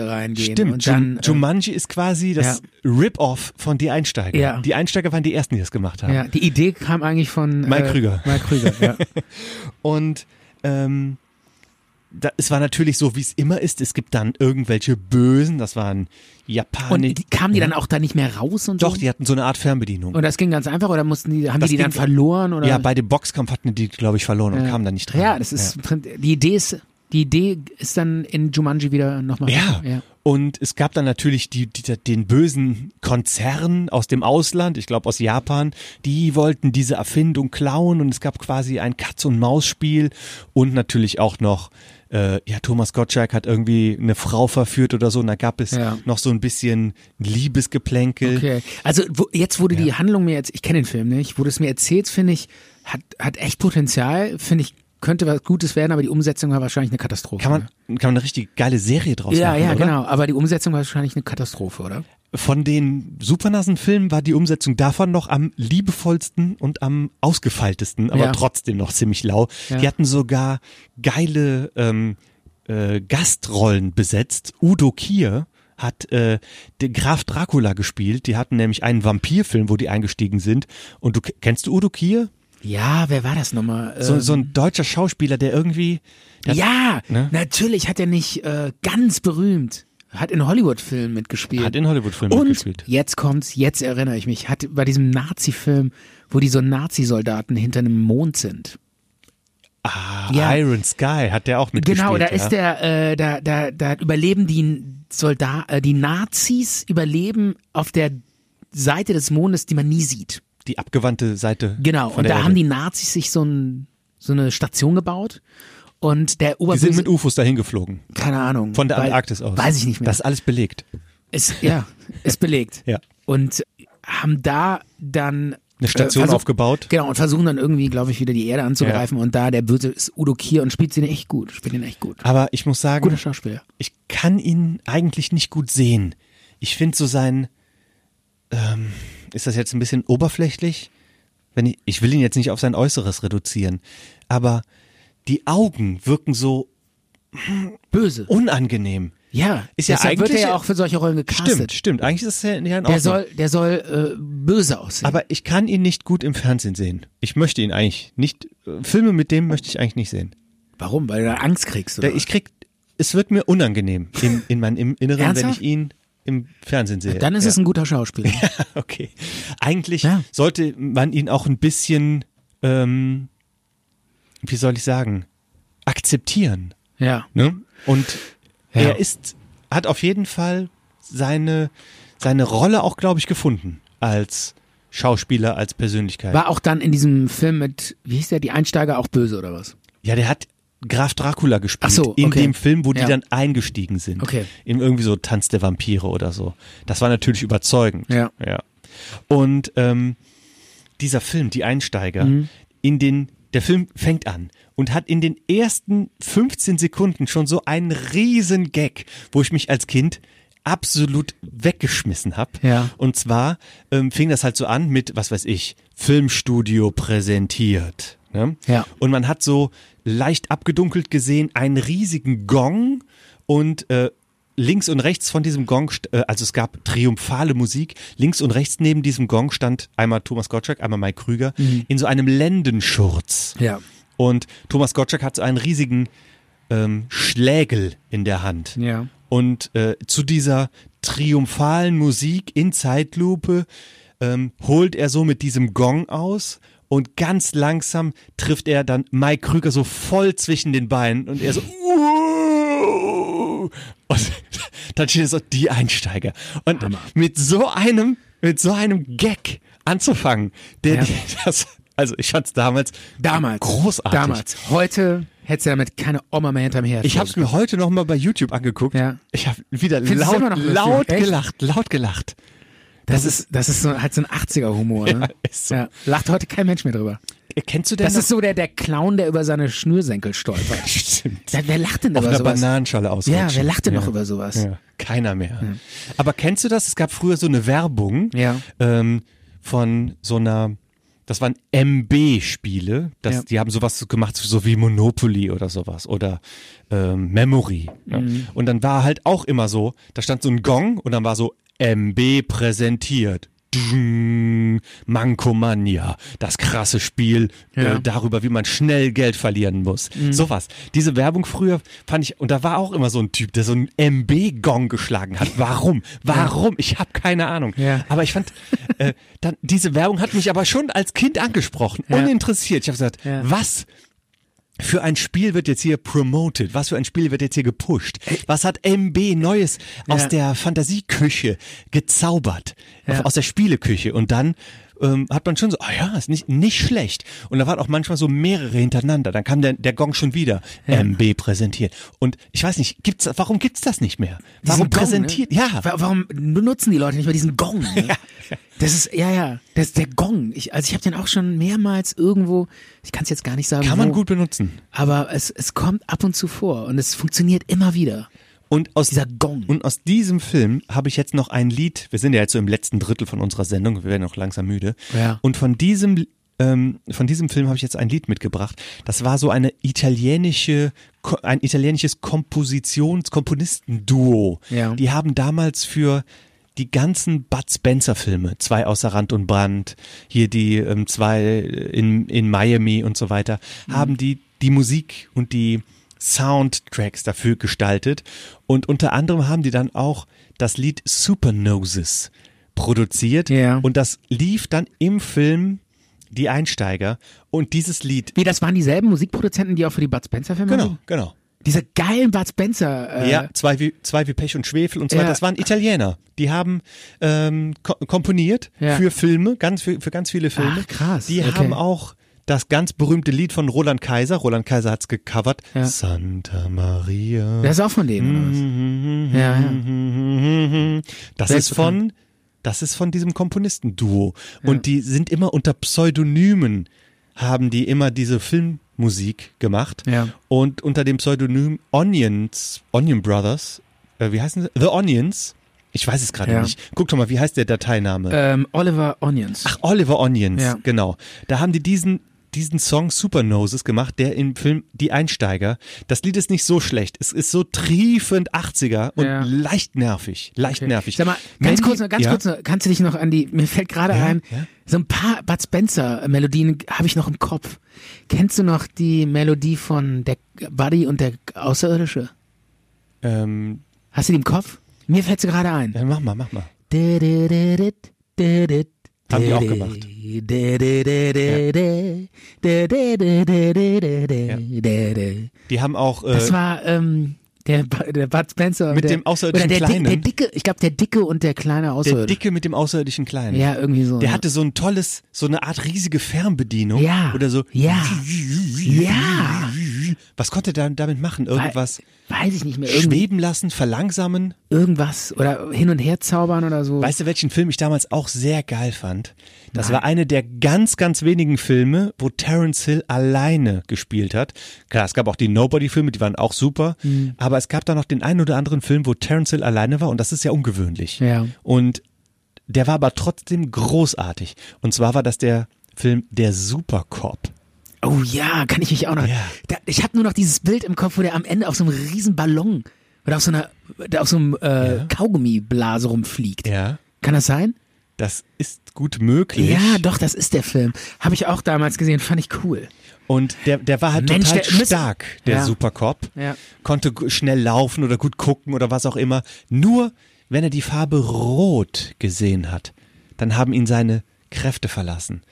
Ah.
reingehen.
Stimmt,
und dann,
Jum
äh,
Jumanji ist quasi das Rip-Off von Die Einsteiger.
Ja.
Die Einsteiger waren die ersten, die das gemacht haben.
äh, ja, die Idee kam eigentlich von
Mike Krüger. Ah,
Mike Krüger,
[LAUGHS]
ja.
Und ähm, da, es war natürlich so, wie es immer ist. Es gibt dann irgendwelche Bösen, das waren Japaner.
Und die, kamen die dann auch da nicht mehr raus und
Doch,
so?
die hatten so eine Art Fernbedienung.
Und das ging ganz einfach oder mussten die, haben
Das
die die dann
ging-
verloren oder?
ja, bei dem Boxkampf hatten die, glaube ich, verloren und
Ja.
kamen da nicht dran.
Ja, das ist im Prinzip- die Idee ist, die Idee ist dann in Jumanji wieder nochmal.
Ja.
ja.
Und es gab dann natürlich die, die, den bösen Konzern aus dem Ausland, ich glaube aus Japan, die wollten diese Erfindung klauen und es gab quasi ein Katz- und Maus-Spiel und natürlich auch noch, äh, ja, Thomas Gottschalk hat irgendwie eine Frau verführt oder so und da gab es
Ja.
noch so ein bisschen Liebesgeplänkel.
Okay. Also wo, jetzt wurde die Handlung mir jetzt, ich kenne den Film nicht, wurde es mir erzählt, finde ich, hat, hat echt Potenzial, finde ich, könnte was Gutes werden, aber die Umsetzung war wahrscheinlich eine Katastrophe.
Kann man, kann man eine richtig geile Serie draus
ja,
machen,
ja,
oder?
genau. Aber die Umsetzung war wahrscheinlich eine Katastrophe, oder?
Von den Supernasen-Filmen war die Umsetzung davon noch am liebevollsten und am ausgefeiltesten, aber
Ja.
trotzdem noch ziemlich lau.
Ja.
Die hatten sogar geile ähm, äh, Gastrollen besetzt. Udo Kier hat äh, den Graf Dracula gespielt. Die hatten nämlich einen Vampirfilm, wo die eingestiegen sind. Und du kennst du Udo Kier?
Ja, wer war das nochmal?
So,
Ähm,
so ein deutscher Schauspieler, der irgendwie der
ja,
Ne?
natürlich hat er nicht äh, ganz berühmt. Hat in Hollywood-Filmen mitgespielt.
hat in Hollywood-Filmen
Und
gespielt.
jetzt kommt's, jetzt erinnere ich mich, hat bei diesem Nazi-Film, wo die so Nazi-Soldaten hinter einem Mond sind.
Ah,
Ja.
Iron Sky hat der auch mitgespielt.
Genau, da
ja.
ist der, äh, da, da, da überleben die Soldat, äh, die Nazis überleben auf der Seite des Mondes, die man nie sieht.
die abgewandte Seite.
Genau.
von
Und
der
da
Erde.
haben die Nazis sich so, ein, so eine Station gebaut. Und der
Die sind
Oberböse,
mit UFOs dahin geflogen.
keine Ahnung.
Von der
weil-
Antarktis aus.
Weiß ich nicht mehr.
Das ist alles belegt.
Ist,
[LAUGHS]
ja, ist belegt.
Ja.
Und haben da dann
Eine Station aufgebaut.
Genau, und versuchen dann irgendwie, glaube ich, wieder die Erde anzugreifen. Und da der Böse ist Udo Kier und spielt den echt gut. Spielt den echt gut.
Aber ich muss sagen,
Guter Schauspieler.
ich kann ihn eigentlich nicht gut sehen. Ich finde so sein, ähm, ist das jetzt ein bisschen oberflächlich? Wenn ich, ich will ihn jetzt nicht auf sein Äußeres reduzieren, aber die Augen wirken so
Böse.
unangenehm.
ja,
Oh. ist ja
deshalb wird
eigentlich-
er ja auch für solche Rollen gecastet.
Stimmt, stimmt. Eigentlich ist das ja ja in Ordnung.
Der soll, der soll äh, böse aussehen.
aber ich kann ihn nicht gut im Fernsehen sehen. Ich möchte ihn äh, eigentlich nicht. Filme mit dem möchte ich eigentlich nicht sehen.
Warum? Weil du da Angst kriegst. Oder?
Der, ich krieg es wird mir unangenehm in, in meinem Inneren, wenn
Ernsthaft?
ich ihn im Fernsehen sehe.
Dann ist
ja.
es ein guter Schauspieler.
[LAUGHS] Okay. Eigentlich
Ja.
sollte man ihn auch ein bisschen, ähm, wie soll ich sagen, akzeptieren.
ja.
Ne? Und
Ja.
er ist, hat auf jeden Fall seine, seine Rolle auch, glaube ich, gefunden als Schauspieler, als Persönlichkeit.
War auch dann in diesem Film mit, wie hieß der, die Einsteiger auch böse oder was?
ja, der hat Graf Dracula gespielt
Ach so,
in
okay.
dem Film, wo die
Ja.
dann eingestiegen sind.
Okay.
In irgendwie so Tanz der Vampire oder so. Das war natürlich überzeugend.
Ja.
ja. Und ähm, dieser Film, Die Einsteiger,
Mhm.
in den, der Film fängt an und hat in den ersten 15 Sekunden schon so einen riesen Gag, wo ich mich als Kind absolut weggeschmissen habe.
Ja.
Und zwar ähm, fing das halt so an mit, was weiß ich, Filmstudio präsentiert. Ne?
Ja.
Und man hat so leicht abgedunkelt gesehen einen riesigen Gong und äh, links und rechts von diesem Gong, st- äh, also es gab triumphale Musik, links und rechts neben diesem Gong stand einmal Thomas Gottschalk, einmal Mike Krüger in so einem Lendenschurz.
Mhm. Ja.
Und Thomas Gottschalk hat so einen riesigen ähm, Schlägel in der Hand.
Ja.
Und äh, zu dieser triumphalen Musik in Zeitlupe ähm, holt er so mit diesem Gong aus und ganz langsam trifft er dann Mike Krüger so voll zwischen den Beinen und er so. Und [LAUGHS] dann steht so die Einsteiger. Und mit so einem, mit so einem Gag anzufangen, der
Ja.
[LAUGHS] das, also ich fand's damals
Damals.
großartig.
Damals. Heute hättest du damit keine Oma mehr hinterm Herd.
Ich habe es mir heute noch mal bei YouTube angeguckt.
Ja.
Ich habe wieder
Findest du
laut,
immer noch lustig?
laut
Echt?
gelacht, laut gelacht.
Das ist, das ist so, halt so ein 80er-Humor. Ne?
Ja, ist so.
ja. Lacht heute kein Mensch mehr drüber.
Kennst du denn
Das
noch?
ist so der, der Clown, der über seine Schnürsenkel stolpert.
[LAUGHS] Stimmt.
Wer, wer lacht denn
Auf
über
einer
sowas?
Bananenschale aus.
Ja, wer lacht denn noch über sowas?
Ja. Keiner mehr. Aber kennst du das? Es gab früher so eine Werbung
Ja.
ähm, von so einer, das waren MB-Spiele. Das,
Ja.
Die haben sowas gemacht, so wie Monopoly oder sowas oder ähm, Memory. Ja.
Mhm.
Und dann war halt auch immer so, da stand so ein Gong und dann war so MB präsentiert. Dung, Mankomania, das krasse Spiel
Ja. Mhm.
äh, darüber, wie man schnell Geld verlieren muss. Sowas. Diese Werbung früher fand ich, und da war auch immer so ein Typ, der so einen MB-Gong geschlagen hat. Warum? Warum? Ich habe keine Ahnung.
Ja.
Aber ich fand, äh, dann, diese Werbung hat mich aber schon als Kind angesprochen,
Ja.
uninteressiert. Ich habe gesagt,
Ja.
was für ein Spiel wird jetzt hier promoted? Was für ein Spiel wird jetzt hier gepusht? Was hat MB Neues aus
Äh. Ja.
der Fantasieküche gezaubert?
Ja.
Aus der Spieleküche. Und dann ähm, hat man schon so, ah ja, ist nicht, nicht schlecht. Und da waren auch manchmal so mehrere hintereinander. Dann kam der, der Gong schon wieder. MB präsentiert. Und ich weiß nicht, gibt's, warum gibt's das nicht mehr?
Diesen
Warum
Gong,
präsentiert?
Ne?
Ja.
Wa- Warum benutzen die Leute nicht mehr diesen Gong?
[LAUGHS]
Ne? Das ist, ja, ja, das ist der Gong. Ich, also ich habe den auch schon mehrmals irgendwo, ich kann es jetzt gar nicht sagen.
Kann man
wo,
gut benutzen.
Aber es, es kommt ab und zu vor und es funktioniert immer wieder.
Und aus,
Dieser Gong.
und aus diesem Film habe ich jetzt noch ein Lied. Wir sind ja jetzt so im letzten Drittel von unserer Sendung. Wir werden auch langsam müde.
Ja.
Und von diesem, ähm, von diesem Film habe ich jetzt ein Lied mitgebracht. Das war so eine italienische, ko- ein italienisches Kompositions-, Komponistenduo.
Ja.
Die haben damals für die ganzen Bud Spencer Filme, zwei außer Rand und Brand, hier die ähm, zwei in, in Miami und so weiter,
Mhm.
haben die die Musik und die Soundtracks dafür gestaltet und unter anderem haben die dann auch das Lied Supernoses produziert
Ja.
und das lief dann im Film Die Einsteiger und dieses Lied
Wie, das waren dieselben Musikproduzenten, die auch für die Bud Spencer-Filme
Genau,
sind?
genau.
Diese geilen Bud Spencer. Äh,
Ja, zwei wie, zwei wie Pech und Schwefel und so
Ja.
weiter. Das waren Italiener. Die haben ähm, ko komponiert
Ja.
für Filme, ganz für, für ganz viele Filme.
Ach, krass,
Die
okay.
haben auch das ganz berühmte Lied von Roland Kaiser. Roland Kaiser hat's gecovert.
Ja.
Santa Maria.
Das ist auch
Mm.
von denen,
Hm,
oder was? Ja, ja.
Das ist von,
Selbstbekannt.
das ist von diesem Komponistenduo. Und die sind immer unter Pseudonymen, haben die immer diese Filmmusik gemacht.
Ja.
Und unter dem Pseudonym Onions, Onion Brothers, äh, wie heißen sie? The Onions. Ich weiß es gerade
Ja.
nicht. Guck doch mal, wie heißt der Dateiname?
Ähm, Oliver Onions.
Ach, Oliver Onions,
Ja.
genau. Da haben die diesen, diesen Song Supernoses gemacht, der im Film Die Einsteiger. Das Lied ist nicht so schlecht. Es ist so triefend 80er und
Ja.
leicht nervig. Leicht nervig.
Sag mal, ganz
Mandy-
kurz, noch, ganz
ja?
kurz, noch, kannst du dich noch an die, mir fällt gerade
Ja,
ein,
ja.
so ein paar Bud Spencer-Melodien habe ich noch im Kopf. Kennst du noch die Melodie von der Buddy und der Außerirdische?
Ähm,
Hast du die im Kopf? Mir fällt sie gerade ein.
ja, mach mal, mach mal. Haben
Haben
die auch gemacht. Die haben auch äh,
Das war ähm, der, Ba- der Bud Spencer. und
Mit
der,
dem außerirdischen
oder der, Dick-
Kleinen.
der Dicke, ich glaube, der Dicke und der Kleine
der
Außerirdische.
Dicke mit dem außerirdischen Kleinen.
Ja, irgendwie so. ne?
Der
ja.
hatte so ein tolles, so eine Art riesige Fernbedienung.
Ja.
Oder so. [LAUGHS]
Ja. Ja.
Was konnte der damit machen? Irgendwas
Weiß ich nicht mehr. Irgend,
schweben lassen, verlangsamen?
irgendwas. Oder hin und her zaubern oder so.
Weißt du, welchen Film ich damals auch sehr geil fand? Das war eine der ganz, ganz wenigen Filme, wo Terence Hill alleine gespielt hat. Klar, es gab auch die Nobody-Filme, die waren auch super.
Mhm.
Aber es gab da noch den einen oder anderen Film, wo Terence Hill alleine war und das ist ja ungewöhnlich.
Ja.
Und der war aber trotzdem großartig. Und zwar war das der Film Der Supercop.
oh ja, kann ich mich auch noch.
Ja.
Da, ich habe nur noch dieses Bild im Kopf, wo der am Ende auf so einem riesen Ballon oder auf so einer, der auf so einem äh, Kaugummiblase rumfliegt.
Ja.
Kann das sein?
Das ist gut möglich.
Ja, doch, das ist der Film. Habe ich auch damals gesehen, fand ich cool.
Und der, der war halt
Mensch,
total
der- müssen-
stark, der
Ja.
Supercop.
Ja.
Konnte gu- schnell laufen oder gut gucken oder was auch immer. Nur wenn er die Farbe Rot gesehen hat, dann haben ihn seine Kräfte verlassen.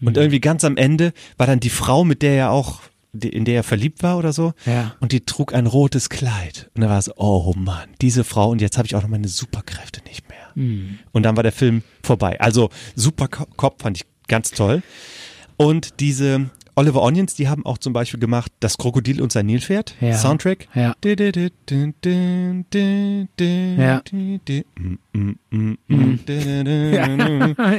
Und
Mhm.
irgendwie ganz am Ende war dann die Frau, mit der er auch, die- in der er verliebt war oder so,
Ja.
und die trug ein rotes Kleid. Und da war es, oh Mann, diese Frau und jetzt habe ich auch noch meine Superkräfte nicht mehr.
Mhm.
Und dann war der Film vorbei. Also Supercop fand ich ganz toll. Und diese Oliver Onions, die haben auch zum Beispiel gemacht Das Krokodil und sein Nilpferd,
Ja.
Soundtrack.
Ja.
Di- di- di- di- di- di- di-
Ja.
di- di- mm, mm, mm, mm, di- di-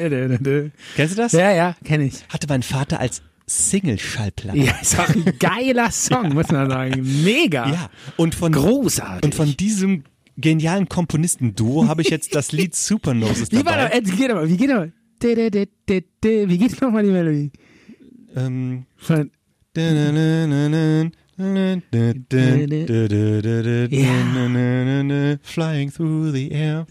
di- di-
[LAUGHS] ja,
Kennst du das?
ja, kenne ich.
Hatte mein Vater als Single-Schallplatte.
Ja, ist auch ein geiler Song, muss man sagen. Mega.
Ja. Und von,
Großartig.
und von diesem genialen Komponistenduo habe ich jetzt das Lied Supernosis
wie war
dabei.
noch, äh, wie geht nochmal, wie geht nochmal? Wie geht nochmal die Melodie?
Ähm,
Von,
Flying through the air.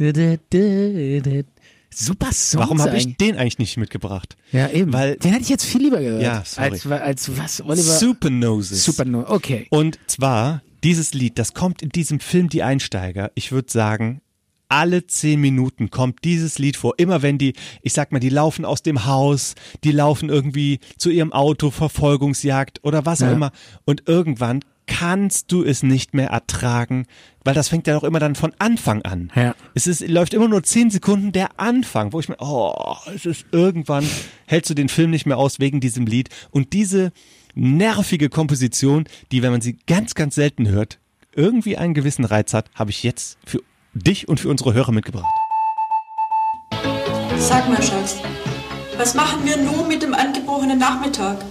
super Song.
Warum habe ich
eigentlich.
den eigentlich nicht mitgebracht?
Ja, eben.
Weil-
Den hätte ich jetzt viel lieber gehört.
Ja, sorry.
Als, als was, Oliver?
Supernoses.
Super, nur- okay.
Und zwar dieses Lied, das kommt in diesem Film Die Einsteiger. Ich würde sagen, alle zehn Minuten kommt dieses Lied vor. Immer wenn die, ich sag mal, die laufen aus dem Haus, die laufen irgendwie zu ihrem Auto, Verfolgungsjagd oder was auch
Ja.
immer. Und irgendwann kannst du es nicht mehr ertragen, weil das fängt ja auch immer dann von Anfang an.
Ja.
Es ist, läuft immer nur zehn Sekunden der Anfang, wo ich mir, oh, es ist irgendwann, hältst du den Film nicht mehr aus wegen diesem Lied. Und diese nervige Komposition, die, wenn man sie ganz, ganz selten hört, irgendwie einen gewissen Reiz hat, habe ich jetzt für dich und für unsere Hörer mitgebracht.
Sag mal, Schatz, was machen wir nun mit dem angebrochenen Nachmittag?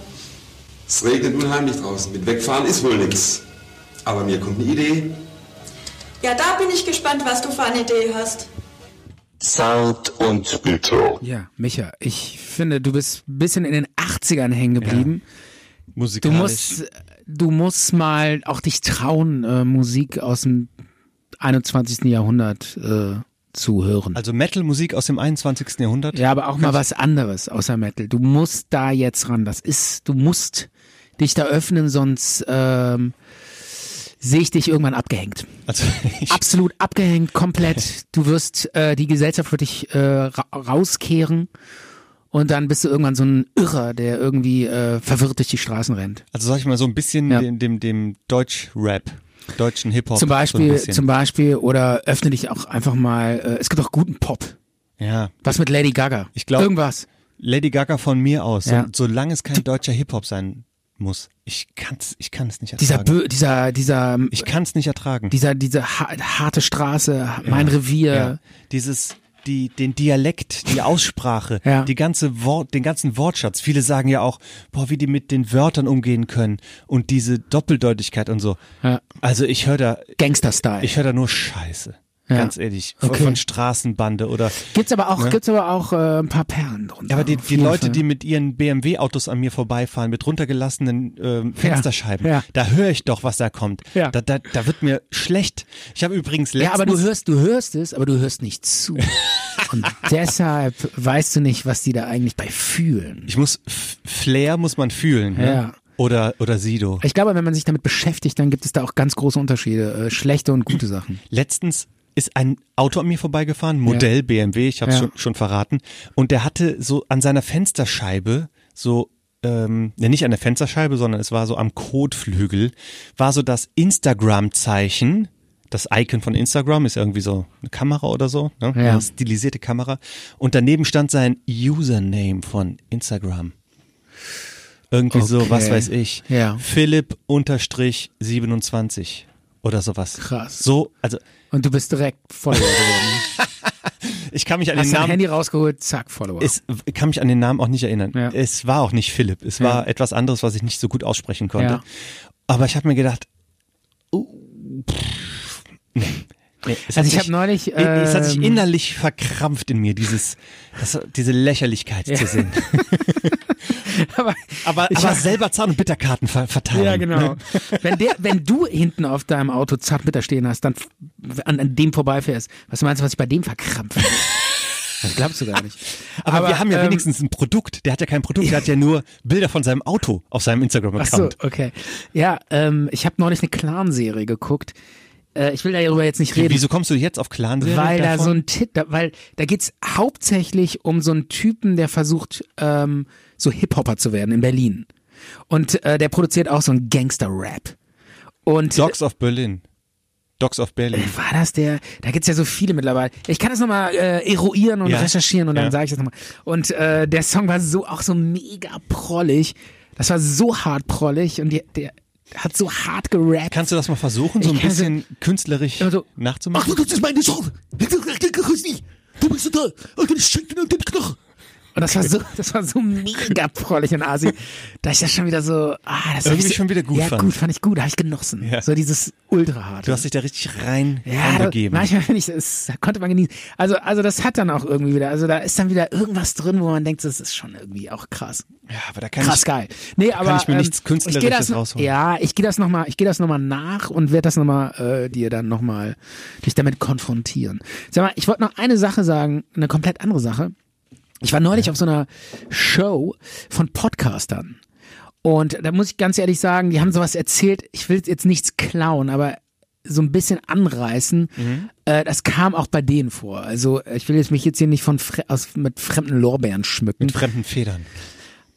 Es regnet unheimlich draußen. Mit Wegfahren ist wohl nichts. Aber mir kommt eine Idee.
Ja, da bin ich gespannt, was du für eine Idee hast.
Zart und bitter.
Ja, Micha, ich finde, du bist ein bisschen in den 80ern hängen geblieben. Du
Musikalisch.
musst, du musst mal auch dich trauen, äh, Musik aus dem 21. Jahrhundert äh, zu hören.
also Metal-Musik aus dem 21. Jahrhundert.
ja, aber auch mal was anderes außer Metal. Du musst da jetzt ran. Das ist, du musst dich da öffnen, sonst ähm, sehe ich dich irgendwann abgehängt.
Also [LAUGHS] ich,
Absolut
[LAUGHS]
abgehängt, komplett. Du wirst äh, die Gesellschaft wird dich äh, ra rauskehren. Und dann bist du irgendwann so ein Irrer, der irgendwie äh, verwirrt durch die Straßen rennt.
also sag ich mal so ein bisschen
Ja.
dem, dem, dem Deutsch-Rap, deutschen Hip-Hop.
Zum
So ein
Beispiel,
bisschen.
zum Beispiel, oder öffne dich auch einfach mal. Äh, es gibt auch guten Pop.
ja.
Was mit Lady Gaga?
Ich glaub-
Irgendwas.
Lady Gaga von mir aus,
Ja.
so, solange es kein deutscher Hip-Hop sein muss. Ich kann's, ich kann es nicht
Dieser,
ertragen.
Bö dieser, dieser, ähm,
ich kann's nicht ertragen.
dieser, diese ha harte Straße, mein Revier.
ja. Dieses, die, den Dialekt, die Aussprache,
Ja.
die ganze Wort, den ganzen Wortschatz. Viele sagen ja auch, boah, wie die mit den Wörtern umgehen können und diese Doppeldeutigkeit und so.
Ja.
Also ich höre da,
Gangster-Style.
ich höre da nur Scheiße.
Ja.
Ganz ehrlich. Von,
Okay.
von Straßenbande oder.
Gibt's aber auch, gibt's aber auch äh, ein paar Perlen drunter.
Ja, aber die,
auf
die
jeden
Leute,
Fall.
die mit ihren BMW-Autos an mir vorbeifahren, mit runtergelassenen ähm, Fensterscheiben,
ja.
da höre ich doch, was da kommt.
Ja.
Da, da, da wird mir schlecht. Ich habe übrigens letztens...
ja, aber du hörst, du hörst es, aber du hörst
[LAUGHS]
nicht zu. Und deshalb weißt du nicht, was die da eigentlich bei fühlen.
Ich muss... F- Flair muss man fühlen. Ne?
Ja.
Oder, oder Sido.
Ich glaube, wenn man sich damit beschäftigt, dann gibt es da auch ganz große Unterschiede. Äh, schlechte und gute Sachen.
Letztens ist ein Auto an mir vorbeigefahren, Modell BMW, ich habe
Ja.
schon, schon verraten. Und der hatte so an seiner Fensterscheibe so, ähm, ne, nicht an der Fensterscheibe, sondern es war so am Kotflügel, war so das Instagram-Zeichen. Das Icon von Instagram ist irgendwie so eine Kamera oder so, ne?
Ja.
eine stilisierte Kamera. Und daneben stand sein Username von Instagram. Irgendwie so,
Okay.
was weiß ich.
Ja.
Philipp unterstrich 27 oder sowas.
Krass.
So, also
Und du bist direkt Follower geworden.
ich kann mich an [LAUGHS] den
Hast dein
Namen.
Handy rausgeholt, zack, Follower.
Es, ich kann mich an den Namen auch nicht erinnern.
Ja.
Es war auch nicht Philipp. Es war
Ja.
etwas anderes, was ich nicht so gut aussprechen konnte.
Ja.
Aber ich habe mir gedacht, oh, pff, nee, nee, es
Also
hat
ich
sich-
habe neulich,
i- es hat sich
ähm,
innerlich verkrampft in mir, dieses, das, diese Lächerlichkeit zu sehen.
[LAUGHS] [LAUGHS] aber,
Aber,
Ich
aber
hab-
selber Zahn- und Bitterkarten ver verteilen.
ja, genau.
Ne? [LAUGHS]
wenn, der, wenn du hinten auf deinem Auto Zartbitter stehen hast, dann f- an, an dem vorbeifährst, was meinst du, was ich bei dem verkrampft habe? [LAUGHS] Das glaubst du gar nicht.
[LAUGHS] Aber, wir haben ja
ähm,
wenigstens ein Produkt. Der hat ja kein Produkt, der hat ja nur Bilder von seinem Auto auf seinem
Ach so,
Instagram-Account.
okay. Ja, ähm, ich habe neulich eine Clan-Serie geguckt. Äh, ich will darüber jetzt nicht reden.
Wieso kommst du jetzt auf clan
Weil da so ein Tit, da, weil da geht's hauptsächlich um so einen Typen, der versucht, ähm, so Hip-Hopper zu werden in Berlin. Und äh, der produziert auch so einen Gangster-Rap. Und
Dogs of Berlin. Dogs of Berlin.
war das der? Da gibt's ja so viele mittlerweile. Ich kann das nochmal äh, eruieren und
Ja.
recherchieren und
Ja.
dann sage ich das nochmal. Und äh, der Song war so auch so mega prollig. Das war so hart prollig und die, der hat so hart gerappt.
Kannst du das mal versuchen, so
Ich
ein
kann so-
bisschen künstlerisch
Immer so,
nachzumachen?
Ach, du ist meine Show. Du bist da. Und ich schenke dir den Knochen. Und das war so, das war so mega prollig in Asien, da ich das schon wieder so, ah, das hab
Irgendwie
ich so,
schon wieder gut
ja,
fand.
gut, fand ich gut, da habe ich genossen.
Ja.
So dieses ultraharte.
Du hast dich da richtig rein
ja, da,
reingegeben.
manchmal finde ich, das konnte man genießen. Also, also das hat dann auch irgendwie wieder, also da ist dann wieder irgendwas drin, wo man denkt, das ist schon irgendwie auch krass.
ja, aber da kann
Krass
ich,
geil. Nee, aber
ich mir
ähm,
nichts Künstlerisches
ich geh das,
rausholen.
Ja, ich gehe das noch mal, ich gehe das noch mal nach und werde das noch mal äh, dir dann noch mal dich damit konfrontieren. Sag mal, ich wollte noch eine Sache sagen, eine komplett andere Sache. Ich war neulich auf so einer Show von Podcastern. Und da muss ich ganz ehrlich sagen, die haben sowas erzählt, ich will jetzt nichts klauen, aber so ein bisschen anreißen,
Mhm.
äh, das kam auch bei denen vor. Also äh, ich will jetzt mich jetzt hier nicht von fre aus, mit fremden Lorbeeren schmücken.
mit fremden Federn.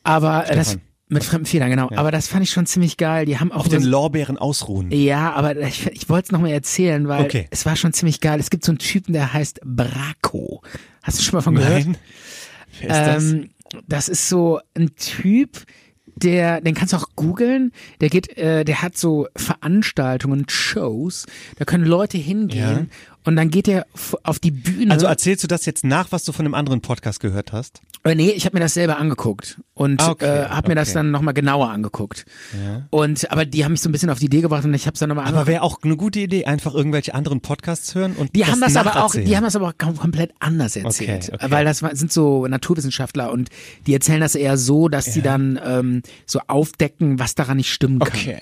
Aber äh, das
Stefan.
mit fremden Federn, genau. Aber das fand ich schon ziemlich geil. Die haben auch
Auf den
so-
Lorbeeren ausruhen.
ja, aber ich, ich wollte es nochmal erzählen, weil
Okay.
es war schon ziemlich geil. Es gibt so einen Typen, der heißt Braco. Hast du schon mal von gehört?
Wer ist das?
Ähm, das ist so ein Typ, der, den kannst du auch googeln, der geht, äh, der hat so Veranstaltungen, Shows, da können Leute hingehen und dann geht er f- auf die Bühne.
Also erzählst du das jetzt nach, was du von einem anderen Podcast gehört hast?
Äh, nee, ich habe mir das selber angeguckt und
Ah, okay,
äh, habe mir das
okay.
dann nochmal genauer angeguckt. Und aber die haben mich so ein bisschen auf die Idee gebracht und ich habe es dann nochmal
Aber
angeguckt.
wäre auch eine gute Idee, einfach irgendwelche anderen Podcasts hören und
Die
das
haben das aber auch, die
nacherzählen.
haben das aber auch kom- komplett anders erzählt,
Okay, okay.
weil das war- sind so Naturwissenschaftler und die erzählen das eher so, dass die dann ähm, so aufdecken, was daran nicht stimmen kann.
Okay.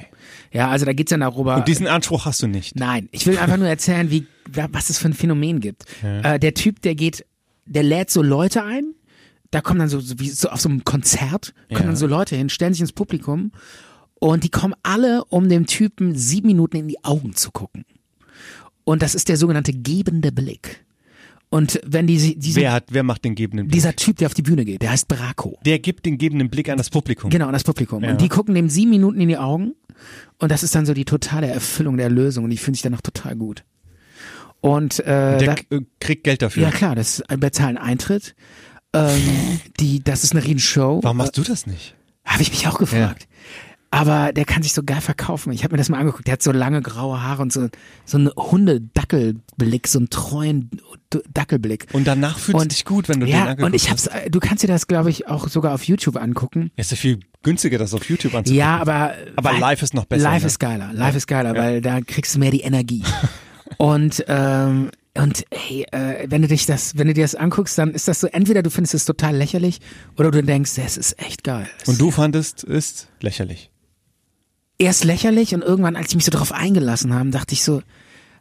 Ja, also da geht's dann darüber.
und diesen Anspruch hast du nicht.
Nein, ich will einfach nur erzählen, wie, wa- was es für ein Phänomen gibt. Äh, der Typ, der geht, der lädt so Leute ein, da kommen dann so, so, wie, so auf so einem Konzert, kommen dann so Leute hin, stellen sich ins Publikum und die kommen alle, um dem Typen sieben Minuten in die Augen zu gucken. Und das ist der sogenannte gebende Blick. Und wenn die, diese,
Wer, hat, wer macht den gebenden Blick?
dieser Typ, der auf die Bühne geht, der heißt Braco.
der gibt den gebenden Blick an das Publikum.
Genau, an das Publikum. Und die gucken dem sieben Minuten in die Augen. Und das ist dann so die totale Erfüllung der Lösung. Und die fühlen sich danach total gut. Und
Der
äh, da,
k- äh, kriegt Geld dafür.
ja klar, das äh, bezahlen Eintritt.
[LAUGHS]
Ähm, die, das ist eine Riesenshow.
Warum machst du das nicht?
Habe ich mich auch gefragt. Aber der kann sich so geil verkaufen. Ich habe mir das mal angeguckt. Der hat so lange graue Haare und so, so einen Hunde-Dackelblick, so einen treuen D- Dackelblick.
Und danach fühlst du
Und-
dich gut, wenn du den
ja,
angeguckt
und ich
hast.
hab's, äh, du kannst dir das, glaube ich, auch sogar auf YouTube angucken.
Es ist ja viel günstiger, das auf YouTube anzugucken.
Ja, aber.
Aber
weil-
live ist noch besser,
Live
ne?
ist geiler. Live ist geiler, weil da kriegst du mehr
[LAUGHS]
die Energie. und, ähm, und hey, äh, wenn du dich das, wenn du dir das anguckst, dann ist das so, entweder du findest es total lächerlich oder du denkst, das ist echt geil.
Und du fandest es lächerlich.
Erst lächerlich und irgendwann, als ich mich so drauf eingelassen habe, dachte ich so,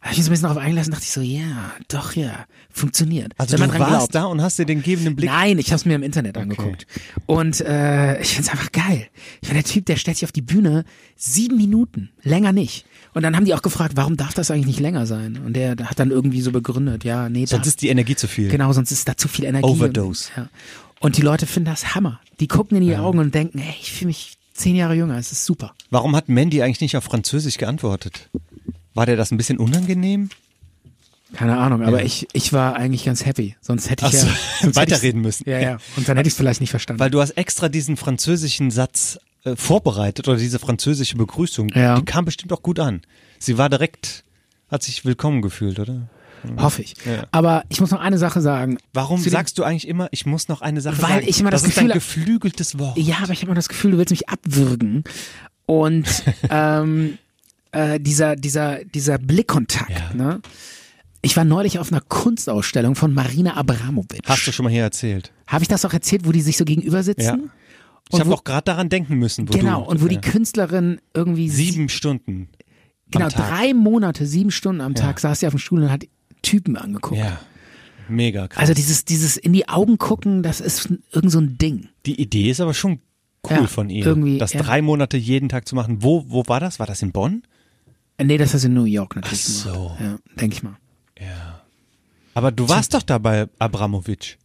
hab Habe ich mich so ein bisschen darauf eingelassen, dachte ich so, ja, doch, ja, funktioniert.
Also
Wenn man
du
dran
warst
glaubt.
da und hast dir den gebenden Blick.
Nein, ich habe es mir im Internet angeguckt. Und äh, ich find's einfach geil. Ich meine, der Typ, der stellt sich auf die Bühne sieben Minuten, länger nicht. Und dann haben die auch gefragt, warum darf das eigentlich nicht länger sein? Und der hat dann irgendwie so begründet, ja, nee,
Sonst
darf-
ist die Energie zu viel.
Genau, sonst ist da zu viel Energie.
Overdose.
Und, ja. und die Leute finden das Hammer. Die gucken in die Augen und denken, ey, ich fühle mich zehn Jahre jünger, es ist super.
Warum hat Mandy eigentlich nicht auf Französisch geantwortet? War der das ein bisschen unangenehm?
Keine Ahnung, aber
Ja.
ich, ich war eigentlich ganz happy. Sonst hätte ich
Ach so,
[LAUGHS] ja sonst hätte
weiterreden
ich's-
müssen.
Ja, [LAUGHS] ja. Und dann hätte ich es vielleicht nicht verstanden.
Weil du hast extra diesen französischen Satz äh, vorbereitet oder diese französische Begrüßung.
Ja.
Die kam bestimmt auch gut an. Sie war direkt, hat sich willkommen gefühlt, oder?
Hoffe ich.
Ja.
Aber ich muss noch eine Sache sagen.
Warum
Zu dem-
sagst du eigentlich immer, ich muss noch eine Sache
Weil
sagen?
ich immer das
das ist ein
Gefühl-
geflügeltes Wort.
Ja, aber ich habe immer das Gefühl, du willst mich abwürgen. Und
[LAUGHS]
ähm, äh, dieser, dieser, dieser Blickkontakt, ne? Ich war neulich auf einer Kunstausstellung von Marina Abramovic.
Hast du schon mal hier erzählt.
Habe ich das auch erzählt, wo die sich so gegenüber
Ja.
sitzen?
Ich
Und
habe
wo-
auch gerade daran denken müssen, wo
genau,
du,
und wo
ja.
die Künstlerin irgendwie
sieben Stunden.
genau,
am Tag.
drei Monate, sieben Stunden am
Ja.
Tag saß sie auf dem Stuhl und hat Typen angeguckt.
Ja. Mega krass.
Also dieses, dieses in die Augen gucken, das ist irgend so ein Ding.
Die Idee ist aber schon cool
Ja,
von
irgendwie,
ihr, das
ja.
drei Monate jeden Tag zu machen. Wo, wo war das? War das in Bonn?
Nee, das hast du in New York natürlich
Ach so.
gemacht. Ja, denke ich mal.
Aber du warst doch da bei Abramovic.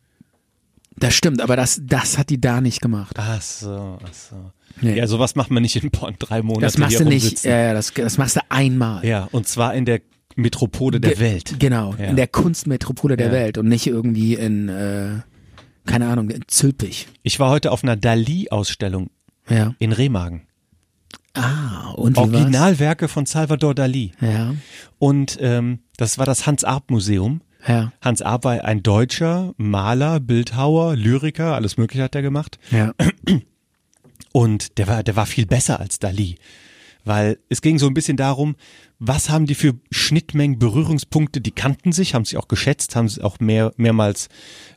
Das stimmt, aber das, das hat die da nicht gemacht.
Ach so, ach so.
Nee.
Ja, sowas macht man nicht in Bonn drei Monate
Das machst
hier
du nicht, äh,
rumsitzen.
ja, ja, das, das machst du einmal.
Ja, und zwar in der Metropole der
Ge-
Welt.
Genau,
Ja.
in der Kunstmetropole der
Ja.
Welt und nicht irgendwie in, äh, keine Ahnung, in Zülpich.
Ich war heute auf einer Dali-Ausstellung
Ja.
in Remagen.
Ah, und wie war's?
Originalwerke von Salvador Dali.
Ja,
Und ähm, das war das Hans-Arp-Museum.
ja,
Hans Arp war ein Deutscher, Maler, Bildhauer, Lyriker, alles Mögliche hat er gemacht.
ja.
Und der war, der war viel besser als Dali. Weil es ging so ein bisschen darum, was haben die für Schnittmengen, Berührungspunkte, die kannten sich, haben sich auch geschätzt, haben sich auch mehr, mehrmals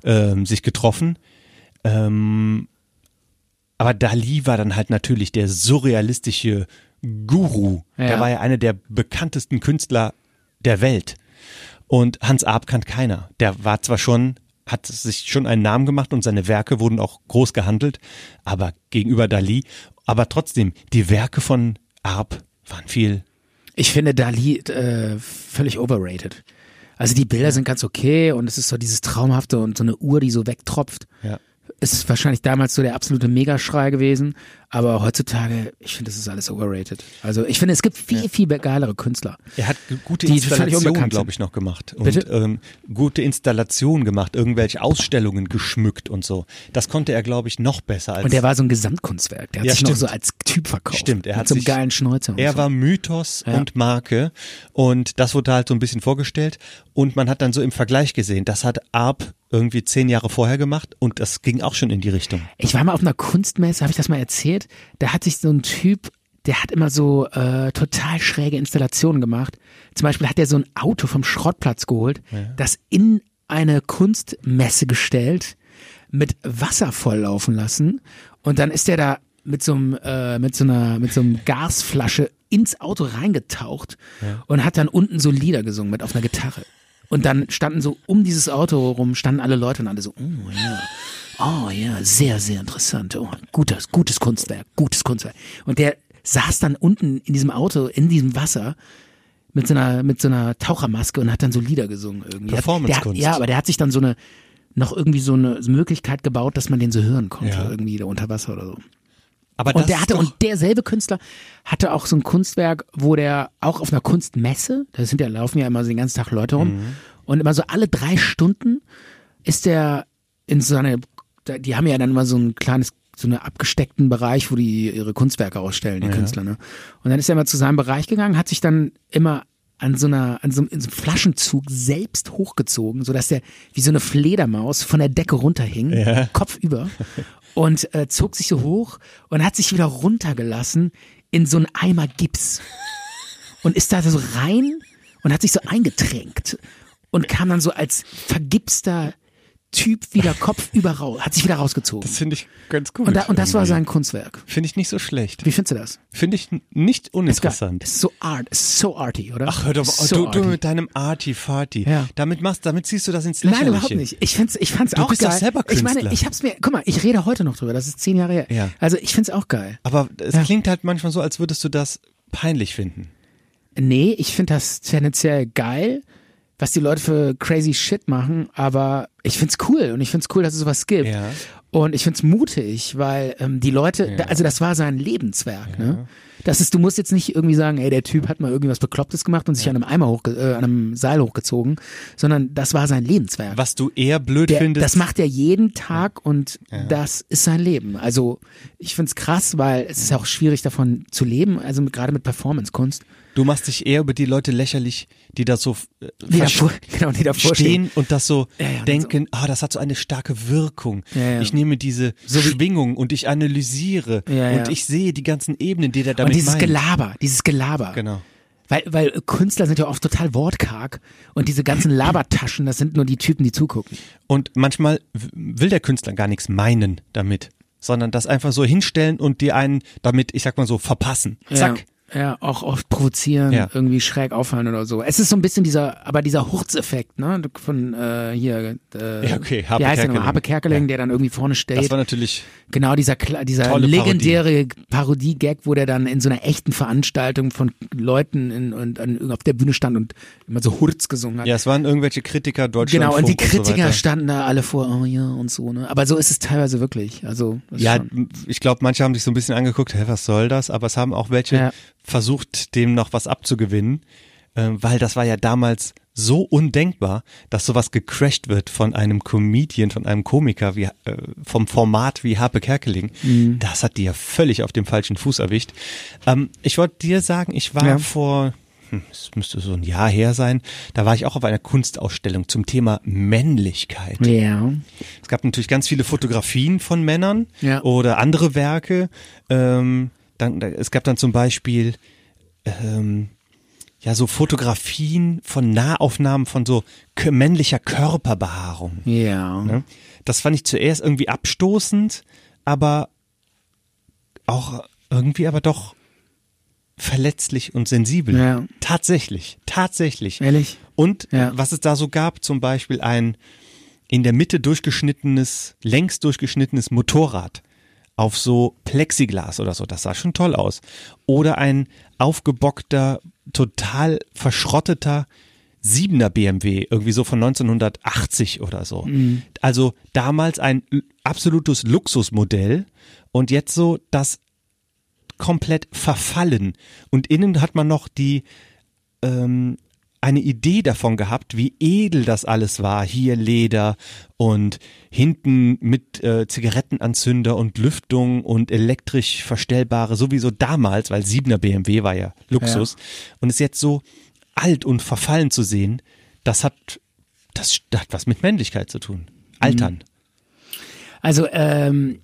ähm, sich getroffen. Ähm, aber Dali war dann halt natürlich der surrealistische Guru.
Ja.
Der war ja einer der bekanntesten Künstler der Welt. Und Hans Arp kannte keiner. Der war zwar schon, hat sich schon einen Namen gemacht und seine Werke wurden auch groß gehandelt, aber gegenüber Dali. Aber trotzdem, die Werke von Arp waren viel.
Ich finde Dali äh, völlig overrated. Also die Bilder sind ganz okay und es ist so dieses Traumhafte und so eine Uhr, die so wegtropft.
Ja.
Ist wahrscheinlich damals so der absolute Megaschrei gewesen, aber heutzutage, ich finde, das ist alles overrated. Also ich finde, es gibt viel, viel geilere Künstler.
Er hat ge- gute
Die völlig
Installationen,
unbekannt
glaube
sind.
ich, noch gemacht. Und
Bitte?
Ähm, gute Installationen gemacht, irgendwelche Ausstellungen geschmückt und so. Das konnte er, glaube ich, noch besser als
Und der war so ein Gesamtkunstwerk. Der hat
Ja,
sich noch
stimmt.
so als Typ verkauft.
Stimmt, er
Mit
hat
so einem
sich-
geilen Schnäuzer. und
Er
so.
war Mythos
Ja.
und Marke und das wurde halt so ein bisschen vorgestellt und man hat dann so im Vergleich gesehen, das hat Arp irgendwie zehn Jahre vorher gemacht und das ging auch schon in die Richtung.
Ich war mal auf einer Kunstmesse, habe ich das mal erzählt? Da hat sich so ein Typ, der hat immer so äh, total schräge Installationen gemacht. Zum Beispiel hat er so ein Auto vom Schrottplatz geholt, das in eine Kunstmesse gestellt, mit Wasser volllaufen lassen und dann ist der da mit so einem äh, mit so einer mit so einem Gasflasche ins Auto reingetaucht und hat dann unten so Lieder gesungen mit auf einer Gitarre. Und dann standen so um dieses Auto rum, standen alle Leute und alle so, oh ja, oh ja, sehr, sehr interessant. Oh, gutes, gutes Kunstwerk, gutes Kunstwerk. Und der saß dann unten in diesem Auto, in diesem Wasser, mit so einer, mit so einer Tauchermaske und hat dann so Lieder gesungen irgendwie.
Performancekunst.
Der hat- Ja, aber der hat sich dann so eine, noch irgendwie so eine Möglichkeit gebaut, dass man den so hören konnte,
Ja.
irgendwie da unter Wasser oder so.
Aber das
Und der
ist
hatte,
doch,
und derselbe Künstler hatte auch so ein Kunstwerk, wo der auch auf einer Kunstmesse, da sind ja, laufen ja immer so den ganzen Tag Leute rum,
Mhm.
und immer so alle drei Stunden ist der in so eine, da- die haben ja dann immer so ein kleines, so einen abgesteckten Bereich, wo die ihre Kunstwerke ausstellen, die Künstler, ne? Und dann ist er immer zu seinem Bereich gegangen, hat sich dann immer an so einer, an so einem, in so einem Flaschenzug selbst hochgezogen, sodass der wie so eine Fledermaus von der Decke runterhing, Kopf über, und äh, zog sich so hoch und hat sich wieder runtergelassen in so einen Eimer Gips und ist da so rein und hat sich so eingetränkt und kam dann so als vergipster
[LAUGHS]
Typ wieder Kopf über raus, hat sich wieder rausgezogen.
Das finde ich ganz gut.
Und, da, und das war
irgendwie.
sein Kunstwerk.
Finde ich nicht so schlecht.
Wie findest du das?
Finde ich n- nicht uninteressant.
Ist so art, ist so arty, oder?
Ach, hör doch mal,
so
du, du
arty.
mit deinem Arti-Farti.
Ja.
Damit machst, damit ziehst du das ins Lächerliche.
Nein, überhaupt nicht. Ich find's, ich fand's
Du
auch
bist
geil.
doch selber
Ich
Künstler.
meine, ich hab's mir, guck mal, ich rede heute noch drüber. Das ist zehn Jahre her.
Ja.
Also ich find's auch geil.
Aber es
Ja.
klingt halt manchmal so, als würdest du das peinlich finden.
Nee, ich find das tendenziell geil, was die Leute für crazy shit machen, aber ich find's cool und ich find's cool, dass es sowas gibt.
Ja.
Und ich find's mutig, weil ähm, die Leute, da, also das war sein Lebenswerk. Ne? Das ist, du musst jetzt nicht irgendwie sagen, ey, der Typ hat mal irgendwas Beklopptes gemacht und sich an einem Eimer hoch, äh, an einem Seil hochgezogen, sondern das war sein Lebenswerk.
Was du eher blöd
Der,
findest.
das macht er jeden Tag und das ist sein Leben. Also ich find's krass, weil es ist ja auch schwierig davon zu leben, also mit, gerade mit Performance-Kunst.
du machst dich eher über die Leute lächerlich, die da so äh,
Die
versch-
davor, [LAUGHS] genau, die davor stehen.
stehen und das so
Ja, ja, und
denken, ah, das hat so eine starke Wirkung.
Ja, ja.
Ich nehme diese Schwingung und ich analysiere
Ja, ja.
und ich sehe die ganzen Ebenen, die der damit
Und dieses
meint.
Gelaber, dieses Gelaber.
Genau.
Weil, weil Künstler sind ja oft total wortkarg und diese ganzen Labertaschen, das sind nur die Typen, die zugucken.
Und manchmal w- will der Künstler gar nichts meinen damit, sondern das einfach so hinstellen und die einen damit, ich sag mal so, verpassen. Zack.
Ja, ja auch oft provozieren,
Ja.
irgendwie schräg auffallen oder so. Es ist so ein bisschen dieser, aber dieser Hurzeffekt, ne? Von äh, hier, äh,
Ja, okay, Harpe
Harpe wie heißt der nochmal?
Kerkeling.
Harpe Kerkeling,
Ja.
der dann irgendwie vorne steht.
Das war natürlich
Genau, dieser, Kla- dieser
Tolle
legendäre Parodie-Gag, wo der dann in so einer echten Veranstaltung von Leuten in, und, an, auf der Bühne stand und immer so Hurz gesungen hat.
Ja, es waren irgendwelche Kritiker Deutschland.
genau, und die
so
Kritiker
weiter.
standen da alle vor, oh ja, und so, ne? Aber so ist es teilweise wirklich. Also, das ist
ja,
schon-
ich glaube, manche haben sich so ein bisschen angeguckt, hä, was soll das? Aber es haben auch welche
Ja.
versucht, dem noch was abzugewinnen, ähm, weil das war ja damals so undenkbar, dass sowas gecrashed wird von einem Comedian, von einem Komiker, wie, äh, vom Format wie Harpe Kerkeling.
Mhm.
Das hat die ja völlig auf dem falschen Fuß erwischt. Ähm, ich wollte dir sagen, ich war
Ja.
vor, hm, es müsste so ein Jahr her sein, da war ich auch auf einer Kunstausstellung zum Thema Männlichkeit.
ja.
Es gab natürlich ganz viele Fotografien von Männern
Ja.
oder andere Werke. Ähm, dann, da, es gab dann zum Beispiel ähm, ja so Fotografien von Nahaufnahmen von so k- männlicher Körperbehaarung.
Ja.
Ne? Das fand ich zuerst irgendwie abstoßend, aber auch irgendwie aber doch verletzlich und sensibel.
Ja.
Tatsächlich, tatsächlich.
Ehrlich?
Und äh,
Ja.
was es da so gab, zum Beispiel ein in der Mitte durchgeschnittenes, längs durchgeschnittenes Motorrad auf so Plexiglas oder so. Das sah schon toll aus. Oder ein aufgebockter, total verschrotteter Siebener BMW, irgendwie so von 1980 oder so. Also damals ein l- absolutes Luxusmodell und jetzt so das komplett verfallen. Und innen hat man noch die ähm, eine Idee davon gehabt, wie edel das alles war. Hier Leder und hinten mit äh, Zigarettenanzünder und Lüftung und elektrisch verstellbare, sowieso damals, weil 7er BMW war ja Luxus. Und ist jetzt so alt und verfallen zu sehen, das hat, das hat was mit Männlichkeit zu tun. Altern.
Also, ähm,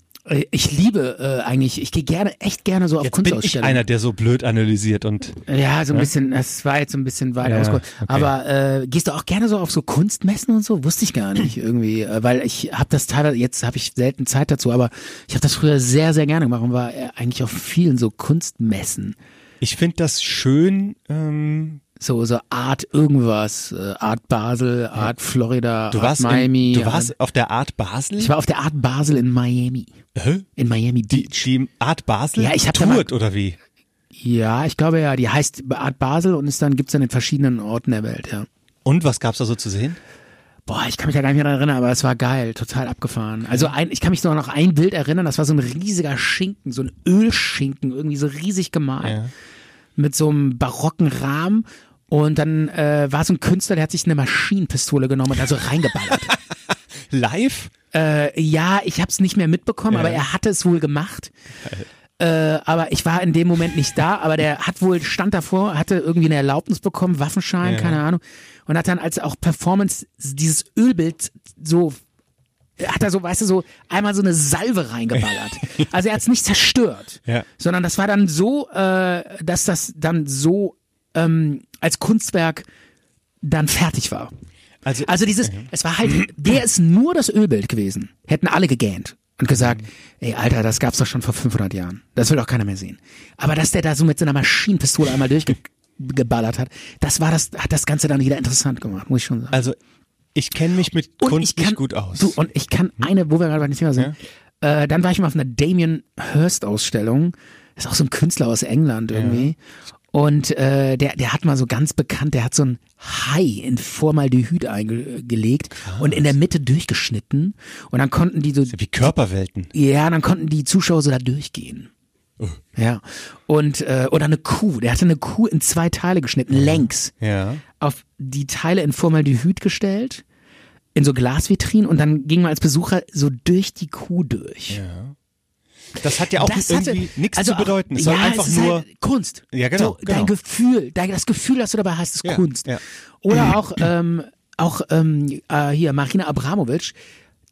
ich liebe äh, eigentlich, ich gehe gerne, echt gerne so auf
Jetzt bin ich
Kunstausstellungen.
einer, der so blöd analysiert und
ja, so ein bisschen, das war jetzt so ein bisschen weit
Ja,
ausgeholt.
okay.
Aber äh, gehst du auch gerne so auf so Kunstmessen und so? Wusste ich gar nicht irgendwie, äh, weil ich habe das teilweise, jetzt habe ich selten Zeit dazu, aber ich habe das früher sehr, sehr gerne gemacht und war äh, eigentlich auf vielen so Kunstmessen.
ich finde das schön, ähm,
So, so Art irgendwas, äh, Art Basel, Art Florida,
Du
Art
warst,
Miami.
in, du warst
Art,
auf der Art Basel?
ich war auf der Art Basel in Miami.
Hä?
In Miami
die,
Beach.
die Art Basel
Ja, ich hab da mal-
tourt oder wie?
Ja, ich glaube ja, die heißt Art Basel und ist dann gibt's dann in verschiedenen Orten der Welt, ja.
Und was gab's da so zu sehen?
Boah, ich kann mich da gar nicht mehr daran erinnern, aber es war geil, total abgefahren. Also ein, ich kann mich nur noch an ein Bild erinnern, das war so ein riesiger Schinken, so ein Ölschinken, irgendwie so riesig gemalt. Mit so einem barocken Rahmen. Und dann äh, war so ein Künstler, der hat sich eine Maschinenpistole genommen und also reingeballert.
Live?
Äh, ja, ich hab's nicht mehr mitbekommen, aber er hatte es wohl gemacht. Äh, aber ich war in dem Moment nicht da, aber der hat wohl, stand davor, hatte irgendwie eine Erlaubnis bekommen, Waffenschein, keine Ahnung. Und hat dann als auch Performance dieses Ölbild so, hat er so, weißt du, so einmal so eine Salve reingeballert. Also er hat's nicht zerstört,
Ja.
sondern das war dann so, äh, dass das dann so ähm, als Kunstwerk dann fertig war. Also, dieses, es war halt, der ist nur das Ölbild gewesen. Hätten alle gegähnt und gesagt, ey Alter, das gab's doch schon vor 500 Jahren. Das will doch keiner mehr sehen. Aber dass der da so mit seiner Maschinenpistole einmal durchgeballert hat, das war das, hat das Ganze dann wieder interessant gemacht, muss ich schon sagen.
Also ich kenne mich mit
Und
Kunst
ich kann,
nicht gut aus. Hm?
Du, und ich kann eine, wo wir gerade bei dem Thema sind, äh, dann war ich mal auf einer Damien Hirst-Ausstellung. Das ist auch so ein Künstler aus England irgendwie. Und äh, der, der hat mal so ganz bekannt, der hat so ein Hai in Formaldehyd eingelegt und in der Mitte durchgeschnitten. Und dann konnten die so.
Wie Körperwelten.
Ja, dann konnten die Zuschauer so da durchgehen.
Oh.
Ja. Und, äh, oder eine Kuh. Der hatte eine Kuh in zwei Teile geschnitten, längs
Ja.
auf die Teile in Formaldehyd gestellt, in so Glasvitrinen und dann ging man als Besucher so durch die Kuh durch.
Das hat ja auch
Das hatte-
irgendwie nichts
also,
zu bedeuten. Es
ja,
soll einfach
es ist
nur.
halt Kunst.
Ja, genau,
So, Dein
genau.
Gefühl, dein, das Gefühl, das du dabei hast, ist
Ja,
Kunst.
ja.
Oder auch, ähm, auch ähm, äh, hier, Marina Abramovic,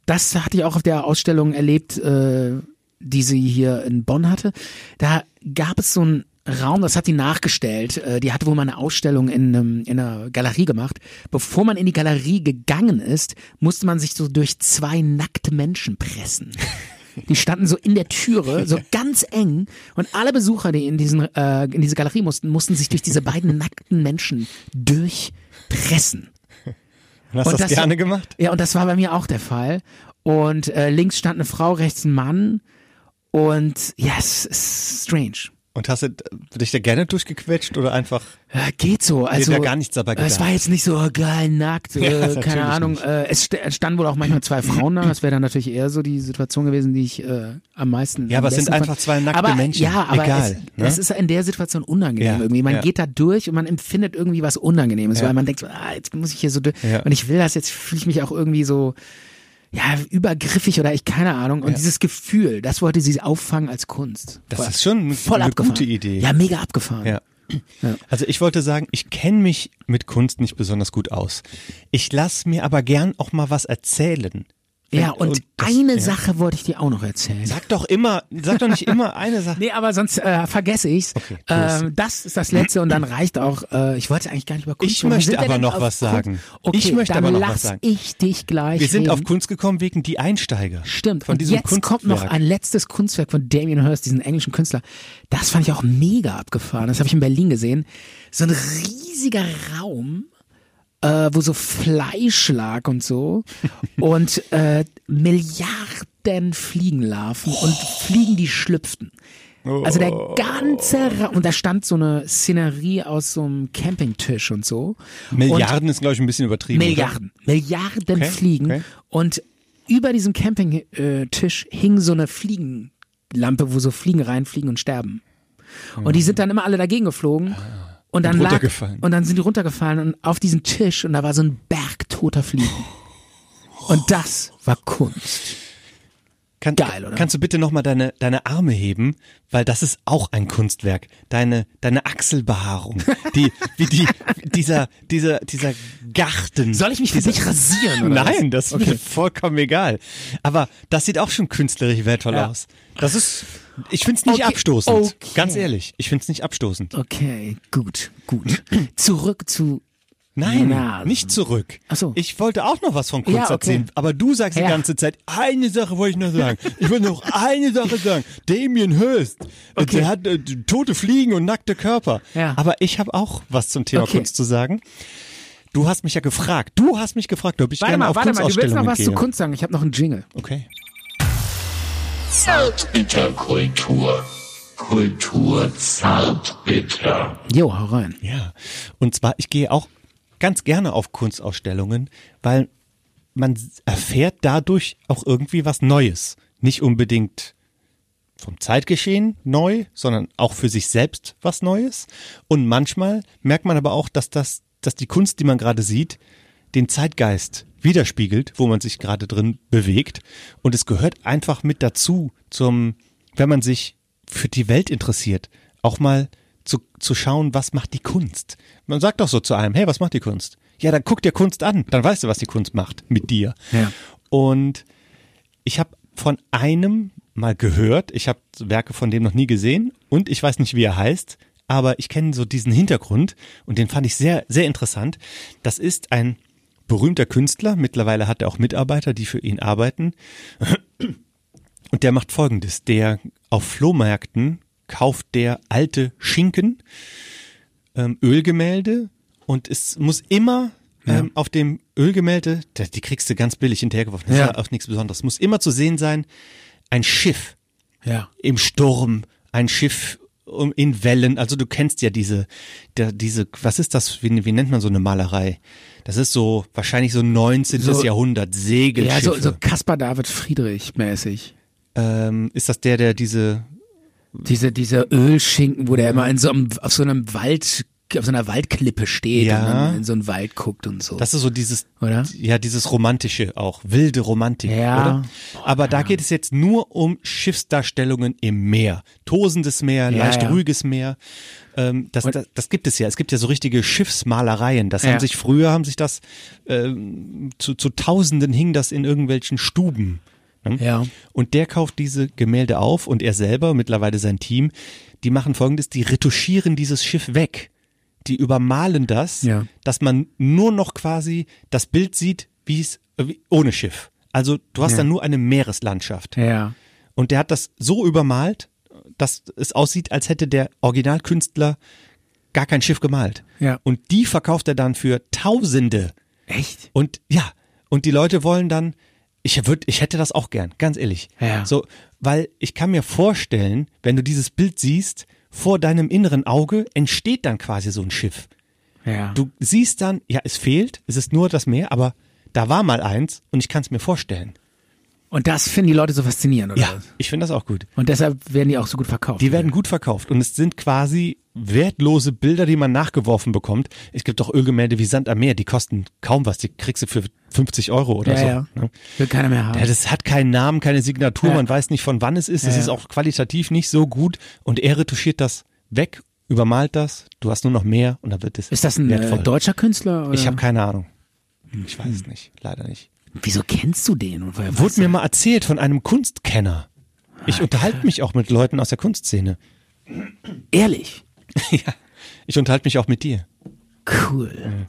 das hatte ich auch auf der Ausstellung erlebt, äh, die sie hier in Bonn hatte. Da gab es so einen Raum, das hat die nachgestellt. Äh, die hatte wohl mal eine Ausstellung in, einem, in einer Galerie gemacht. Bevor man in die Galerie gegangen ist, musste man sich so durch zwei nackte Menschen pressen. Die standen so in der Türe,
[LAUGHS]
so ganz eng. Und alle Besucher, die in, diesen, äh, in diese Galerie mussten, mussten sich durch
[LAUGHS]
diese beiden nackten Menschen durchpressen.
Und hast
Und
das
das-
gerne gemacht?
Ja, und das war bei mir auch der Fall. Und äh, links stand eine Frau, rechts ein Mann. Und ja, es ist strange.
Und hast du d- dich da gerne durchgequetscht oder einfach.
Ja, geht so. Also,
da gar nichts dabei
äh, Es
gedacht.
war jetzt nicht so oh, geil nackt, äh,
natürlich
keine Ahnung.
nicht.
Äh, es st- standen wohl auch manchmal zwei Frauen da. Das wäre dann natürlich eher so die Situation gewesen, die ich äh, am meisten.
Ja, aber
am
es sind
besten fand.
einfach zwei nackte
aber,
Menschen.
Ja, aber
Egal,
es,
ne?
es ist in der Situation unangenehm
Ja,
irgendwie. Man
ja.
geht da durch und man empfindet irgendwie was Unangenehmes,
Ja.
weil man denkt, so, ah, jetzt muss ich hier so durch.
Ja.
Und ich will das jetzt, fühle ich mich auch irgendwie so. Ja, übergriffig oder ich keine Ahnung. Und dieses Gefühl, das wollte sie auffangen als Kunst.
Das
Voll-
ist schon
voll
eine
abgefahren.
gute Idee.
Ja, mega abgefahren.
Ja. Also ich wollte sagen, ich kenne mich mit Kunst nicht besonders gut aus. Ich lasse mir aber gern auch mal was erzählen.
Ja, Äh, und,
das-
eine
ja.
Sache wollte ich dir auch noch erzählen.
Sag doch immer, sag doch nicht
[LAUGHS]
immer eine Sache.
Nee, aber sonst äh, vergesse ich's.
Okay, du bist-
ähm, das ist das Letzte
[LAUGHS]
und dann reicht auch. Äh, ich wollte eigentlich gar nicht über Kunst
Ich
reden. Wie
möchte
sind wir
aber
denn
noch
auf
was
Kunst?
sagen.
Okay,
Ich möchte
dann
aber noch
lass
was sagen.
ich dich gleich.
Wir sind
reden.
auf Kunst gekommen wegen die Einsteiger.
Stimmt.
Von
und
diesem
jetzt kommt noch
Kunstwerk.
ein letztes Kunstwerk von Damien Hirst, diesen englischen Künstler. Das fand ich auch mega abgefahren. Das habe ich in Berlin gesehen. So ein riesiger Raum, äh, wo so Fleisch lag und so. und äh, Milliarden Fliegenlarven und Fliegen, die schlüpften. Also der ganze Raum. Und da stand so eine Szenerie aus so einem Campingtisch und so. Und
Milliarden ist glaube ich ein bisschen übertrieben.
Milliarden. Milliarden
Okay,
Fliegen.
okay.
Und über diesem Campingtisch hing so eine Fliegenlampe, wo so Fliegen reinfliegen und sterben. Und die sind dann immer alle dagegen geflogen. Ah. Und dann
Und
lag,
runtergefallen.
und dann sind die runtergefallen und auf diesen Tisch und da war so ein Berg toter Fliegen. Und das war Kunst.
Kann,
Geil, oder?
Kannst du bitte nochmal deine, deine Arme heben, weil das ist auch ein Kunstwerk. Deine, deine Achselbehaarung, die, wie die, dieser, dieser, dieser Garten.
Soll ich mich für
dieser,
dich rasieren? Oder
Nein, das
was?
ist mir vollkommen egal. Aber das sieht auch schon künstlerisch wertvoll
Ja.
aus. Das ist, ich find's nicht
Okay,
abstoßend.
okay.
Ganz ehrlich, ich find's nicht abstoßend.
Okay, gut, [CLEARS THROAT] gut. Zurück zu.
Nein,
Na, also
nicht zurück.
Ach so.
Ich wollte auch noch was von Kunst
Ja, okay.
erzählen, aber du sagst
Ja.
die ganze Zeit, eine Sache wollte ich noch sagen. Ich will noch eine Sache sagen. Damien Hirst, äh,
Okay.
der hat äh, tote Fliegen und nackte Körper.
Ja.
Aber ich habe auch was zum Thema
Okay.
Kunst zu sagen. Du hast mich ja gefragt. Du hast mich gefragt, ob ich
Warte
gerne
mal,
auf
warte mal, du willst
Kunstausstellungen
noch was zu
gehe.
Kunst sagen. Ich habe noch einen Jingle.
Okay.
Zartbitter Kultur. Kultur zartbitter.
Jo, hau rein.
Ja, und zwar, ich gehe auch ganz gerne auf Kunstausstellungen, weil man s- erfährt dadurch auch irgendwie was Neues. Nicht unbedingt vom Zeitgeschehen neu, sondern auch für sich selbst was Neues. Und manchmal merkt man aber auch, dass, das, dass die Kunst, die man gerade sieht, den Zeitgeist widerspiegelt, wo man sich gerade drin bewegt. Und es gehört einfach mit dazu, zum, wenn man sich für die Welt interessiert, auch mal zu, zu schauen, was macht die Kunst. Man sagt doch so zu einem, hey, was macht die Kunst? Ja, dann guck dir Kunst an, dann weißt du, was die Kunst macht mit dir.
Ja.
Und ich habe von einem mal gehört, ich habe Werke von dem noch nie gesehen und ich weiß nicht, wie er heißt, aber ich kenne so diesen Hintergrund und den fand ich sehr, sehr interessant. Das ist ein berühmter Künstler. Mittlerweile hat er auch Mitarbeiter, die für ihn arbeiten. Und der macht folgendes. Der auf Flohmärkten kauft der alte Schinken, ähm, Ölgemälde und es muss immer ähm,
Ja.
auf dem Ölgemälde, da- die kriegst du ganz billig hinterhergeworfen, das
Ja.
ist ja auch nichts Besonderes, muss immer zu sehen sein, ein Schiff
Ja.
im Sturm, ein Schiff um- in Wellen. Also du kennst ja diese, der, diese, was ist das, wie, wie nennt man so eine Malerei? Das ist so wahrscheinlich so 19.
So-
Jahrhundert,
Ja,
Segelschiffe.
so, so Kaspar David Friedrich mäßig.
ähm, ist das der, der diese,
Diese, diese Ölschinken, wo der immer in so einem, auf so einem Wald, auf so einer Waldklippe steht
Ja.
und dann in so einen Wald guckt und so.
das ist so dieses,
Oder?
ja, dieses romantische auch, wilde Romantik,
Ja.
oder? Aber da geht es jetzt nur um Schiffsdarstellungen im Meer. Tosendes Meer,
Ja,
leicht
ja.
ruhiges Meer. Ähm, das,
Und-
das, das gibt es ja. Es gibt ja so richtige Schiffsmalereien. Das haben
Ja.
sich früher, haben sich das, ähm, zu, zu Tausenden hing das in irgendwelchen Stuben. ne?
Ja.
Und der kauft diese Gemälde auf und er selber, mittlerweile sein Team, die machen folgendes, die retuschieren dieses Schiff weg. Die übermalen das,
Ja.
dass man nur noch quasi das Bild sieht, wie es äh, wie- ohne Schiff. Also du hast
Ja.
dann nur eine Meereslandschaft.
ja.
Und der hat das so übermalt, dass es aussieht, als hätte der Originalkünstler gar kein Schiff gemalt.
Ja.
Und die verkauft er dann für Tausende.
Echt?
Und ja, und die Leute wollen dann, ich würde, ich hätte das auch gern, ganz ehrlich.
Ja.
So, weil ich kann mir vorstellen, wenn du dieses Bild siehst, vor deinem inneren Auge entsteht dann quasi so ein Schiff.
Ja.
Du siehst dann, ja, es fehlt, es ist nur das Meer, aber da war mal eins und ich kann es mir vorstellen.
Und das finden die Leute so faszinierend, oder?
Ja,
was?
ich finde das auch gut.
Und deshalb werden die auch so gut verkauft.
Die werden gut verkauft und es sind quasi wertlose Bilder, die man nachgeworfen bekommt. Es gibt auch Ölgemälde wie Sand am Meer, die kosten kaum was, die kriegst du für 50 Euro oder
ja,
so.
ja.
ne?
Will keiner mehr haben.
Ja, das hat keinen Namen, keine Signatur,
Ja.
man weiß nicht, von wann es ist.
Ja,
es ist
ja.
auch qualitativ nicht so gut und er retuschiert das weg, übermalt das, du hast nur noch mehr und dann wird es
ist das ein
wertvoll.
äh, deutscher Künstler? Oder?
Ich habe keine Ahnung. Ich weiß es
Hm.
nicht, leider nicht.
Wieso kennst du den? Und woher weißt
Wurde
du-
mir mal erzählt von einem Kunstkenner. Ich unterhalte mich auch mit Leuten aus der
[LAUGHS]
Kunstszene.
Ehrlich?
ja. Ich unterhalte mich auch mit dir.
Cool.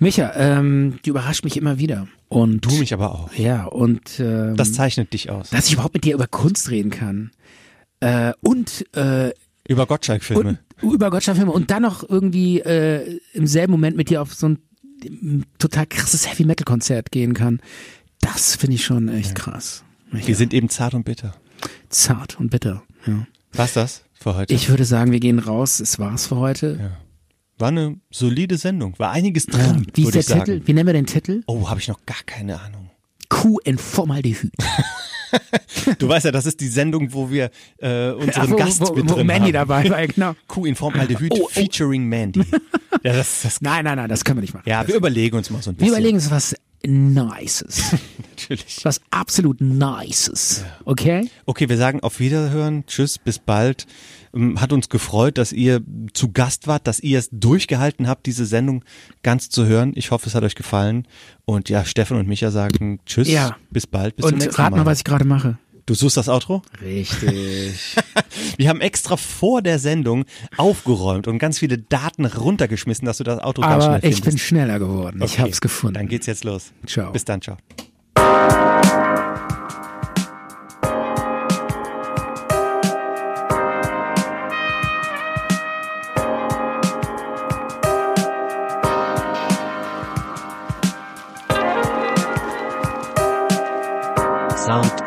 Micha, ähm, du überrascht mich immer wieder. Und
Du mich aber auch.
Ja, und ähm,
Das zeichnet dich aus.
dass ich überhaupt mit dir über Kunst reden kann. Äh, und, äh,
Über Gottschalk-Filme.
und über Gottschalk-Filme und dann noch irgendwie äh, im selben Moment mit dir auf so ein ähm, total krasses Heavy-Metal-Konzert gehen kann. Das finde ich schon echt krass. Micha.
Wir sind eben zart und bitter.
zart und bitter. Ja.
War's das für heute?
Ich würde sagen, wir gehen raus. Es war's für heute.
War eine solide Sendung. War einiges drin,
Wie ist
würde
der
ich sagen.
Titel? Wie nennen wir den Titel?
Oh, habe ich noch gar keine Ahnung.
Kuh in Formaldehyd.
[LAUGHS] Also Du weißt ja, das ist die Sendung, wo wir äh, unseren
Ah, wo,
Gast
wo,
mit
wo
drin
Mandy
haben. [LAUGHS]
dabei war, genau.
Kuh in Form Aldehyd
Oh, oh.
featuring Mandy. [LAUGHS] Ja, das, das,
Nein, nein, nein, das können wir nicht machen.
ja, wir überlegen uns mal so ein
Wir
bisschen.
überlegen uns was Nices.
[LAUGHS] natürlich.
was absolut Nices. Okay?
Okay, wir sagen auf Wiederhören, tschüss, bis bald. Ähm, Hat uns gefreut, dass ihr zu Gast wart, dass ihr es durchgehalten habt, diese Sendung ganz zu hören. Ich hoffe, es hat euch gefallen. Und ja, Stefan und Micha sagen tschüss,
Ja.
bis bald, bis zum
Und
nächsten
rat
Mal.
mal, was ich gerade mache.
du suchst das Outro?
Richtig.
Wir haben extra vor der Sendung aufgeräumt und ganz viele Daten runtergeschmissen, dass du das Auto ganz schnell
Aber ich
findest.
bin schneller geworden. Ich
Okay,
hab's gefunden.
Dann geht's jetzt los.
Ciao.
Bis dann, ciao.
Zart